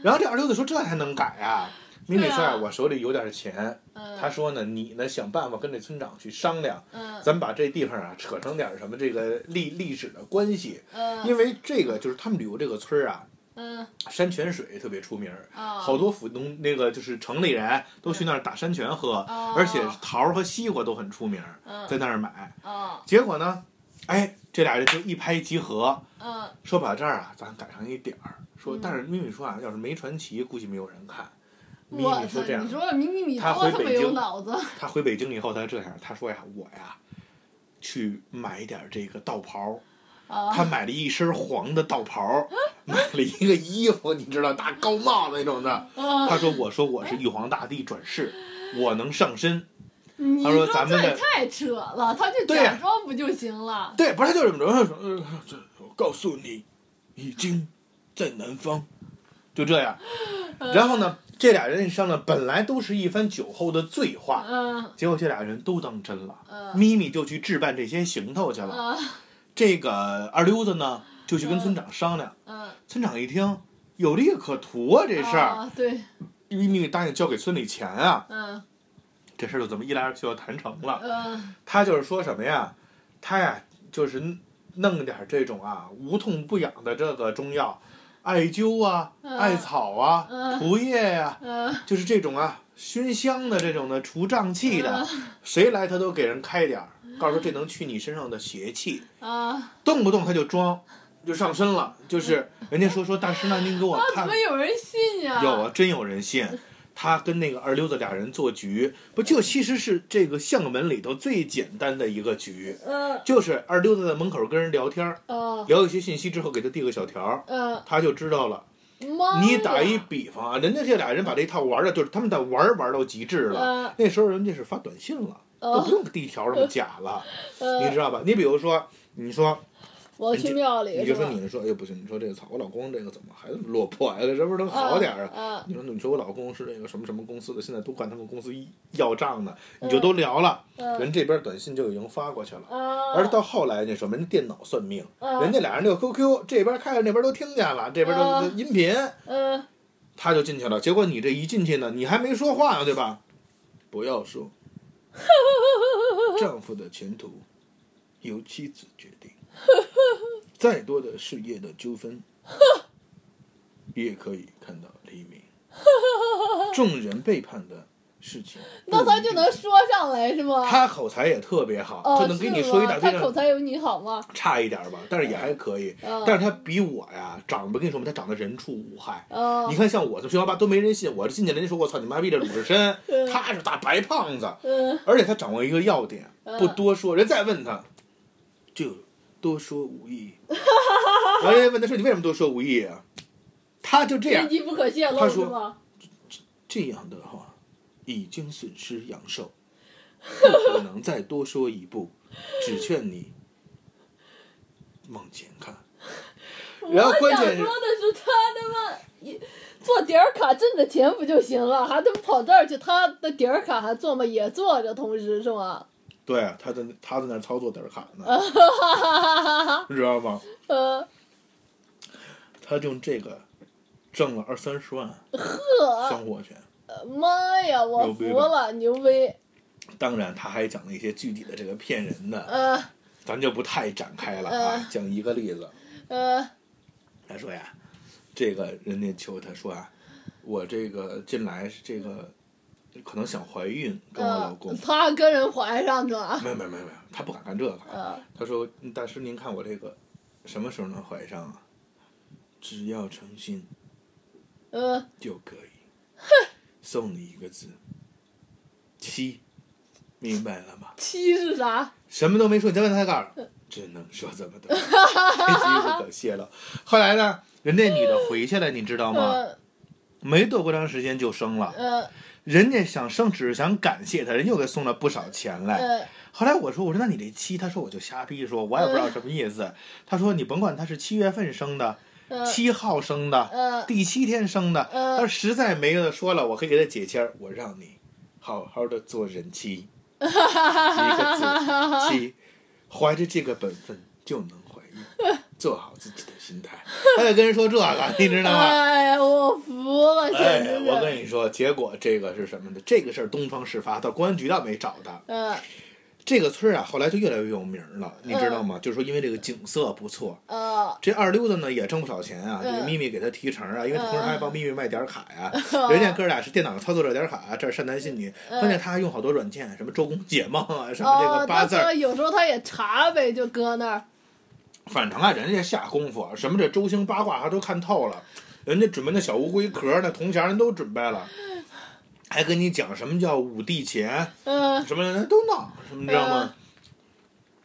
Speaker 2: 然后这二溜子说：“这还能改啊？”咪咪说：“
Speaker 1: 对啊
Speaker 2: 我手里有点钱。”
Speaker 1: 嗯，
Speaker 2: 他说：“呢，你呢想办法跟这村长去商量，
Speaker 1: 嗯
Speaker 2: 咱们把这地方啊扯成点儿什么这个历历史的关系，
Speaker 1: 嗯
Speaker 2: 因为这个就是他们旅游这个村儿啊，
Speaker 1: 嗯
Speaker 2: 山泉水特别出名儿，
Speaker 1: 啊，
Speaker 2: 好多府农那个就是城里人都去那儿打山泉喝，
Speaker 1: 哦
Speaker 2: 而且桃儿和西瓜都很出名儿，
Speaker 1: 嗯
Speaker 2: 在那儿买。
Speaker 1: 嗯
Speaker 2: 结果呢，哎，这俩人就一拍即合。”
Speaker 1: 嗯
Speaker 2: 说把这儿啊，咱改成一点儿。说
Speaker 1: 嗯，
Speaker 2: 但是咪咪说啊，要是没传奇，估计没有人看。咪
Speaker 1: 我
Speaker 2: 咪
Speaker 1: 操！
Speaker 2: 说这样
Speaker 1: 你，说迷你
Speaker 2: 他
Speaker 1: 多
Speaker 2: 回
Speaker 1: 他
Speaker 2: 北
Speaker 1: 妈有
Speaker 2: 京
Speaker 1: 脑子，
Speaker 2: 他回北京以后，他这样，他说呀，我呀，去买点儿这个道袍。
Speaker 1: 啊
Speaker 2: 他买了一身黄的道袍，买了一个衣服，你知道，大高帽子那种的。
Speaker 1: 啊！
Speaker 2: 他说：“我说我是玉皇大帝转世，我能上身。
Speaker 1: 你
Speaker 2: 他说咱
Speaker 1: 这
Speaker 2: 们
Speaker 1: 也
Speaker 2: 的
Speaker 1: 太扯了，他就
Speaker 2: 对呀
Speaker 1: 假装不就行了”？
Speaker 2: 对，不是他就这么着他说呃这我告诉你，已经在南方，就这样。
Speaker 1: 啊
Speaker 2: 然后呢，这俩人商量，本来都是一番酒后的醉话，
Speaker 1: 嗯
Speaker 2: 结果这俩人都当真了。
Speaker 1: 嗯
Speaker 2: 咪咪就去置办这些行头去了。
Speaker 1: 啊
Speaker 2: 这个二溜子呢，就去跟村长商量。
Speaker 1: 嗯，
Speaker 2: 村长一听有利可图啊，这事儿，
Speaker 1: 啊，对，
Speaker 2: 因为你答应交给村里钱啊，
Speaker 1: 嗯
Speaker 2: 这事儿就怎么一来二去就谈成了。
Speaker 1: 嗯
Speaker 2: 他就是说什么呀？他呀，就是弄点这种啊无痛不痒的这个中药，艾灸啊、
Speaker 1: 嗯
Speaker 2: 艾草啊、
Speaker 1: 嗯
Speaker 2: 蒲叶呀、
Speaker 1: 嗯，
Speaker 2: 就是这种啊熏香的这种的除瘴气的
Speaker 1: 嗯，
Speaker 2: 谁来他都给人开点儿，告诉说这能去你身上的邪气，
Speaker 1: 啊，嗯
Speaker 2: 动不动他就装，就上身了，就是人家说说大师，那您给我
Speaker 1: 啊怎
Speaker 2: 看
Speaker 1: 么有人信呀？
Speaker 2: 有啊，真有人信。他跟那个二溜子俩人做局，不就其实是这个相门里头最简单的一个局，
Speaker 1: 嗯
Speaker 2: 就是二溜子在门口跟人聊天儿，
Speaker 1: 哦，
Speaker 2: 聊一些信息之后给他递个小条儿，
Speaker 1: 嗯，
Speaker 2: 他就知道了。
Speaker 1: 哦妈呀，
Speaker 2: 你打一比方啊，人家这俩人把这套玩的，就是他们在玩儿玩到极致了。
Speaker 1: 嗯
Speaker 2: 那时候人家是发短信了， [LAUGHS] 都不
Speaker 1: 哦
Speaker 2: 用递条儿那么假了，你
Speaker 1: 嗯，
Speaker 2: 知道吧？你比如说，你说
Speaker 1: 我去庙里
Speaker 2: 你就说
Speaker 1: 是吧
Speaker 2: 你说，哎呦不行，你说这个操，我老公这个怎么还这么落魄呀？这人不是能好点儿啊？
Speaker 1: 啊，
Speaker 2: 你说你说我老公是那个什么什么公司的，现在都管他们公司要账呢，你就都聊了，
Speaker 1: 嗯
Speaker 2: 人这边短信就已经发过去了。
Speaker 1: 啊，
Speaker 2: 而到后来那什么，人家电脑算命，人
Speaker 1: 嗯
Speaker 2: 家俩人就 QQ，这边开着那边都听见了，这边
Speaker 1: 啊
Speaker 2: 都音频，
Speaker 1: 嗯
Speaker 2: 他就进去了。结果你这一进去呢，你还没说话呢，对吧？不要说，丈夫的前途由妻子决定，再多的事业的纠纷，也可以看到黎明。众人背叛的事情，
Speaker 1: 那他就能说上来是吗？
Speaker 2: 他口才也特别好，
Speaker 1: 哦，
Speaker 2: 就能给你说一大
Speaker 1: 是
Speaker 2: 堆
Speaker 1: 吗他
Speaker 2: 让
Speaker 1: 口才有你好吗？
Speaker 2: 差一点儿吧，但是也还可以。
Speaker 1: 嗯
Speaker 2: 但是他比我呀长得，跟你说嘛，他长得人畜无害。
Speaker 1: 嗯
Speaker 2: 你看像我这学校吧都没人信，我这进去人家说我操你妈逼这鲁智
Speaker 1: [LAUGHS]
Speaker 2: 深，他是大白胖子，
Speaker 1: 嗯
Speaker 2: 而且他掌握一个要点，
Speaker 1: 嗯
Speaker 2: 不多说，人再问他，就多说无益。然后人家问他说你为什么多说无益啊？他就这样
Speaker 1: 一，击不可泄露
Speaker 2: 他
Speaker 1: 是
Speaker 2: 说
Speaker 1: 吗？
Speaker 2: 这样的话已经损失阳寿，不可能再多说一步，只劝你往前看。然后关键是
Speaker 1: [LAUGHS] 我想说的是他他妈一做点儿卡挣着钱不就行了？还他妈跑这儿去？他的点儿卡还做吗？也做着，同时是吗？
Speaker 2: 对啊，他在那他在那儿操作点儿卡呢，
Speaker 1: [LAUGHS]
Speaker 2: 你知道吗？
Speaker 1: 呃，
Speaker 2: 他用这个挣了二三十万
Speaker 1: 呵，
Speaker 2: 生活钱。
Speaker 1: 妈呀，我
Speaker 2: 牛逼
Speaker 1: 服
Speaker 2: 吧
Speaker 1: 了，牛逼！
Speaker 2: 当然，他还讲了一些具体的这个骗人的，
Speaker 1: 呃
Speaker 2: 咱就不太展开了啊。讲一个例子，
Speaker 1: 呃
Speaker 2: 他说呀，这个人家求他说啊，我这个进来是这个可能想怀孕，跟我老
Speaker 1: 呃
Speaker 2: 公，，
Speaker 1: 他跟人怀上去了。
Speaker 2: 没有没有没有没有，他不敢干这个啊。
Speaker 1: 呃，
Speaker 2: 他说：“嗯大师，您看我这个什么时候能怀上啊？只要诚心
Speaker 1: 呃，
Speaker 2: 就可以。送你一个字，七，明白了吗？
Speaker 1: 七是啥？
Speaker 2: 什么都没说，你再问他干啥？只能说这么多， [LAUGHS] 这机不可泄露。后来呢，人家女的回去了，你知道吗？
Speaker 1: 呃
Speaker 2: 没多过长时间就生了。
Speaker 1: 呃
Speaker 2: 人家想生，只是想感谢他，人又给送了不少钱来。
Speaker 1: 呃
Speaker 2: 后来我说，我说那你这七，他说我就瞎逼说，我也不知道什么意思。他说你甭管他是七月份生的，
Speaker 1: 呃
Speaker 2: 七号生的，
Speaker 1: 呃
Speaker 2: 第七天生的，
Speaker 1: 嗯
Speaker 2: 他实在没得说了，我可以给他解签儿，我让你好好的做人妻，一个字妻，怀着这个本分就能怀孕，做好自己的心态。他就跟人说这个，你知道
Speaker 1: [LAUGHS]
Speaker 2: 吗？
Speaker 1: 哎呀，我服了，简
Speaker 2: 哎，
Speaker 1: 直
Speaker 2: 我
Speaker 1: 是。
Speaker 2: 跟你说，结果这个是什么呢？这个事儿东窗事发，到公安局倒没找他，
Speaker 1: 嗯
Speaker 2: 这个村儿啊，后来就越来越有名儿了，你知道吗？就是说，因为这个景色不错，
Speaker 1: 呃
Speaker 2: 这二溜子呢也挣不少钱啊。这个
Speaker 1: 嗯
Speaker 2: 咪咪给他提成啊，因为同时还帮咪咪卖点儿卡
Speaker 1: [LAUGHS]
Speaker 2: 呀、
Speaker 1: 嗯
Speaker 2: 人家哥俩是电脑上操作着点儿卡、啊这儿善男信女，关键他还用好多软件，什么周公解梦啊，什么这
Speaker 1: 呃哦
Speaker 2: 个，八
Speaker 1: 他
Speaker 2: 字儿、
Speaker 1: 说有时候他也查呗，就搁那儿。
Speaker 2: 反正啊，人家下功夫，什么这周星八卦他都看透了，人家准备那小乌龟壳儿、那铜钱儿人都准备了，还跟你讲什么叫五帝钱，
Speaker 1: 嗯
Speaker 2: 什么人都闹，什么你知道吗？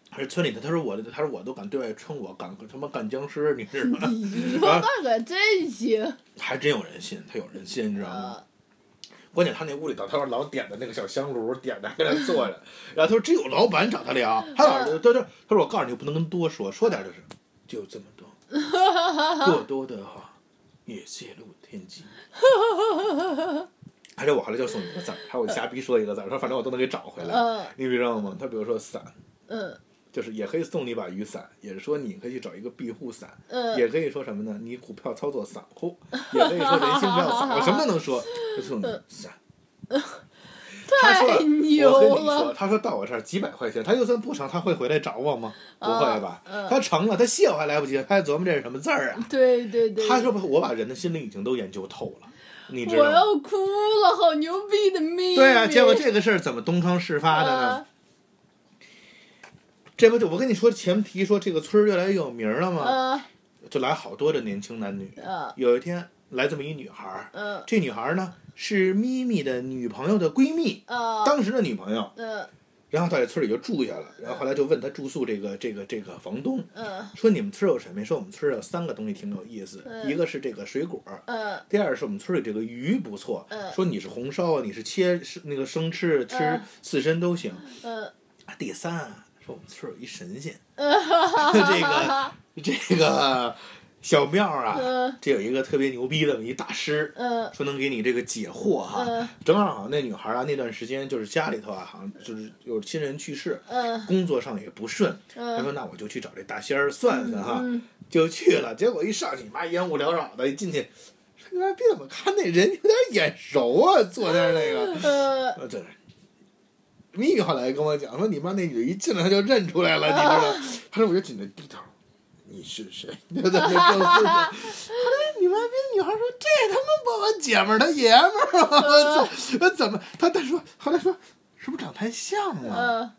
Speaker 2: 而村里头，他说我，他说我都敢对外称我敢他妈干僵尸，你知道吗？ [LAUGHS]
Speaker 1: 你说那可真行。
Speaker 2: 还真有人信，他有人信，你知道吗？
Speaker 1: 呃
Speaker 2: 关键他那屋里头，他说老点的那个小香炉，点着跟那坐着，然后他说只有老板找他聊，他老他他他说我告诉你，不能跟多说，说点就是，就这么多，过多的话也泄露天机。而且我后来就送你
Speaker 1: 呃
Speaker 2: 一个字儿，还有我瞎逼说一个字儿，说反正我都能给找回来，
Speaker 1: 嗯
Speaker 2: 你知道吗？他比如说伞，
Speaker 1: 嗯
Speaker 2: 就是也可以送你把雨伞，也是说你可以找一个庇护伞，
Speaker 1: 嗯
Speaker 2: 也可以说什么呢？你股票操作散户，也可以说人心不要散，我什么都能说，就送你伞。他说
Speaker 1: 太牛
Speaker 2: 我跟你说，
Speaker 1: 了，
Speaker 2: 他说到我这儿几百块钱，他就算不成，他会回来找我吗？不会吧？
Speaker 1: 嗯
Speaker 2: 他成了，他谢我还来不及，他还琢磨这是什么字儿啊？
Speaker 1: 对对对，
Speaker 2: 他是不是我把人的心理已经都研究透了？你知道
Speaker 1: 我
Speaker 2: 吗？
Speaker 1: 要哭了，好牛逼的秘密。
Speaker 2: 对啊，结果这个事儿怎么东窗事发的呢？
Speaker 1: 啊
Speaker 2: 这不就我跟你说，前提说这个村儿越来越有名儿了吗？
Speaker 1: 啊
Speaker 2: 就来好多的年轻男女。
Speaker 1: 啊
Speaker 2: 有一天来这么一女孩儿，
Speaker 1: 嗯
Speaker 2: 这女孩儿呢是咪咪的女朋友的闺蜜，
Speaker 1: 啊
Speaker 2: 当时的女朋友，
Speaker 1: 嗯
Speaker 2: 然后到这村里就住下了。然后后来就问她住宿这个这个这个房东，
Speaker 1: 嗯
Speaker 2: 说你们村儿有什么呀？说我们村儿有三个东西挺有意思，
Speaker 1: 嗯
Speaker 2: 一个是这个水果儿，
Speaker 1: 嗯
Speaker 2: 第二是我们村里这个鱼不错，
Speaker 1: 嗯
Speaker 2: 说你是红烧啊，你是切是那个生吃吃
Speaker 1: 嗯
Speaker 2: 刺身都行。
Speaker 1: 嗯
Speaker 2: 第三啊，说我们村儿有一神
Speaker 1: [LAUGHS]
Speaker 2: 仙，
Speaker 1: 嗯
Speaker 2: 这个小庙啊，
Speaker 1: 嗯
Speaker 2: 这有一个特别牛逼的一大师，
Speaker 1: 嗯
Speaker 2: 说能给你这个解惑哈。
Speaker 1: 嗯
Speaker 2: 正好那女孩啊，那段时间就是家里头啊，好像就是有亲人去世，
Speaker 1: 嗯
Speaker 2: 工作上也不顺，她
Speaker 1: 嗯
Speaker 2: 说那我就去找这大仙儿算算哈。
Speaker 1: 嗯
Speaker 2: 就去了，结果一上去，妈烟雾缭绕的，一进去，说你妈逼怎么看那人有点眼熟啊？坐那儿那个，
Speaker 1: 呃
Speaker 2: 呃，对。咪咪后来跟我讲说，你妈那女一进来他就认出来了，你知道？
Speaker 1: [LAUGHS]
Speaker 2: 吗？他说我就紧着低头，你是谁？ [LAUGHS] 就在那跟我
Speaker 1: [LAUGHS]
Speaker 2: 说，后来你妈逼女孩说这他妈把我姐们儿他爷们儿啊，我操，
Speaker 1: 嗯
Speaker 2: 我 [LAUGHS] 怎么？他他说后来说是不是长太像了、
Speaker 1: 呃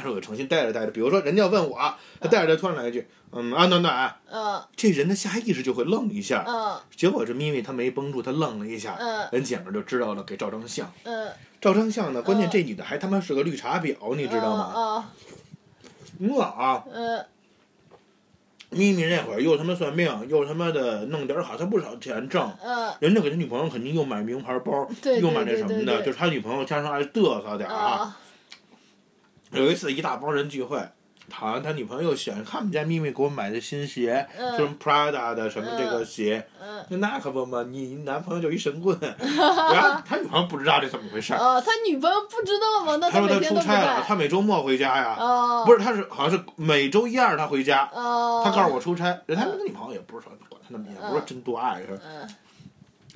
Speaker 2: 他说我诚心带着带着，比如说人家要问我，他带着他突然来一句，嗯，啊暖暖。
Speaker 1: 呃
Speaker 2: 这人的下意识就会愣一下。
Speaker 1: 呃
Speaker 2: 结果这咪咪她没绷住，她愣了一下，
Speaker 1: 嗯
Speaker 2: 人姐们儿就知道了，给照张相。
Speaker 1: 呃，
Speaker 2: 照张相呢，关键
Speaker 1: 嗯
Speaker 2: 这女的还他妈是个绿茶婊，你知道吗？
Speaker 1: 啊
Speaker 2: 我啊，
Speaker 1: 呃
Speaker 2: 咪咪那会儿又他妈算命，又他妈的弄点儿好像不少钱挣。
Speaker 1: 呃
Speaker 2: 人家给他女朋友肯定又买名牌包，
Speaker 1: 对
Speaker 2: 又买那什么
Speaker 1: 对对
Speaker 2: 的，
Speaker 1: 对
Speaker 2: 就是他女朋友加上还哎嘚瑟点儿啊。
Speaker 1: 啊嗯
Speaker 2: 有一次一大帮人聚会，好像他女朋友选看我们家咪咪给我买的新鞋，就
Speaker 1: 嗯
Speaker 2: 是 Prada 的什么这个鞋，
Speaker 1: 嗯
Speaker 2: 那可不嘛，你男朋友就一神棍，然后他女朋友不知道这怎么回事儿，
Speaker 1: 哦，他女朋友不知道吗？那
Speaker 2: 他说
Speaker 1: 每
Speaker 2: 他
Speaker 1: 天
Speaker 2: 出
Speaker 1: 都不
Speaker 2: 差了，
Speaker 1: 在。
Speaker 2: 他每周末回家呀，
Speaker 1: 哦，
Speaker 2: 不是，他是好像是每周一二他回家，
Speaker 1: 哦，
Speaker 2: 他告诉我出差，人他那个女朋友也不是说管他那么严，也不是说真多爱是吧，
Speaker 1: 嗯，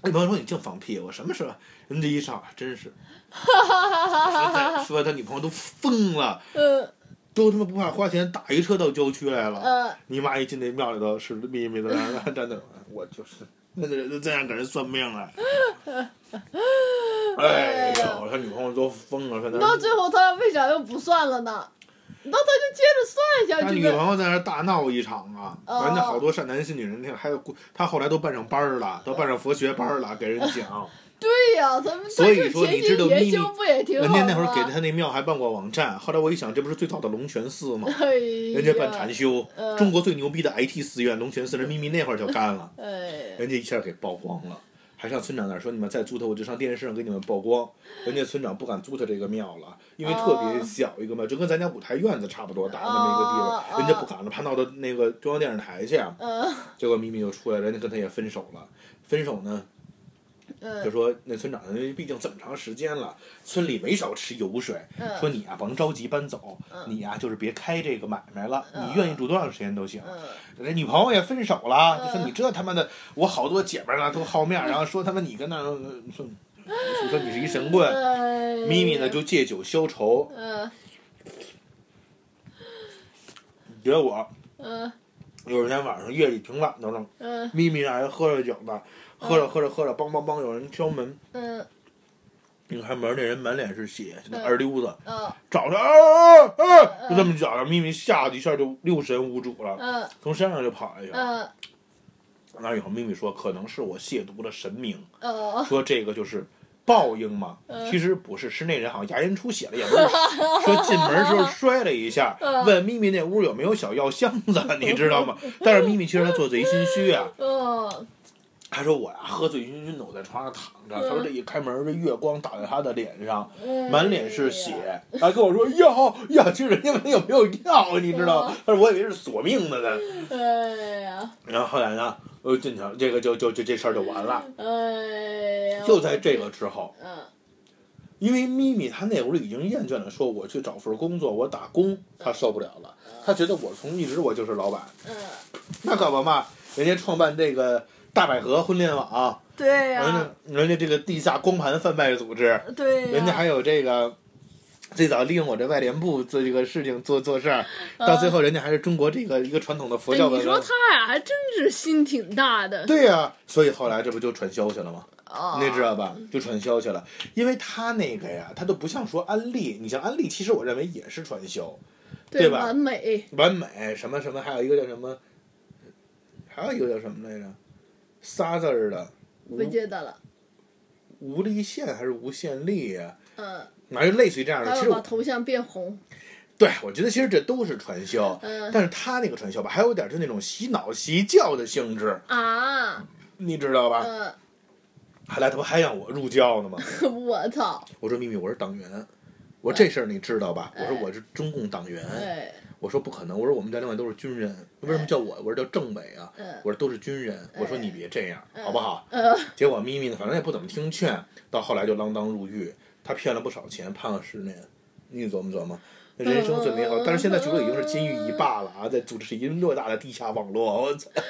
Speaker 2: 那女朋友说你净放屁，我什么时候？人家一上来真
Speaker 1: [LAUGHS]
Speaker 2: 是，说他说他女朋友都疯了，
Speaker 1: 嗯
Speaker 2: 都他妈不怕花钱打一车到郊区来了，
Speaker 1: 嗯
Speaker 2: 你妈一进那庙里头是秘密的，然后站那儿，我就是那人就这样给人算命了。
Speaker 1: [LAUGHS]
Speaker 2: 哎呦，他女朋友都疯了，说
Speaker 1: 到最后他为啥又不算了呢？那他就接着算
Speaker 2: 他
Speaker 1: 下
Speaker 2: 女
Speaker 1: 去
Speaker 2: 朋
Speaker 1: 呗。
Speaker 2: 友在那儿大闹一场啊！
Speaker 1: 哦
Speaker 2: 完了，好多善男信女人，那个还有他后来都办上班儿了，都办上佛学班儿了，给人讲。
Speaker 1: 对呀，咱们
Speaker 2: 所以说
Speaker 1: 潜
Speaker 2: 你知道
Speaker 1: 心研
Speaker 2: 秘密
Speaker 1: 究不也挺好
Speaker 2: 人
Speaker 1: 吗？
Speaker 2: 家那会儿给他那庙还办过网站，后来我一想，这不是最早的龙泉寺吗？
Speaker 1: 哎呀，
Speaker 2: 人家办禅修，
Speaker 1: 嗯
Speaker 2: 中国最牛逼的 IT 寺院龙泉寺，人秘密那会儿就干了。
Speaker 1: 哎，
Speaker 2: 人家一下给曝光了，还上村长那儿说你们再租他，我就上电视上给你们曝光。人家村长不敢租他这个庙了，因为特别小一个庙，就跟咱家五台院子差不多大那么一个地
Speaker 1: 哦
Speaker 2: 方，人家不敢了，怕闹到那个中央电视台去。
Speaker 1: 嗯
Speaker 2: 结果咪咪就出来了，人家跟他也分手了。分手呢，就
Speaker 1: 嗯
Speaker 2: 说那村长，因为毕竟这么长时间了，村里没少吃油水。说
Speaker 1: 嗯
Speaker 2: 你啊，甭着急搬走，你呀、就是别开这个买卖了，你愿意住多长时间都行。
Speaker 1: 嗯，
Speaker 2: 人女朋友也分手了，就说你这他妈的，我好多姐们儿啊都好面儿，然后说他妈你跟那儿呃说，你说你是一神棍。
Speaker 1: 哎，
Speaker 2: 咪咪呢就借酒消愁，
Speaker 1: 嗯
Speaker 2: 结果
Speaker 1: 嗯
Speaker 2: 有一天晚上夜里挺晚的了，
Speaker 1: 嗯
Speaker 2: 咪咪让人喝着酒呢，喝着喝着喝着，梆梆梆有人敲门，
Speaker 1: 嗯
Speaker 2: 一开门那人满脸是血，就那
Speaker 1: 嗯
Speaker 2: 二溜子
Speaker 1: 嗯
Speaker 2: 找着，啊啊啊，就这么找着，咪咪吓得一下就六神无主了，
Speaker 1: 嗯
Speaker 2: 从山上就跑下去了。
Speaker 1: 嗯
Speaker 2: 那以后咪咪说，可能是我亵渎了神明。
Speaker 1: 嗯
Speaker 2: 说这个就是报应嘛，其实不是，是那人好像牙龈出血了，也不是说进门时候摔了一下，问咪咪那屋有没有小药箱子，你知道吗？但是咪咪其实他做贼心虚啊，
Speaker 1: 嗯
Speaker 2: 他说我呀、喝醉醺醺的我在床上躺着，他说这一开门这月光打在他的脸上，
Speaker 1: 嗯，
Speaker 2: 满脸是血，还跟我说药药，其实人家问他有没有药，你知道吗？他说我以为是索命的呢，
Speaker 1: 哎呀，
Speaker 2: 然后后来呢，我就进去了，这个就就就这事儿就完了，
Speaker 1: 哎呀，
Speaker 2: 就在这个之后。
Speaker 1: 嗯
Speaker 2: 因为咪咪她那会儿已经厌倦了，说我去找份工作，我打工，她受不了了。她觉得我从一直我就是老板，
Speaker 3: 嗯，
Speaker 2: 那可不嘛，人家创办这个大百合婚恋网，
Speaker 3: 对呀、
Speaker 2: 人家人家这个地下光盘贩卖组织，
Speaker 3: 对呀、
Speaker 1: 啊
Speaker 2: 人家还有这个最早利用我这外联部做这个事情做做事儿，到最后人家还是中国这个一个传统的佛
Speaker 1: 哎
Speaker 2: 教
Speaker 1: 嗯你
Speaker 2: 文
Speaker 1: 说
Speaker 2: 化。
Speaker 1: 他俩还真是心挺大的，
Speaker 2: 对呀、所以后来这不就传销去了吗？
Speaker 3: 哦
Speaker 1: 啊
Speaker 2: 你知道吧？就传销去了，因为他那个呀，他都不像说安利，你像安利，其实我认为也是传销，对吧
Speaker 1: 完美，
Speaker 2: 完美什么什么，还有一个叫什么，还有一个叫什么来着，仨字儿的无
Speaker 1: 不记得了。
Speaker 2: 无力线还是无限力呀、
Speaker 1: 嗯，
Speaker 2: 反正类似于这样的。
Speaker 1: 还
Speaker 2: 其
Speaker 1: 有
Speaker 2: 实
Speaker 1: 把
Speaker 2: 我
Speaker 1: 头像变红。
Speaker 2: 对我觉得其实这都是传销，
Speaker 1: 嗯
Speaker 2: 但是他那个传销吧，还有点就那种洗脑洗教的性质，
Speaker 1: 啊，
Speaker 2: 你知道吧？
Speaker 1: 嗯，
Speaker 2: 后来他不还让我入教呢吗？
Speaker 1: 我操，
Speaker 2: 我说秘密，我是党员。我说这事儿你知道吧？我说
Speaker 1: 哎
Speaker 2: 我是中共党员。
Speaker 1: 哎，
Speaker 2: 我说不可能，我说我们家另外都是军人，为什么叫我？我说叫政委啊，
Speaker 1: 嗯，
Speaker 2: 我说都是军人，我说你别这样，好不好？
Speaker 1: 呃，
Speaker 2: 结果咪咪呢，反正也不怎么听劝，到后来就锒铛入狱，他骗了不少钱，判了十年，你琢磨琢磨。那人生最美
Speaker 3: 嗯
Speaker 2: 好，但是现在据说已经是金玉一霸了啊，在组织是一偌大的地下网络，我操！
Speaker 3: 呃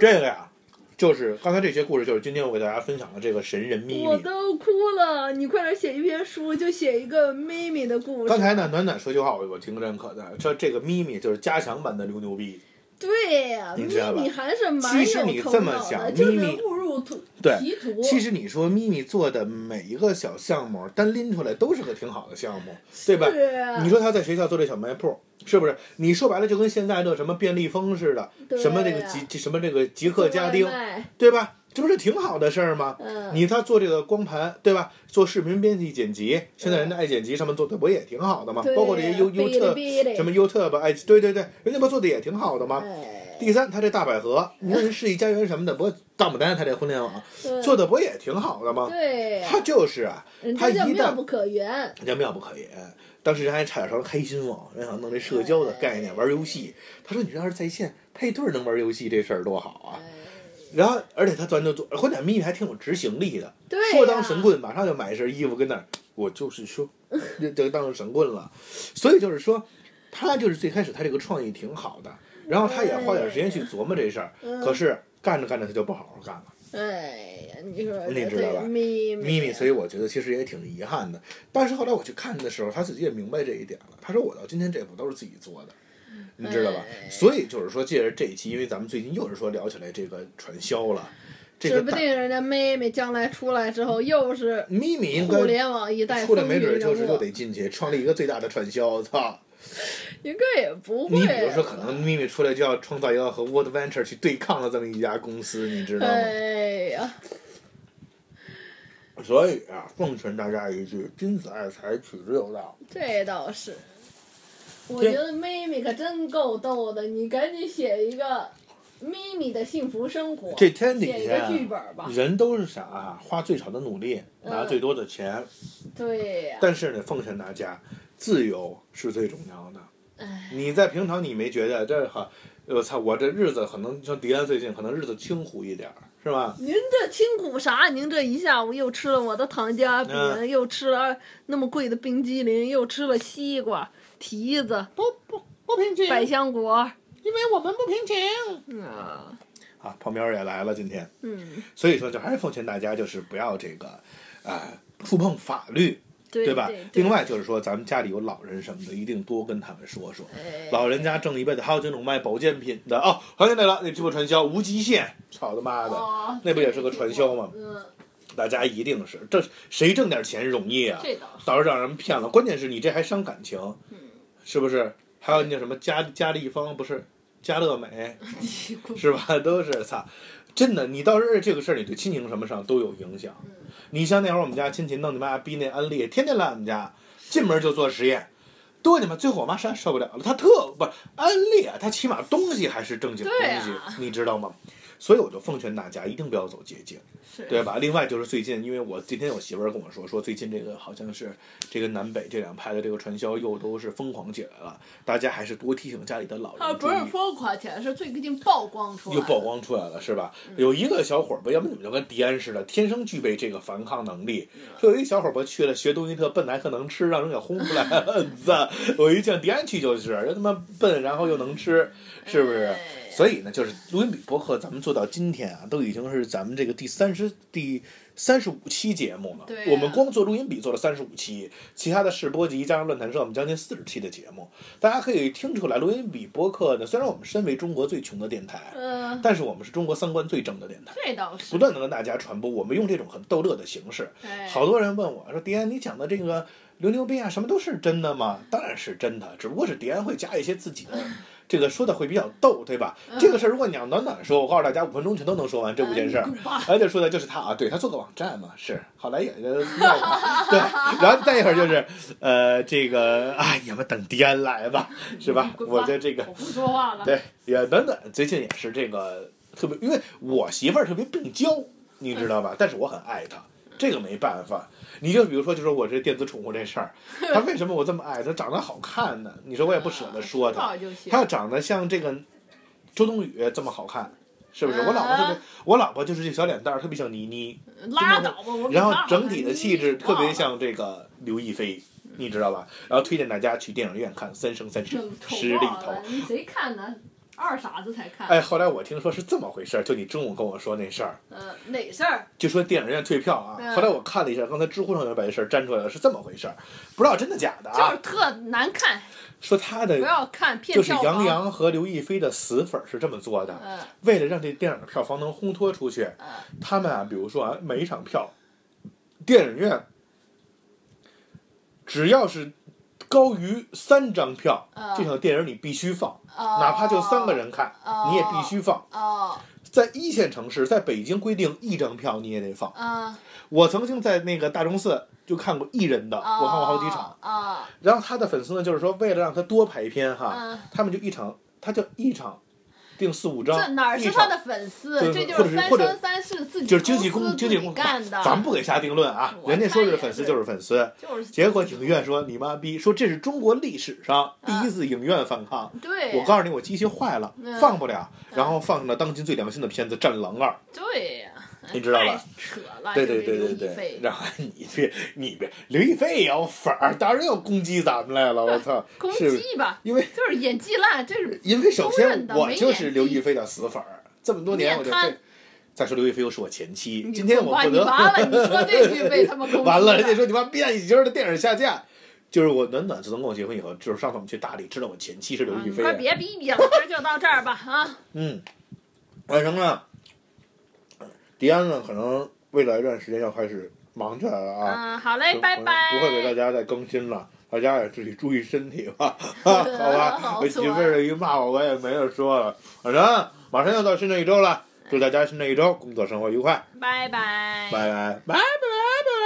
Speaker 2: 这个呀，就是刚才这些故事，就是今天我给大家分享的这个神人咪
Speaker 3: 我
Speaker 2: 咪。
Speaker 3: 都哭了，你快点写一篇书，就写一个妹妹的故
Speaker 2: 刚
Speaker 3: 事。
Speaker 2: 才呢，暖暖说句话，我我挺认可的，说这个咪咪就是加强版的牛牛逼，
Speaker 3: 对呀、
Speaker 2: 你
Speaker 3: 咪
Speaker 2: 知道吧
Speaker 3: 咪还是蛮
Speaker 2: 其实你
Speaker 3: 有头
Speaker 2: 这么
Speaker 3: 脑的，
Speaker 2: 想
Speaker 3: 就
Speaker 2: 咪
Speaker 3: 是
Speaker 2: 咪
Speaker 3: 误入途
Speaker 2: 对
Speaker 3: 歧途。
Speaker 2: 其实你说咪咪做的每一个小项目，单拎出来都是个挺好的项目，对吧？
Speaker 3: 是啊
Speaker 2: 你说他在学校做这小卖铺，是不是？你说白了就跟现在这什么便利蜂似的，
Speaker 3: 对
Speaker 2: 什么这个
Speaker 3: 啊
Speaker 2: 极什么这个极客家丁
Speaker 3: 外，卖
Speaker 2: 对吧？这不是挺好的事儿吗？
Speaker 3: 嗯，
Speaker 2: 你他做这个光盘，对吧？做视频编辑剪辑，现在人家爱剪辑上面做的不也挺好的吗？
Speaker 3: 对
Speaker 2: 啊
Speaker 3: 呀
Speaker 2: 包括这些 You
Speaker 3: 哔哩
Speaker 2: YouTube
Speaker 3: 哔哩
Speaker 2: 什么啊 YouTube 爱，对对对，人家不做的也挺好的吗？
Speaker 3: 哎
Speaker 2: 第三，他这大百合，你看人世纪佳缘什么的，不过大牡丹他这婚恋网
Speaker 3: 对
Speaker 2: 做的不也挺好的吗？
Speaker 3: 对呀、
Speaker 2: 他就是啊，
Speaker 3: 人
Speaker 2: 他
Speaker 3: 家叫
Speaker 2: 一
Speaker 3: 妙
Speaker 2: 旦
Speaker 3: 不可言。
Speaker 2: 人家妙不可言。当时人还差点说开心网，人想弄这社交的概念，玩游戏。他说：“你这要是在线配对儿能玩游戏，这事儿多好啊！”然后，而且他咱就做，婚点秘密还挺有执行力的。
Speaker 3: 对、呀
Speaker 2: 说当神棍，马上就买一身衣服跟那儿，我就是说，就就当神棍了。所以就是说，他就是最开始他这个创意挺好的，然后他也花点时间去琢磨这事儿，可是干着干着他就不好好干了。
Speaker 3: 哎呀，你说
Speaker 2: 你知道吧
Speaker 3: 这咪
Speaker 2: 咪咪，
Speaker 3: 咪，
Speaker 2: 所以我觉得其实也挺遗憾的。但是后来我去看的时候，他自己也明白这一点了。他说我到今天这步都是自己做的，你知道吧？
Speaker 3: 哎
Speaker 2: 所以就是说，借着这一期，因为咱们最近又是说聊起来这个传销了，这
Speaker 3: 指
Speaker 2: 个
Speaker 3: 不
Speaker 2: 大
Speaker 3: 定人家妹妹将来出来之后又是
Speaker 2: 咪咪应
Speaker 3: 互
Speaker 2: 该
Speaker 3: 联网一代
Speaker 2: 出来
Speaker 3: 风
Speaker 2: 没
Speaker 3: 云
Speaker 2: 准
Speaker 3: 人
Speaker 2: 就是
Speaker 3: 物
Speaker 2: 又得进去创立一个最大的传销，操！
Speaker 3: 应该也不会。
Speaker 2: 你比如说，可能咪咪出来就要创造一个和 World Venture 去对抗的这么一家公司，你知道吗？
Speaker 3: 哎呀，
Speaker 2: 所以啊，奉劝大家一句：君子爱财，取之有道。
Speaker 3: 这倒是。我
Speaker 2: 对
Speaker 3: 觉得妹妹可真够逗的，你赶紧写一个咪咪的幸福生活，
Speaker 2: 这天
Speaker 3: 写
Speaker 2: 底
Speaker 3: 一
Speaker 2: 下
Speaker 3: 个
Speaker 2: 啊
Speaker 3: 剧本吧。
Speaker 2: 人都是想啊，花最少的努力，
Speaker 3: 嗯
Speaker 2: 拿最多的钱。
Speaker 3: 对呀、
Speaker 2: 但是呢，奉劝大家，自由是最重要的。
Speaker 3: 哎，
Speaker 2: 你在平常你没觉得这哈，我操，我这日子可能像迪安最近可能日子清苦一点儿，是吧？
Speaker 3: 您这清苦啥？您这一下午又吃了我的糖夹饼，
Speaker 2: 嗯
Speaker 3: 又吃了那么贵的冰激凌，又吃了西瓜、提子、
Speaker 2: 不不不贫穷
Speaker 3: 百香果。
Speaker 2: 因为我们不贫穷。
Speaker 3: 嗯啊，
Speaker 2: 啊，胖喵也来了今天，
Speaker 3: 嗯，
Speaker 2: 所以说就还是奉劝大家，就是不要这个，啊、触碰法律，
Speaker 3: 对
Speaker 2: 吧？
Speaker 3: 对
Speaker 2: 另外就是说，咱们家里有老人什么的，一定多跟他们说说。
Speaker 3: 哎
Speaker 2: 老人家挣一辈子，还有这种卖保健品的哦，想起来了，那直播传销无极限，操他妈的，
Speaker 3: 哦
Speaker 2: 那不也是个传销吗？
Speaker 3: 嗯，
Speaker 2: 大家一定是这谁挣点钱容易啊？
Speaker 3: 这嗯倒是。
Speaker 2: 到时候让人骗了，关键是你这还伤感情，是不是？还有那叫什么家家立方不是家乐美是吧？都是操，真的，你到时候这个事儿，你对亲情什么上都有影响。
Speaker 1: 嗯
Speaker 2: 你像那会儿我们家亲戚弄你妈逼那安利，天天来我们家，进门就做实验。多你妈！最后我妈实在受不了了，她特不是安利啊，她起码东西还是正经东
Speaker 3: 对
Speaker 2: 西，
Speaker 3: 啊
Speaker 2: 你知道吗？所以我就奉劝大家一定不要走捷径，
Speaker 1: 是
Speaker 2: 对吧？另外就是最近，因为我今天有媳妇儿跟我说，说最近这个好像是这个南北这两派的这个传销又都是疯狂起来了，大家还是多提醒家里的老
Speaker 1: [LAUGHS] 啊，
Speaker 2: 人注
Speaker 1: 不
Speaker 2: 意。
Speaker 1: 是疯狂起来，是最近曝光出来嗯
Speaker 2: 又
Speaker 1: 了，
Speaker 2: 曝光出来了，是吧？有一个小伙儿吧，要不你们就跟迪安似的，天生具备这个反抗能力。
Speaker 1: 嗯
Speaker 2: 说有一小伙儿吧去了学东西特笨，还特能吃，让人给轰出来了。赞！
Speaker 1: [LAUGHS]
Speaker 2: 我一见迪安去就是，人他妈笨，然后又能吃，是不是？
Speaker 1: 哎
Speaker 2: 所以呢，就是录音笔博客，咱们做到今天啊，都已经是咱们这个第三十第三十五期节目了。
Speaker 1: 对啊
Speaker 2: 我们光做录音笔做了三十五期，其他的试播集加上论坛社，我们将近四十期的节目。大家可以听出来，录音笔播客呢，虽然我们身为中国最穷的电台，
Speaker 1: 嗯，
Speaker 2: 但是我们是中国三观最正的电台，
Speaker 1: 这倒是
Speaker 2: 不，断的跟大家传播。我们用这种很逗乐的形式，
Speaker 1: 哎
Speaker 2: 好多人问我说：“迪安，你讲的这个刘牛逼啊，什么都是真的吗？”当然是真的，只不过是迪安会加一些自己的，
Speaker 1: 嗯
Speaker 2: 这个说的会比较逗，对吧？这个事儿如果你让暖暖说，我告诉大家五分钟全都能说完这五件
Speaker 1: 哎嗯
Speaker 2: 事儿。而且说的就是他啊，对他做个网站嘛，是好来也呃闹
Speaker 1: [LAUGHS]
Speaker 2: 嘛，对，然后再一会儿就是呃这个哎你们等迪安来吧， [LAUGHS] 是吧？
Speaker 1: 滚吧
Speaker 2: 我的这个
Speaker 1: 我不说话了，
Speaker 2: 对，也暖暖最近也是这个特别，因为我媳妇儿特别病娇，你知道吧？但是我很爱她，这个没办法。你就比如说，就说我这电子宠物这事儿，她为什么我这么爱她？长得好看呢？你说我也不舍得说她。
Speaker 1: 哎好就行
Speaker 2: 她要长得像这个周冬雨这么好看，是不是？我老婆特别
Speaker 1: 啊，
Speaker 2: 我老婆就是这小脸蛋儿特别像倪妮，
Speaker 1: 拉倒吧，我
Speaker 2: 然后整体的气质特别像这个刘亦菲。你知道吧？然后推荐大家去电影院看《三生三世 [LAUGHS]
Speaker 3: 整
Speaker 2: 十里
Speaker 3: 丑
Speaker 2: 桃花
Speaker 3: 爆了，你谁看呢？二傻子才看。
Speaker 2: 哎，后来我听说是这么回事儿，就你中午跟我说那事儿，
Speaker 1: 呃哪事儿？
Speaker 2: 就说电影院退票啊。
Speaker 1: 嗯
Speaker 2: 后来我看了一下，刚才知乎上有人把这事儿粘出来了，是这么回事儿，不知道真的假的
Speaker 1: 就
Speaker 2: 啊
Speaker 1: 是。特难看，
Speaker 2: 说他
Speaker 1: 不
Speaker 2: 的
Speaker 1: 要看骗
Speaker 2: 就是
Speaker 1: 票
Speaker 2: 杨
Speaker 1: 房。
Speaker 2: 洋和刘亦菲的死粉儿是这么做的，
Speaker 1: 嗯
Speaker 2: 为了让这电影的票房能烘托出去，
Speaker 1: 嗯
Speaker 2: 他们啊，比如说啊，每一场票，电影院只要是高于三张票，
Speaker 1: 嗯
Speaker 2: 这场电影你必须放，
Speaker 1: 哦
Speaker 2: 哪怕就三个人看，
Speaker 1: 哦
Speaker 2: 你也必须放。
Speaker 1: 哦，
Speaker 2: 在一线城市，在北京规定一张票你也得放。
Speaker 1: 啊，
Speaker 2: 我曾经在那个大钟寺就看过一人的，我看过好几场。
Speaker 1: 啊，
Speaker 2: 然后他的粉丝呢，就是说为了让他多排片哈，
Speaker 1: 嗯，
Speaker 2: 他们就一场，他就一场定四五
Speaker 1: 这
Speaker 2: 张，
Speaker 1: 哪儿
Speaker 2: 一
Speaker 1: 是他
Speaker 2: 场
Speaker 1: 的粉丝？
Speaker 2: 对
Speaker 1: 这就
Speaker 2: 或者是
Speaker 1: 三
Speaker 2: 或者
Speaker 1: 生三世自己
Speaker 2: 就是经纪
Speaker 1: 公
Speaker 2: 公
Speaker 1: 司
Speaker 2: 经纪
Speaker 1: 自己
Speaker 2: 公司
Speaker 1: 干的，
Speaker 2: 咱不给下定论啊，
Speaker 1: 我
Speaker 2: 人家说
Speaker 1: 看
Speaker 2: 是
Speaker 1: 也
Speaker 2: 粉丝
Speaker 1: 是
Speaker 2: 就是粉丝。
Speaker 1: 就是
Speaker 2: 结果影院说你妈逼，说这是中国历史上第一次影院反抗。
Speaker 1: 嗯对，
Speaker 2: 我告诉你，我机器坏了
Speaker 1: 嗯，
Speaker 2: 放不了，然后放上了当今最良心的片子《战狼二》。
Speaker 1: 对呀，哎
Speaker 2: 你知道吧
Speaker 1: 太扯了，
Speaker 2: 对对
Speaker 1: 就
Speaker 2: 对
Speaker 1: 这
Speaker 2: 对
Speaker 1: 刘亦
Speaker 2: 对
Speaker 1: 菲，
Speaker 2: 然后你别你别，刘亦菲也有粉儿，当然要攻击咱们来了，我操！
Speaker 1: 攻
Speaker 2: 是不是
Speaker 1: 击吧，
Speaker 2: 因为
Speaker 1: 就是演技烂，这是
Speaker 2: 因为首
Speaker 1: 公认
Speaker 2: 先
Speaker 1: 的
Speaker 2: 我
Speaker 1: 没
Speaker 2: 就是
Speaker 1: 演
Speaker 2: 刘
Speaker 1: 技
Speaker 2: 亦菲的死粉儿，这么多年我就
Speaker 1: 面瘫
Speaker 2: 非再说刘亦菲又是我前妻，
Speaker 1: 你
Speaker 2: 今天
Speaker 1: 滚
Speaker 2: 我
Speaker 1: 吧
Speaker 2: 不
Speaker 1: 你
Speaker 2: 得
Speaker 1: 完了，你说这句被他们攻
Speaker 2: [LAUGHS]
Speaker 1: 击
Speaker 2: 完了，人家说你妈逼你今儿的电影下架。就是我暖暖自从跟我结婚以后，就是上次我们去大理，知道我前妻是刘
Speaker 1: 啊
Speaker 2: 亦
Speaker 1: 你
Speaker 2: 菲
Speaker 1: 快
Speaker 2: 的，
Speaker 1: 别逼逼了，今儿就到这儿吧啊！
Speaker 2: 嗯，完成了。迪安呢，可能未来一段时间要开始忙起来了啊。
Speaker 1: 嗯，好嘞， [LAUGHS] 拜拜。
Speaker 2: 不会给大家再更新了，大家也自己注意身体
Speaker 1: [LAUGHS]
Speaker 2: 吧，好吧？
Speaker 1: 好
Speaker 2: 我媳妇儿一骂我，我也没得说了。反正马上要到新的一周了，祝大家新的一周工作生活愉快，
Speaker 1: 拜
Speaker 2: 拜拜，
Speaker 1: 拜。
Speaker 2: 拜拜拜拜。